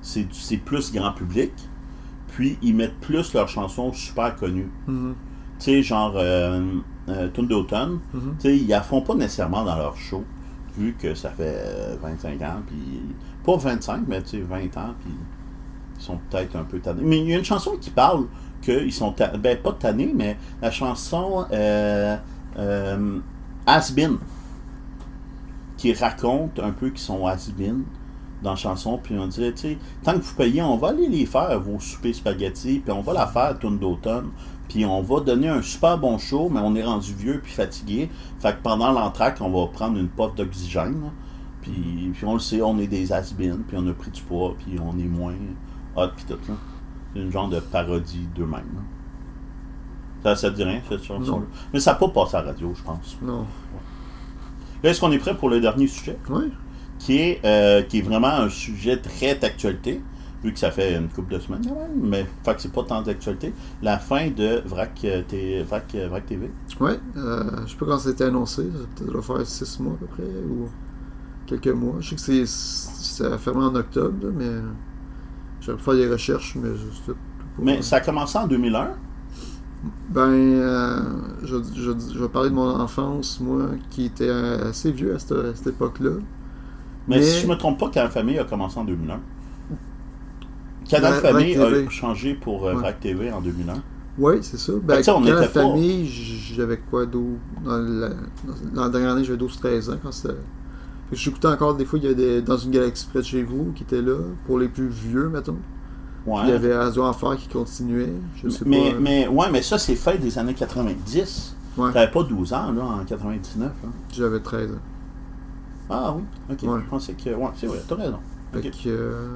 [SPEAKER 2] c'est du- c'est plus grand public, puis ils mettent plus leurs chansons super connues.
[SPEAKER 1] Mhm.
[SPEAKER 2] Tu sais, genre euh, euh, Tune d'automne,
[SPEAKER 1] Mhm.
[SPEAKER 2] tu sais, ils la font pas nécessairement dans leur show, vu que ça fait euh, 25 ans, puis pas 25, mais tu sais, 20 ans, puis ils sont peut-être un peu tannés. Mais il y a une chanson qui parle qu'ils sont, ta- ben pas tannés, mais la chanson euh, euh, Has Been, qui raconte un peu qu'ils sont Has Been dans la chanson, puis on disait, tu sais, tant que vous payez, on va aller les faire, vos soupers spaghettis, puis on va la faire, tourne d'automne, puis on va donner un super bon show, mais on est rendu vieux puis fatigué, fait que pendant l'entraque, on va prendre une pote d'oxygène, là. puis, puis on le sait, on est des has puis on a pris du poids, puis on est moins hot, puis tout, là. C'est une genre de parodie d'eux-mêmes, là. Ça, ça te dit rien, cette chanson-là? Mais ça n'a pas passé à la radio, je pense.
[SPEAKER 1] Non.
[SPEAKER 2] Là, est-ce qu'on est prêt pour le dernier sujet?
[SPEAKER 1] Ouais.
[SPEAKER 2] qui est, euh, qui est vraiment un sujet très d'actualité, vu que ça fait une couple de semaines quand même, mais fait que c'est pas tant d'actualité. La fin de VRAC, euh, T- VRAC, euh, VRAC TV.
[SPEAKER 1] Ouais, euh, je sais pas quand ça a été annoncé, ça peut-être va faire 6 mois à peu près, ou quelques mois. Je sais que c'est, ça a fermé en octobre, là, mais j'aurais pu faire des recherches, mais je sais pas.
[SPEAKER 2] Mais ça a commencé en 2001.
[SPEAKER 1] Ben, euh, je, je, je vais parler de mon enfance, moi, qui était euh, assez vieux à cette, à cette époque-là.
[SPEAKER 2] Mais,
[SPEAKER 1] Mais-
[SPEAKER 2] si je me trompe pas, Canal Famille a commencé en 2001. Canal
[SPEAKER 1] Ouais,
[SPEAKER 2] Famille
[SPEAKER 1] VRAC
[SPEAKER 2] a
[SPEAKER 1] TV.
[SPEAKER 2] changé pour euh,
[SPEAKER 1] Ouais.
[SPEAKER 2] VRAC TV en 2001.
[SPEAKER 1] Oui, c'est ça.
[SPEAKER 2] Ben,
[SPEAKER 1] Ben,
[SPEAKER 2] tu sais, on
[SPEAKER 1] quand la
[SPEAKER 2] était pas-
[SPEAKER 1] famille, j- j'avais quoi, 12, dans la, dans- dans la dernière année, j'avais 12-13 ans quand c'était... Fait que j'écoutais encore des fois, il y avait des, dans une galaxie près de chez vous qui était là, pour les plus vieux, mettons.
[SPEAKER 2] Ouais.
[SPEAKER 1] Il y avait Radio Enfer qui continuait, je sais
[SPEAKER 2] mais,
[SPEAKER 1] pas. euh,
[SPEAKER 2] mais, ouais, mais ça, c'est fait des années 90.
[SPEAKER 1] Ouais.
[SPEAKER 2] T'avais pas 12 ans, là, en 99. hein.
[SPEAKER 1] J'avais 13 ans.
[SPEAKER 2] Ah oui, ok.
[SPEAKER 1] Ouais.
[SPEAKER 2] Je pensais que. Ouais, c'est vrai, t'as raison.
[SPEAKER 1] Fait
[SPEAKER 2] Ok.
[SPEAKER 1] que, euh,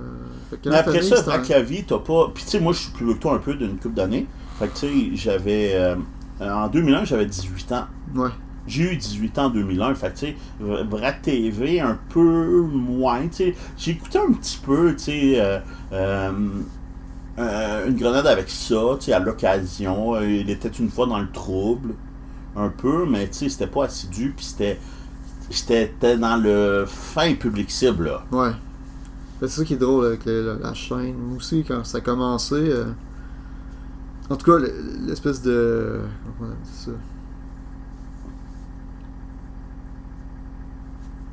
[SPEAKER 1] fait que
[SPEAKER 2] Mais
[SPEAKER 1] la
[SPEAKER 2] après
[SPEAKER 1] famille,
[SPEAKER 2] ça,
[SPEAKER 1] c'était un-
[SPEAKER 2] Vrac à vie, t'as pas. Puis tu sais, moi, je suis plus vieux que toi un peu d'une couple d'années. Fait que tu sais, j'avais. euh, en 2001, j'avais 18 ans.
[SPEAKER 1] Ouais,
[SPEAKER 2] J'ai eu 18 ans en 2001, fait que, tu sais, V- Vrac TV, un peu moins, tu sais. J'ai écouté un petit peu, tu sais, euh, euh, euh, une grenade avec ça, tu sais, à l'occasion. Euh, Il était une fois dans le trouble, un peu, mais tu sais, c'était pas assidu, puis c'était. J'étais j'étais dans le fin public cible, là.
[SPEAKER 1] ouais. Fait que C'est ça qui est drôle avec le- la, la chaîne. Moi aussi, quand ça a commencé... euh, En tout cas, le- l'espèce de... Comment on appelle ça?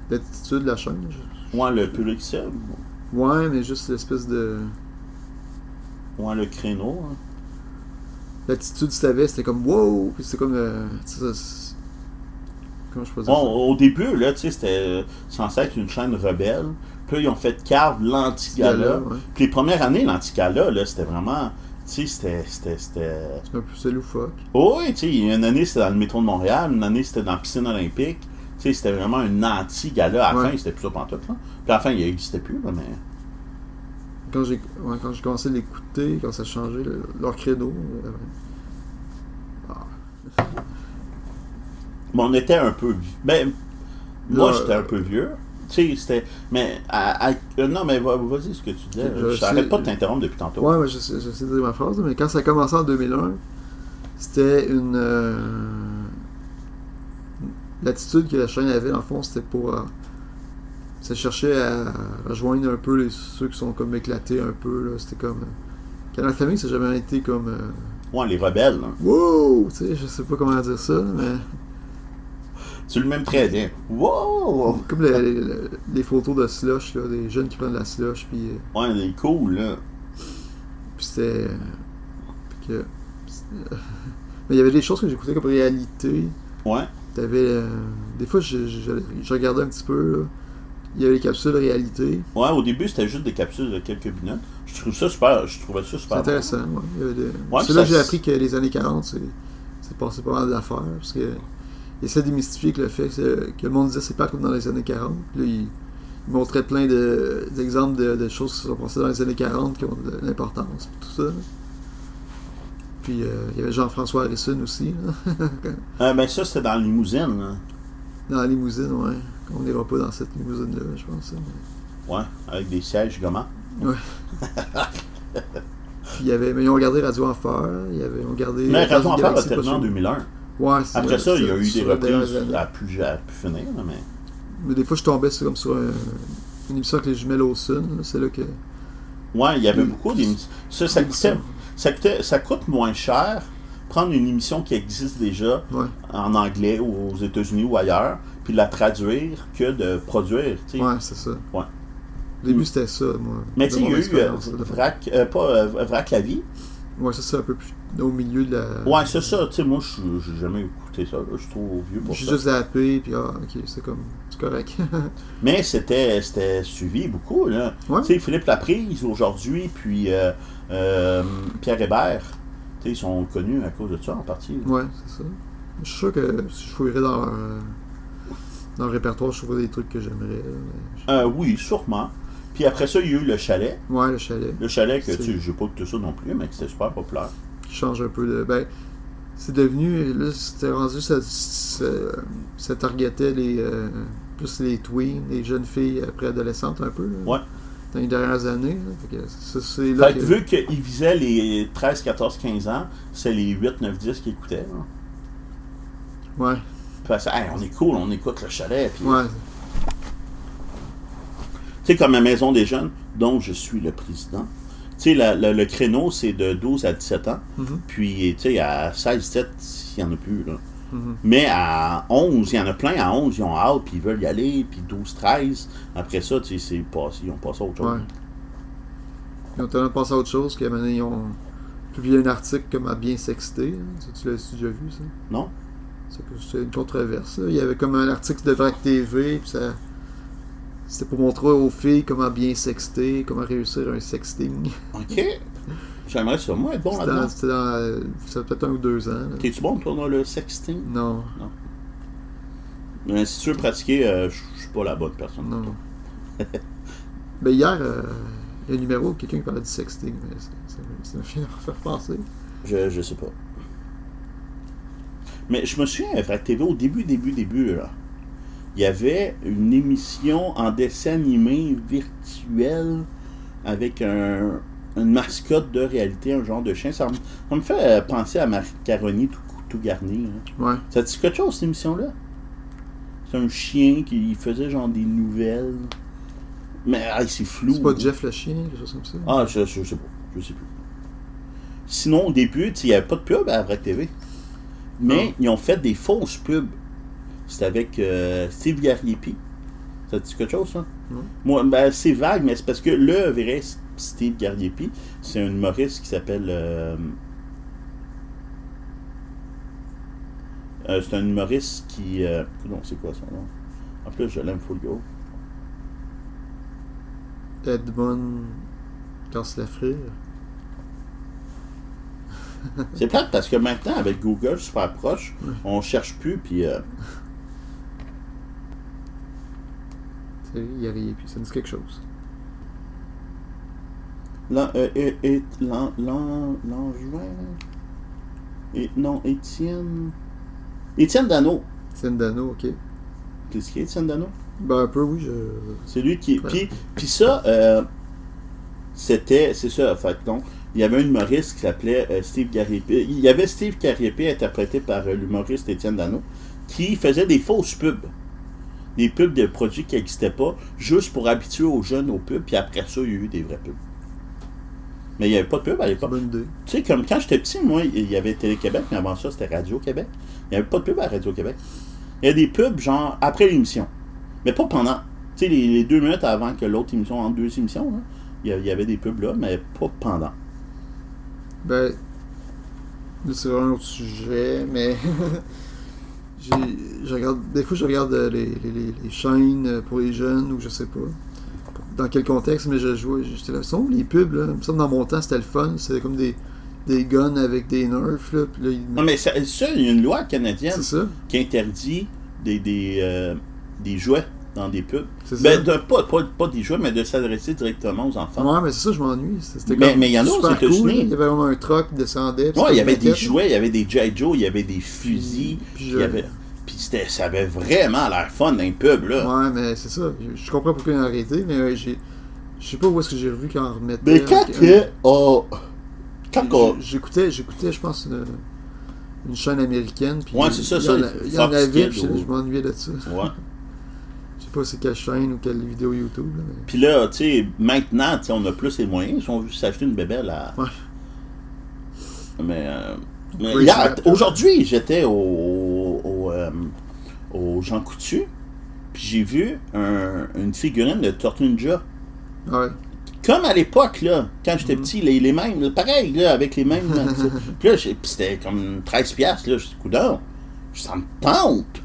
[SPEAKER 1] L'attitude de la chaîne. je-
[SPEAKER 2] Moi, le public cible,
[SPEAKER 1] Ouais, mais juste l'espèce de...
[SPEAKER 2] moi, le créneau, hein.
[SPEAKER 1] L'attitude que tu avais, c'était comme « wow », puis c'était comme... euh, ça- ça- Comment je peux dire
[SPEAKER 2] Bon,
[SPEAKER 1] ça?
[SPEAKER 2] au début, là, tu sais, c'était euh, censé être une chaîne rebelle. Puis là, ils ont fait cave l'anti-gala.
[SPEAKER 1] Ouais.
[SPEAKER 2] Puis les premières années, l'anti-gala, là, c'était vraiment. Tu sais, c'était- c'était. c'était-
[SPEAKER 1] C'est un peu c'est loufoque.
[SPEAKER 2] Oh, oui, tu sais, il y a une année, c'était dans le métro de Montréal. Une année, c'était dans la piscine olympique. Tu sais, c'était vraiment un anti-gala. À la
[SPEAKER 1] Ouais.
[SPEAKER 2] fin, c'était plus ça pantoute, là. Puis à la fin, il n'existait plus, là, mais.
[SPEAKER 1] Quand j'ai ouais, quand j'ai commencé à l'écouter, quand ça a changé le- leur credo, euh,
[SPEAKER 2] Mais on était un peu. vi- Ben, moi,
[SPEAKER 1] Là,
[SPEAKER 2] j'étais un peu vieux. Tu sais, c'était. Mais. à- à- euh, Non, mais va- vas-y, ce que tu disais.
[SPEAKER 1] Je
[SPEAKER 2] Je t'arrête
[SPEAKER 1] sais-
[SPEAKER 2] pas de t'interrompre depuis tantôt.
[SPEAKER 1] Ouais, mais je sais, je sais dire ma phrase, mais quand ça a commencé en 2001, c'était une. euh, L'attitude que la chaîne avait, dans le fond, c'était pour. euh, ça cherchait à rejoindre un peu les, ceux qui sont comme éclatés un peu. là. C'était comme. euh, Canal Famille, ça n'a jamais été comme. euh,
[SPEAKER 2] Ouais, les rebelles, là.
[SPEAKER 1] wow! Tu sais, je sais pas comment dire ça, mais.
[SPEAKER 2] Tu le même très bien. Wow!
[SPEAKER 1] Comme le- le- les photos de slush, là, des jeunes qui prennent de la slush, puis. euh,
[SPEAKER 2] Ouais, il est cool, là.
[SPEAKER 1] Puis c'était. euh, puis que- <laughs> c'était- Mais il y avait des choses que j'écoutais comme réalité.
[SPEAKER 2] Ouais.
[SPEAKER 1] T'avais. euh, Des fois, je, je- je regardais un petit peu. là. Il y avait les capsules réalité.
[SPEAKER 2] Ouais, au début, c'était juste des capsules de quelques minutes. Je trouve ça super. Je trouvais ça
[SPEAKER 1] C'est
[SPEAKER 2] super. bon.
[SPEAKER 1] intéressant. Ouais. Il y avait des-
[SPEAKER 2] Ouais,
[SPEAKER 1] c'est là
[SPEAKER 2] ça-
[SPEAKER 1] que j'ai appris que les années 40, c'est, c'est passé pas mal d'affaires. Parce que. Il essaie de démystifier que le fait que, c'est- que le monde disait c'est pas comme dans les années 40. Puis là, il, il montrait plein de, d'exemples de, de choses qui se sont passées dans les années 40 qui ont de l'importance. Puis tout ça. là. Puis euh, il y avait Jean-François Harrison aussi. là.
[SPEAKER 2] Euh, ben, ça, c'était dans la limousine, là.
[SPEAKER 1] Dans la limousine, ouais. On n'ira pas dans cette limousine-là, je pense. hein.
[SPEAKER 2] Ouais, avec des sièges gommants.
[SPEAKER 1] Puis il y avait, mais ils ont regardé Radio Enfer. Il y avait, ils ont regardé.
[SPEAKER 2] Mais
[SPEAKER 1] Dans
[SPEAKER 2] Raton
[SPEAKER 1] une
[SPEAKER 2] Enfer a
[SPEAKER 1] galaxie
[SPEAKER 2] terminé en
[SPEAKER 1] prochaine.
[SPEAKER 2] 2001.
[SPEAKER 1] Ouais, c'est-
[SPEAKER 2] Après ça, il y a eu
[SPEAKER 1] sur
[SPEAKER 2] des
[SPEAKER 1] la dernière
[SPEAKER 2] reprises
[SPEAKER 1] année.
[SPEAKER 2] à pu, à pu finir, là, mais.
[SPEAKER 1] Mais des fois, je tombais sur, comme sur un- une émission avec les jumelles Olsen. là. C'est là que.
[SPEAKER 2] Ouais, il y avait
[SPEAKER 1] Oui.
[SPEAKER 2] beaucoup d'émissions. Ça, ça coûtait, ça coûtait- ça coûte moins cher prendre une émission qui existe déjà
[SPEAKER 1] Ouais.
[SPEAKER 2] en anglais ou aux États-Unis ou ailleurs, puis la traduire que de produire, tu sais.
[SPEAKER 1] Ouais, c'est ça.
[SPEAKER 2] Ouais.
[SPEAKER 1] Au début,
[SPEAKER 2] Mm.
[SPEAKER 1] c'était ça, moi.
[SPEAKER 2] Mais
[SPEAKER 1] de
[SPEAKER 2] tu sais, il y
[SPEAKER 1] mon
[SPEAKER 2] a eu euh,
[SPEAKER 1] expérience, là.
[SPEAKER 2] Vrac, euh, pas euh, Vrac la vie.
[SPEAKER 1] Ouais, ça, c'est un peu plus au milieu de la.
[SPEAKER 2] Ouais, c'est ça. Tu sais, moi, je n'ai jamais écouté ça. là. Je suis trop vieux
[SPEAKER 1] Je
[SPEAKER 2] pour
[SPEAKER 1] suis
[SPEAKER 2] ça.
[SPEAKER 1] juste zappé, puis ah, ok, c'est comme. C'est correct. <laughs>
[SPEAKER 2] Mais c'était c'était suivi beaucoup. là.
[SPEAKER 1] ouais.
[SPEAKER 2] Tu sais, Philippe Laprise aujourd'hui, puis euh, euh, Pierre Hébert, tu sais, ils sont connus à cause de ça en partie. là.
[SPEAKER 1] Ouais, c'est ça. Je suis sûr que si je fouillerais dans leur, euh, dans le répertoire, je trouverais des trucs que j'aimerais. là, mais
[SPEAKER 2] Euh, oui, sûrement. Puis après ça, il y a eu le chalet.
[SPEAKER 1] je- Ouais, le chalet.
[SPEAKER 2] Le chalet, que
[SPEAKER 1] C'est-
[SPEAKER 2] tu sais, j'ai pas écouté ça non plus, mais que c'était super populaire.
[SPEAKER 1] Qui change un peu de. Ben, c'est devenu. Là, c'était rendu. Ça, ça, ça targetait les, euh, plus les tweens, les jeunes filles préadolescentes un peu. là,
[SPEAKER 2] Ouais.
[SPEAKER 1] Dans les dernières années. là. Fait que ça, c'est là
[SPEAKER 2] Fait que
[SPEAKER 1] que-
[SPEAKER 2] vu qu'ils visaient les 13, 14, 15 ans, c'est les 8, 9, 10 qui écoutaient. là.
[SPEAKER 1] Ouais,
[SPEAKER 2] Parce que, hey, on est cool, on écoute le chalet. Puis,
[SPEAKER 1] ouais.
[SPEAKER 2] Tu sais, comme la Maison des Jeunes, dont je suis le président, tu sais, la- la- le créneau, c'est de 12 à 17 ans.
[SPEAKER 1] Mhm.
[SPEAKER 2] Puis, tu sais, à 16, 17, il n'y en a plus, là.
[SPEAKER 1] Mhm.
[SPEAKER 2] Mais à 11, il y en a plein à 11, ils ont hâte, puis ils veulent y aller. Puis 12, 13, après ça, tu sais, c'est passé, ils ont passé à autre chose.
[SPEAKER 1] Ouais. Ils ont tellement pensé à autre chose qu'à un moment donné, ils ont publié un article comme à bien sexter. hein. Ça, Tu l'as déjà vu, ça?
[SPEAKER 2] Non?
[SPEAKER 1] C'est que c'est une controverse. là. Il y avait comme un article de Vrac TV, puis ça. C'était pour montrer aux filles comment bien sexter, comment réussir un sexting.
[SPEAKER 2] OK. J'aimerais ça, moi, être bon
[SPEAKER 1] C'était dans,
[SPEAKER 2] là-dedans.
[SPEAKER 1] c'était dans, euh, Ça fait peut-être un ou deux ans. là.
[SPEAKER 2] T'es-tu bon, toi, dans le sexting?
[SPEAKER 1] Non,
[SPEAKER 2] Mais si tu veux pratiquer, euh, je je suis pas la bonne personne. pour <laughs>
[SPEAKER 1] non.
[SPEAKER 2] toi.
[SPEAKER 1] Mais hier, euh, il y a un numéro, quelqu'un qui parlait du sexting, mais ça- ça ça m'a fini de refaire penser.
[SPEAKER 2] Je, je sais pas. Mais je me souviens, à Vrac TV, au début, début, début, là, il y avait une émission en dessin animé virtuel avec un, une mascotte de réalité, un genre de chien. Ça me, ça me fait euh, penser à Macaroni tout, cou- tout garni. là.
[SPEAKER 1] Ouais.
[SPEAKER 2] Ça te dit quelque chose, cette émission-là? C'est un chien qui faisait genre des nouvelles. Mais ah, c'est flou.
[SPEAKER 1] C'est pas Jeff le chien, quelque chose comme ça.
[SPEAKER 2] Ah, je, je sais pas. Je sais plus. Sinon, au début, tu sais, il n'y avait pas de pub à Vrac TV. Mais
[SPEAKER 1] Non.
[SPEAKER 2] ils ont fait des fausses pubs. C'était avec euh, Steve Gariepi. Ça te dit quelque chose, ça?
[SPEAKER 1] Non.
[SPEAKER 2] Moi, ben, c'est vague, mais c'est parce que le vrai S- Steve Gariepi, c'est un humoriste qui s'appelle. euh, euh, c'est un humoriste qui. euh, non, c'est quoi son nom? En plus, je l'aime full go.
[SPEAKER 1] Edmond casse la frire.
[SPEAKER 2] C'est plate parce que maintenant, avec Google super proche, on cherche plus, puis euh,
[SPEAKER 1] Tu sais, il arrive, puis ça me dit quelque chose.
[SPEAKER 2] l'en- euh, et- et- l'en- l'en- l'enjoint. Et, non, Étienne. Étienne Dano.
[SPEAKER 1] Étienne Dano, ok.
[SPEAKER 2] Qu'est-ce qui est Étienne Dano
[SPEAKER 1] Ben, un peu, oui, je.
[SPEAKER 2] C'est lui qui.
[SPEAKER 1] Ouais.
[SPEAKER 2] Puis, puis ça, euh, c'était. C'est ça, en fait donc. Il y avait un humoriste qui s'appelait euh, Steve Garriépé. Il y avait Steve Garriépé interprété par euh, l'humoriste Étienne Dano qui faisait des fausses pubs. Des pubs de produits qui n'existaient pas, juste pour habituer aux jeunes aux pubs, puis après ça, il y a eu des vraies pubs. Mais il n'y avait pas de pub à
[SPEAKER 1] Pas
[SPEAKER 2] l'époque.
[SPEAKER 1] bonne idée.
[SPEAKER 2] Tu sais, comme quand j'étais petit, moi, il y avait Télé-Québec, mais avant ça, c'était Radio-Québec. Il n'y avait pas de pub à Radio-Québec. Il y a des pubs, genre, après l'émission. Mais pas pendant. Tu sais, les, les deux minutes avant que l'autre émission, entre deux émissions, là, il y a- il y avait des pubs là, mais pas pendant.
[SPEAKER 1] Ben, là, c'est vraiment un autre sujet, mais <laughs> j'ai- je regarde, des fois, je regarde euh, les, les- les- les chaînes euh, pour les jeunes ou je sais pas dans quel contexte, mais je jouais, j'étais là, sont où les pubs, là? Il me semble dans mon temps, c'était le fun, c'était comme des, des guns avec des nerfs, là, puis là, ils-
[SPEAKER 2] Non, mais ça, ça, il y a une loi canadienne
[SPEAKER 1] c'est ça,
[SPEAKER 2] qui interdit des, des, euh, des jouets dans des pubs.
[SPEAKER 1] c'est ça.
[SPEAKER 2] Ben, de- pas, pas, pas des jouets, mais de s'adresser directement aux enfants.
[SPEAKER 1] Ouais, mais c'est ça, je m'ennuie. C'était
[SPEAKER 2] Mais-
[SPEAKER 1] comme
[SPEAKER 2] mais il y en a aux
[SPEAKER 1] super cool,
[SPEAKER 2] États-Unis.
[SPEAKER 1] là. Il y avait vraiment un truck qui descendait. puis
[SPEAKER 2] Ouais, il y
[SPEAKER 1] c'était
[SPEAKER 2] avait
[SPEAKER 1] une
[SPEAKER 2] des
[SPEAKER 1] maquette, là.
[SPEAKER 2] jouets, il y avait des G.I. Joe, il y avait des fusils,
[SPEAKER 1] Puis
[SPEAKER 2] puis
[SPEAKER 1] je-
[SPEAKER 2] il y avait- puis c'était- ça avait vraiment l'air fun d'un pub, là.
[SPEAKER 1] Ouais, mais c'est ça. Je, je comprends pourquoi ils ont arrêté, mais euh, j'ai. Je sais pas où est-ce que j'ai revu quand on remettait.
[SPEAKER 2] Mais quand
[SPEAKER 1] euh,
[SPEAKER 2] que... oh, quand qu'on-
[SPEAKER 1] j- J'écoutais, j'écoutais, je pense, une, une chaîne américaine. Puis
[SPEAKER 2] Ouais, c'est ça,
[SPEAKER 1] il y
[SPEAKER 2] ça,
[SPEAKER 1] en a- Il y en
[SPEAKER 2] Fox
[SPEAKER 1] avait,
[SPEAKER 2] Kids
[SPEAKER 1] puis je
[SPEAKER 2] ou-
[SPEAKER 1] je m'ennuyais de ça.
[SPEAKER 2] Ouais.
[SPEAKER 1] Je sais pas c'est quelle chaîne ou quelle vidéo YouTube. là, mais-
[SPEAKER 2] Puis là, tu sais, maintenant, tu sais, on a plus les moyens. Si on veut s'acheter une bébelle à...
[SPEAKER 1] Ouais.
[SPEAKER 2] Mais... euh, mais
[SPEAKER 1] Crazy
[SPEAKER 2] hier,
[SPEAKER 1] Raptor.
[SPEAKER 2] aujourd'hui, j'étais au... Au, au, euh, au Jean Coutu, puis j'ai vu un- une figurine de Tortue Ninja.
[SPEAKER 1] Ah Ouais.
[SPEAKER 2] Comme à l'époque, là, quand j'étais petit, les, les mêmes, là, pareil, là, avec les mêmes. là, tu sais. Puis là, j'ai- puis c'était comme 13 piastres, là, je dis, coudonc, ça me tente.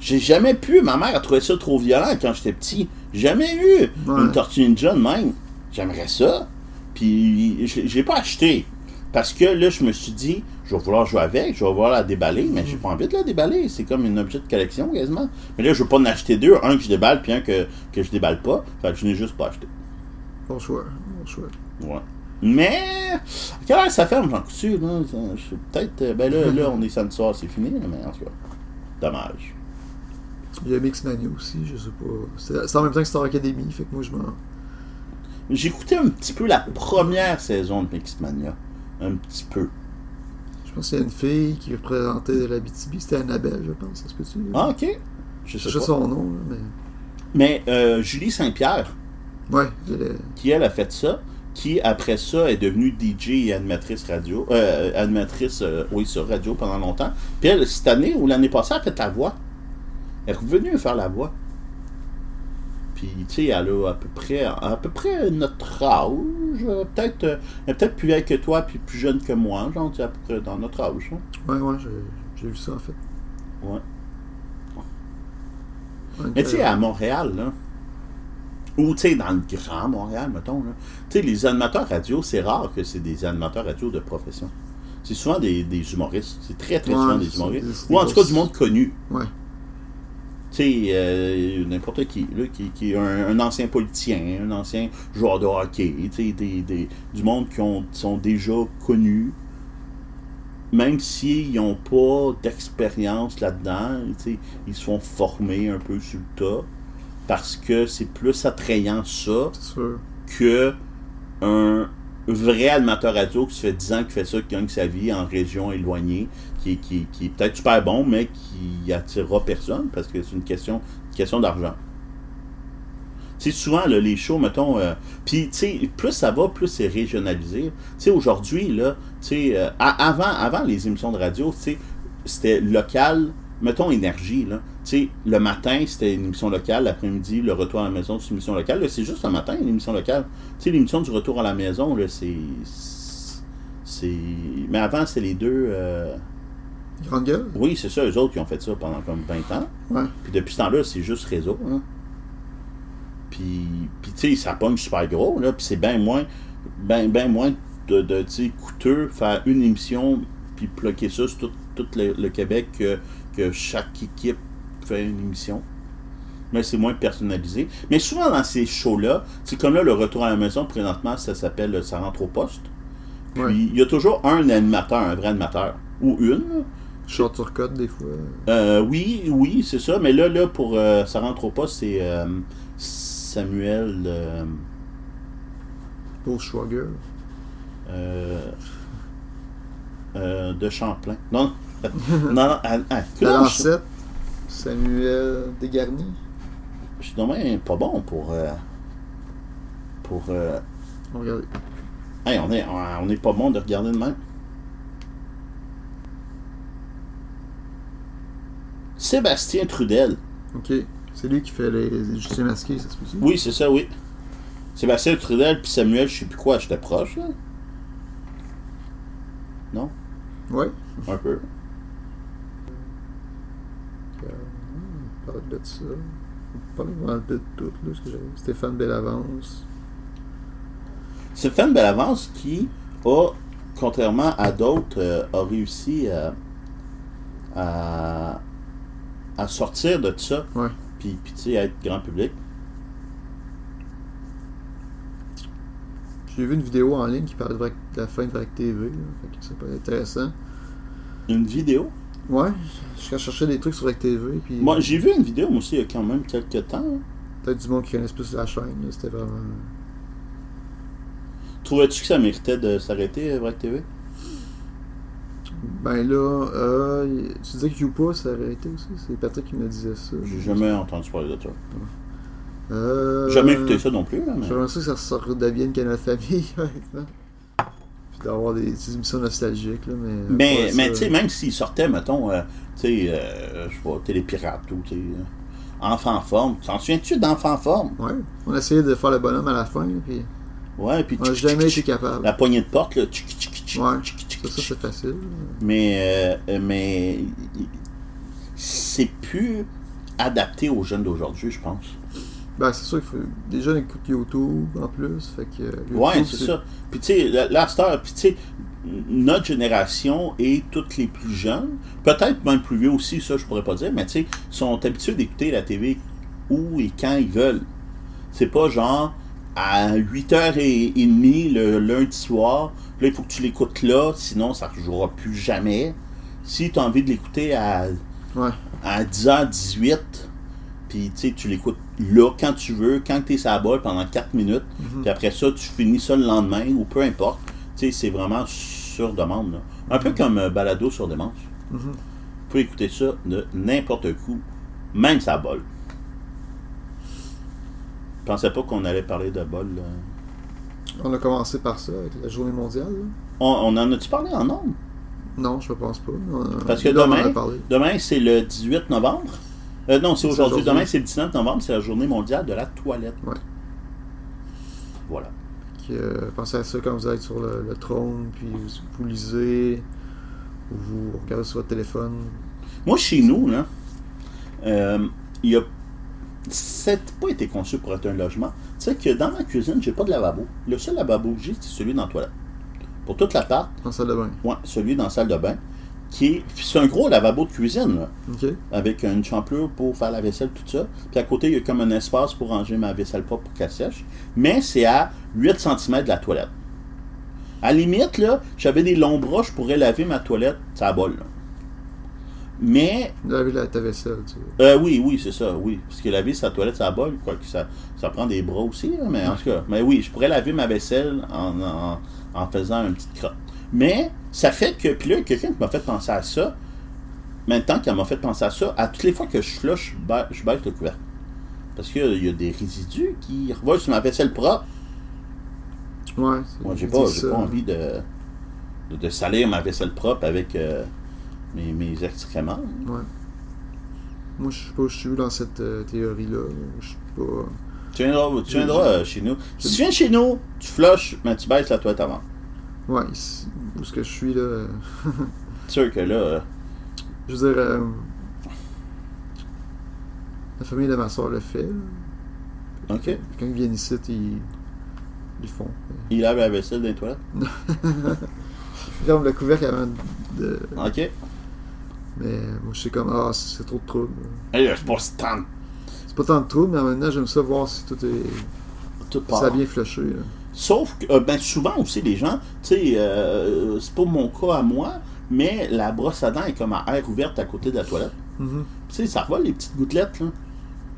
[SPEAKER 2] J'ai jamais pu, ma mère a trouvé ça trop violent quand j'étais petit. J'ai Jamais eu
[SPEAKER 1] Ouais.
[SPEAKER 2] une tortue ninja de même. J'aimerais ça. Puis je je l'ai pas acheté. Parce que là, je me suis dit, je vais vouloir jouer avec, je vais vouloir la déballer, mais j'ai pas envie de la déballer. C'est comme un objet de collection quasiment. Mais là, je veux pas en acheter deux, un que je déballe, puis un que, que je déballe pas. Fait que je n'ai juste pas acheté.
[SPEAKER 1] Bon choix. Bon choix.
[SPEAKER 2] Ouais. Mais, à quelle heure ça ferme, Jean Coutu? Là? Ça- je sais Peut-être. euh, Ben
[SPEAKER 1] Mm-hmm.
[SPEAKER 2] là, là, on est samedi soir, c'est fini, là, mais en tout cas. Dommage.
[SPEAKER 1] Il y a Mixmania aussi, je sais pas. C'est c'est en même temps que Star Academy, fait que moi je m'en.
[SPEAKER 2] J'ai écouté un petit peu la première saison de Mixmania. Un petit peu.
[SPEAKER 1] Je pense qu'il y a une fille qui représentait la BTB, c'était Annabelle, je pense. Est-ce que tu.
[SPEAKER 2] Ah, ok.
[SPEAKER 1] je
[SPEAKER 2] Je sais
[SPEAKER 1] sais
[SPEAKER 2] pas.
[SPEAKER 1] son nom, là, mais.
[SPEAKER 2] Mais euh, Julie Saint-Pierre,
[SPEAKER 1] Ouais, elle est-
[SPEAKER 2] qui elle a fait ça, qui après ça est devenue DJ et animatrice radio, euh, animatrice, euh, oui, sur radio pendant longtemps. Puis elle, cette année ou l'année passée, elle a fait la voix. Elle est revenue faire la voix. Puis, tu sais, elle a à peu près, à peu près notre âge. euh, Peut-être euh, elle est peut-être plus vieille que toi, puis plus jeune que moi. Genre, tu sais, à peu près dans notre âge. hein.
[SPEAKER 1] Ouais, ouais, j'ai- j'ai vu ça en fait.
[SPEAKER 2] Ouais.
[SPEAKER 1] Ouais,
[SPEAKER 2] Mais tu sais,
[SPEAKER 1] euh,
[SPEAKER 2] à Montréal, là, ou tu sais, dans le grand Montréal, mettons, là, tu sais, les animateurs radio, c'est rare que c'est des animateurs radio de profession. C'est souvent des, des humoristes. C'est très, très
[SPEAKER 1] Ouais,
[SPEAKER 2] souvent des
[SPEAKER 1] c'est ça,
[SPEAKER 2] humoristes.
[SPEAKER 1] des-
[SPEAKER 2] Ou en
[SPEAKER 1] des
[SPEAKER 2] tout cas
[SPEAKER 1] grosses-
[SPEAKER 2] du monde connu.
[SPEAKER 1] Ouais.
[SPEAKER 2] Tu sais, euh, n'importe qui, là, qui, qui est un, un ancien politicien, un ancien joueur de hockey, tu sais, des, des- du monde qui ont, qui sont déjà connus, même s'ils n'ont pas d'expérience là-dedans, tu sais, ils se font former un peu sur le tas, parce que c'est plus attrayant ça
[SPEAKER 1] C'est sûr.
[SPEAKER 2] que un vrai animateur radio qui se fait 10 ans qu'il fait ça, qui gagne sa vie en région éloignée, qui, qui, qui est peut-être super bon, mais qui attirera personne parce que c'est une question, une question d'argent. Tu sais, souvent, là, les shows, mettons. euh, Puis, tu sais, plus ça va, plus c'est régionalisé. Tu sais, aujourd'hui, là, tu sais, euh, a- avant, avant les émissions de radio, tu sais, c'était local, mettons énergie, là. Tu sais, le matin, c'était une émission locale, l'après-midi, le retour à la maison, c'est une émission locale. Là, c'est juste le matin, une émission locale. Tu sais, l'émission du retour à la maison, là, c'est. C'est. Mais avant, c'est les deux. euh,
[SPEAKER 1] Grande gueule?
[SPEAKER 2] Oui, c'est ça, eux autres, qui ont fait ça pendant comme 20 ans.
[SPEAKER 1] Ouais.
[SPEAKER 2] Puis depuis ce temps-là, c'est juste réseau. hein. Puis, puis tu sais, ça pogne super gros. Là, puis c'est bien moins, ben, ben moins de, de, tu sais, coûteux faire une émission puis bloquer ça sur tout, tout le, le Québec que, que chaque équipe fait une émission. Mais c'est moins personnalisé. Mais souvent dans ces shows-là, c'est comme là, le retour à la maison, présentement, ça s'appelle euh, Ça rentre au poste. Puis
[SPEAKER 1] Ouais.
[SPEAKER 2] il y a toujours un animateur, un vrai animateur, ou une. là.
[SPEAKER 1] Short sur code des fois.
[SPEAKER 2] Euh, oui, oui, c'est ça. Mais là, là, pour euh, ça rentre au poste, c'est euh, Samuel. euh,
[SPEAKER 1] Pour Schwager.
[SPEAKER 2] euh, euh, de Champlain. Non, <laughs> non, non. ah,
[SPEAKER 1] La
[SPEAKER 2] ah, <laughs> non, je,
[SPEAKER 1] lancette. Samuel Desgarnis.
[SPEAKER 2] je suis dommage pas bon pour. euh, pour. euh,
[SPEAKER 1] Regardez.
[SPEAKER 2] hey, on est, on est pas bon de regarder de même. Sébastien Trudel.
[SPEAKER 1] Ok. C'est lui qui fait les les justiciers masqués, ça se peut
[SPEAKER 2] Oui, c'est ça, oui. Sébastien Trudel puis Samuel, je sais plus quoi, j'étais proche, là. Non?
[SPEAKER 1] Ouais.
[SPEAKER 2] Un peu.
[SPEAKER 1] Euh, On parle de ça. On parle pas mal de tout, là, ce que j'avais. Stéphane Bellavance.
[SPEAKER 2] Stéphane Bellavance qui a, contrairement à d'autres, euh, a réussi à, à, à sortir de ça.
[SPEAKER 1] Ouais.
[SPEAKER 2] Puis, puis, tu sais, à être grand public.
[SPEAKER 1] J'ai vu une vidéo en ligne qui parlait de, Vrac- de la fin de Vrac TV, là, fait que ça peut être intéressant.
[SPEAKER 2] Une vidéo.
[SPEAKER 1] Ouais, je cherchais des trucs sur Vrac TV, puis
[SPEAKER 2] Moi, j'ai vu une vidéo, moi aussi, il y a quand même quelques temps. hein.
[SPEAKER 1] peut-être du monde qui connaissent plus la chaîne, là, c'était vraiment...
[SPEAKER 2] Trouvais-tu que ça méritait de s'arrêter, euh, Vrac TV?
[SPEAKER 1] Ben là, euh, tu disais que Youpa ça aurait été aussi, c'est Patrick qui me disait ça.
[SPEAKER 2] J'ai jamais entendu parler de ça.
[SPEAKER 1] Euh,
[SPEAKER 2] Jamais écouté ça non plus. là, mais-
[SPEAKER 1] J'aimerais ça que ça sort- redevienne Canal Famille, <laughs> honnêtement. Puis d'avoir des, des émissions nostalgiques, là, mais...
[SPEAKER 2] Mais,
[SPEAKER 1] Ouais,
[SPEAKER 2] mais
[SPEAKER 1] ça-
[SPEAKER 2] tu sais, même s'il sortait, mettons, euh, tu sais, euh, je sais pas, Télépirate ou, tu sais, euh, Enfant en forme. T'en souviens-tu d'Enfant en forme?
[SPEAKER 1] Ouais, on essayait de faire le bonhomme à la fin, là, puis
[SPEAKER 2] Ouais, puis
[SPEAKER 1] on n'a
[SPEAKER 2] tchic,
[SPEAKER 1] jamais
[SPEAKER 2] tchic,
[SPEAKER 1] été
[SPEAKER 2] tchic,
[SPEAKER 1] capable.
[SPEAKER 2] la poignée de porte, là, tchic, tchic, tchic,
[SPEAKER 1] Ouais,
[SPEAKER 2] tchic, tchic,
[SPEAKER 1] ça, ça
[SPEAKER 2] tchic.
[SPEAKER 1] c'est facile. là.
[SPEAKER 2] Mais, euh, mais, il- il- c'est plus adapté aux jeunes d'aujourd'hui, je pense.
[SPEAKER 1] Ben, c'est sûr qu'il faut. Les jeunes écoutent YouTube en plus, fait que. euh, YouTube,
[SPEAKER 2] Ouais, c'est ça. Puis tu sais, la, la star, puis tu sais, notre génération et toutes les plus jeunes, peut-être même plus vieux aussi, ça je pourrais pas dire, mais tu sais, sont habitués d'écouter la TV où et quand ils veulent. C'est pas genre à 8h30 le lundi soir. Là, il faut que tu l'écoutes là, sinon ça ne jouera plus jamais. Si tu as envie de l'écouter à,
[SPEAKER 1] Ouais.
[SPEAKER 2] à 10h18, puis tu sais, tu l'écoutes là, quand tu veux, quand tu es à bol pendant 4 minutes,
[SPEAKER 1] Mhm,
[SPEAKER 2] puis après ça, tu finis ça le lendemain ou peu importe. Tu sais, c'est vraiment sur demande. là. Un peu comme euh, Balado sur demande.
[SPEAKER 1] Mhm.
[SPEAKER 2] Tu peux écouter ça de n'importe où, même sa bol. Je pensais pas qu'on allait parler de bol. là.
[SPEAKER 1] On a commencé par ça avec la journée mondiale. là.
[SPEAKER 2] On, on en a-tu parlé en nombre?
[SPEAKER 1] Non, je pense pas. On a-
[SPEAKER 2] Parce que
[SPEAKER 1] là, on en
[SPEAKER 2] demain-
[SPEAKER 1] a parlé.
[SPEAKER 2] Demain, c'est le 18 novembre. Euh, non, c'est
[SPEAKER 1] C'est
[SPEAKER 2] aujourd'hui.
[SPEAKER 1] aujourd'hui.
[SPEAKER 2] Demain, c'est le 19 novembre. C'est la journée mondiale de la toilette.
[SPEAKER 1] Ouais.
[SPEAKER 2] Voilà.
[SPEAKER 1] Qui, euh, pensez à ça quand vous êtes sur le, le trône, puis vous, vous lisez, ou vous regardez sur votre téléphone.
[SPEAKER 2] Moi, chez nous, là, euh, il y a. Ça n'a pas été conçu pour être un logement. Tu sais que dans ma cuisine, j'ai pas de lavabo. Le seul lavabo que j'ai, c'est celui dans la toilette. Pour toute la part,
[SPEAKER 1] En salle de bain.
[SPEAKER 2] ouais, celui dans la salle de bain, qui est. C'est un gros lavabo de cuisine, là.
[SPEAKER 1] OK?
[SPEAKER 2] avec une champlure pour faire la vaisselle, tout ça. Puis à côté, il y a comme un espace pour ranger ma vaisselle propre pour qu'elle sèche. Mais c'est à 8 cm de la toilette. À la limite, là, j'avais des longs bras, je pourrais laver ma toilette, ça bol. là. Mais,
[SPEAKER 1] Laver la, ta vaisselle, tu vois.
[SPEAKER 2] euh, oui, oui, c'est ça, oui. Parce que laver sa toilette, ça bol, quoi que ça, ça prend des bras aussi, là, mais en tout cas, mais oui, je pourrais laver ma vaisselle en, en- en faisant une petite crotte. Mais, ça fait que, puis là, il y a quelqu'un qui m'a fait penser à ça, maintenant qu'elle m'a fait penser à ça, à toutes les fois que je flush, je ba- je baisse le couvercle. Parce qu'il y a des résidus qui revolent sur ma vaisselle propre.
[SPEAKER 1] Ouais.
[SPEAKER 2] Moi, j'ai
[SPEAKER 1] ils
[SPEAKER 2] pas,
[SPEAKER 1] disent
[SPEAKER 2] j'ai
[SPEAKER 1] ça.
[SPEAKER 2] pas envie de, de, de salir ma vaisselle propre avec euh, mes, mes excréments.
[SPEAKER 1] Ouais. Moi, je sais pas, je suis dans cette euh, théorie-là. Je suis pas.
[SPEAKER 2] Tu viendras, tu viendras, euh, chez nous. Si tu viens chez nous, tu flushes, mais tu baisses la toilette avant.
[SPEAKER 1] Ouais, ici, où ce que je suis, là. euh,
[SPEAKER 2] sûr que là, euh,
[SPEAKER 1] Je veux dire, euh, la famille de ma soeur le fait. là.
[SPEAKER 2] ok,
[SPEAKER 1] Quand ils viennent ici, ils, ils le font.
[SPEAKER 2] il lave la vaisselle dans les toilettes.
[SPEAKER 1] Ils ferment le couvercle avant de.
[SPEAKER 2] Ok. Et
[SPEAKER 1] Mais moi, je sais comme, ah, c'est c'est trop de trouble.
[SPEAKER 2] là, je pense tant
[SPEAKER 1] C'est pas tant de trouble, mais maintenant, j'aime ça voir si tout est.
[SPEAKER 2] tout
[SPEAKER 1] Ça a
[SPEAKER 2] part.
[SPEAKER 1] bien flushé. là.
[SPEAKER 2] Sauf que, euh, ben, souvent aussi, les gens, tu sais, euh, c'est pas mon cas à moi, mais la brosse à dents est comme à air ouverte à côté de la toilette.
[SPEAKER 1] Mhm.
[SPEAKER 2] Tu sais, ça revole les petites gouttelettes, là.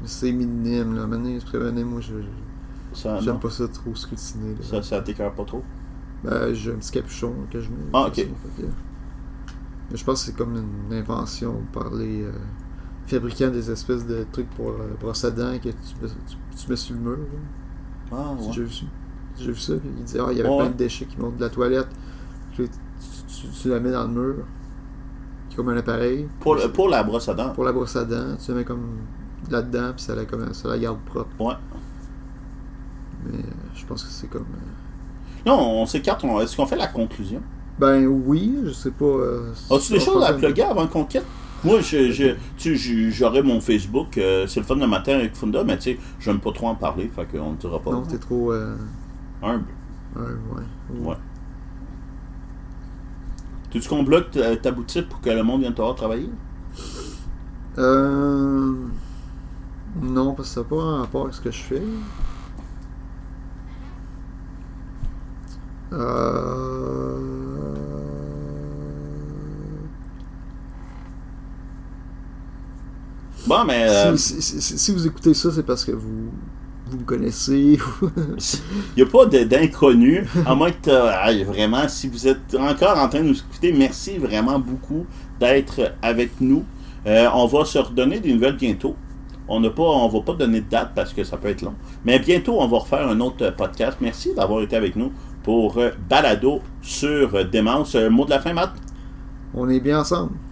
[SPEAKER 1] Mais C'est minime, là. Maintenant, je prévenais, moi, je- je-
[SPEAKER 2] Ça,
[SPEAKER 1] j'aime
[SPEAKER 2] Ah, non.
[SPEAKER 1] pas ça trop scrutiné. là.
[SPEAKER 2] ça, ça t'écœure pas trop.
[SPEAKER 1] Ben, j'ai un petit capuchon que je mets.
[SPEAKER 2] Ah,
[SPEAKER 1] de
[SPEAKER 2] ok.
[SPEAKER 1] toute façon, fait que- Mais je pense que c'est comme une invention par les euh, fabricants des espèces de trucs pour euh, brosse à dents que tu, mets- tu- tu mets sur le mur. là.
[SPEAKER 2] Ah,
[SPEAKER 1] J'ai
[SPEAKER 2] ouais.
[SPEAKER 1] déjà vu ça. J'ai vu ça, puis il dit Ah, il y avait
[SPEAKER 2] Ouais.
[SPEAKER 1] plein de déchets qui montent de la toilette. Puis là, tu, tu- tu la mets dans le mur, C'est comme un appareil.
[SPEAKER 2] Pour,
[SPEAKER 1] Puis
[SPEAKER 2] le- pour la brosse à dents.
[SPEAKER 1] pour la brosse à dents, tu la mets comme là-dedans, puis ça la, comme- ça la garde propre.
[SPEAKER 2] Ouais.
[SPEAKER 1] Mais euh, je pense que c'est comme. euh,
[SPEAKER 2] Non, on s'écarte. on- Est-ce qu'on fait la conclusion?
[SPEAKER 1] Ben oui, je sais pas. euh,
[SPEAKER 2] As-tu des
[SPEAKER 1] on
[SPEAKER 2] choses à
[SPEAKER 1] pensait-
[SPEAKER 2] plugger avant qu'on quitte? Moi, je, je- tu sais, j'aurais mon Facebook, euh, c'est le fun le matin avec Funda, mais tu sais, j'aime pas trop en parler, fait qu'on ne dira pas.
[SPEAKER 1] Non, t'es trop. euh,
[SPEAKER 2] Humble.
[SPEAKER 1] Ouais, ouais.
[SPEAKER 2] Ouais. Tu veux qu'on bloque ta, ta boutique pour que le monde vienne te voir travailler?
[SPEAKER 1] Euh... Non, parce que ça n'a pas un rapport avec ce que je fais. Euh...
[SPEAKER 2] Bon, mais... euh,
[SPEAKER 1] Si, si- si- si vous écoutez ça, c'est parce que vous, vous me connaissez. <laughs>
[SPEAKER 2] <laughs> Il n'y a pas de- d'inconnu, à moins que t'as- aïe, vraiment, si vous êtes encore en train de nous écouter, merci vraiment beaucoup d'être avec nous. Euh, on va se redonner des nouvelles bientôt. On n'a pas, on va pas donner de date parce que ça peut être long. Mais bientôt, on va refaire un autre euh, podcast. Merci d'avoir été avec nous pour euh, Balado sur euh, Démence. Euh, mot de la fin, Matt?
[SPEAKER 1] On est bien ensemble.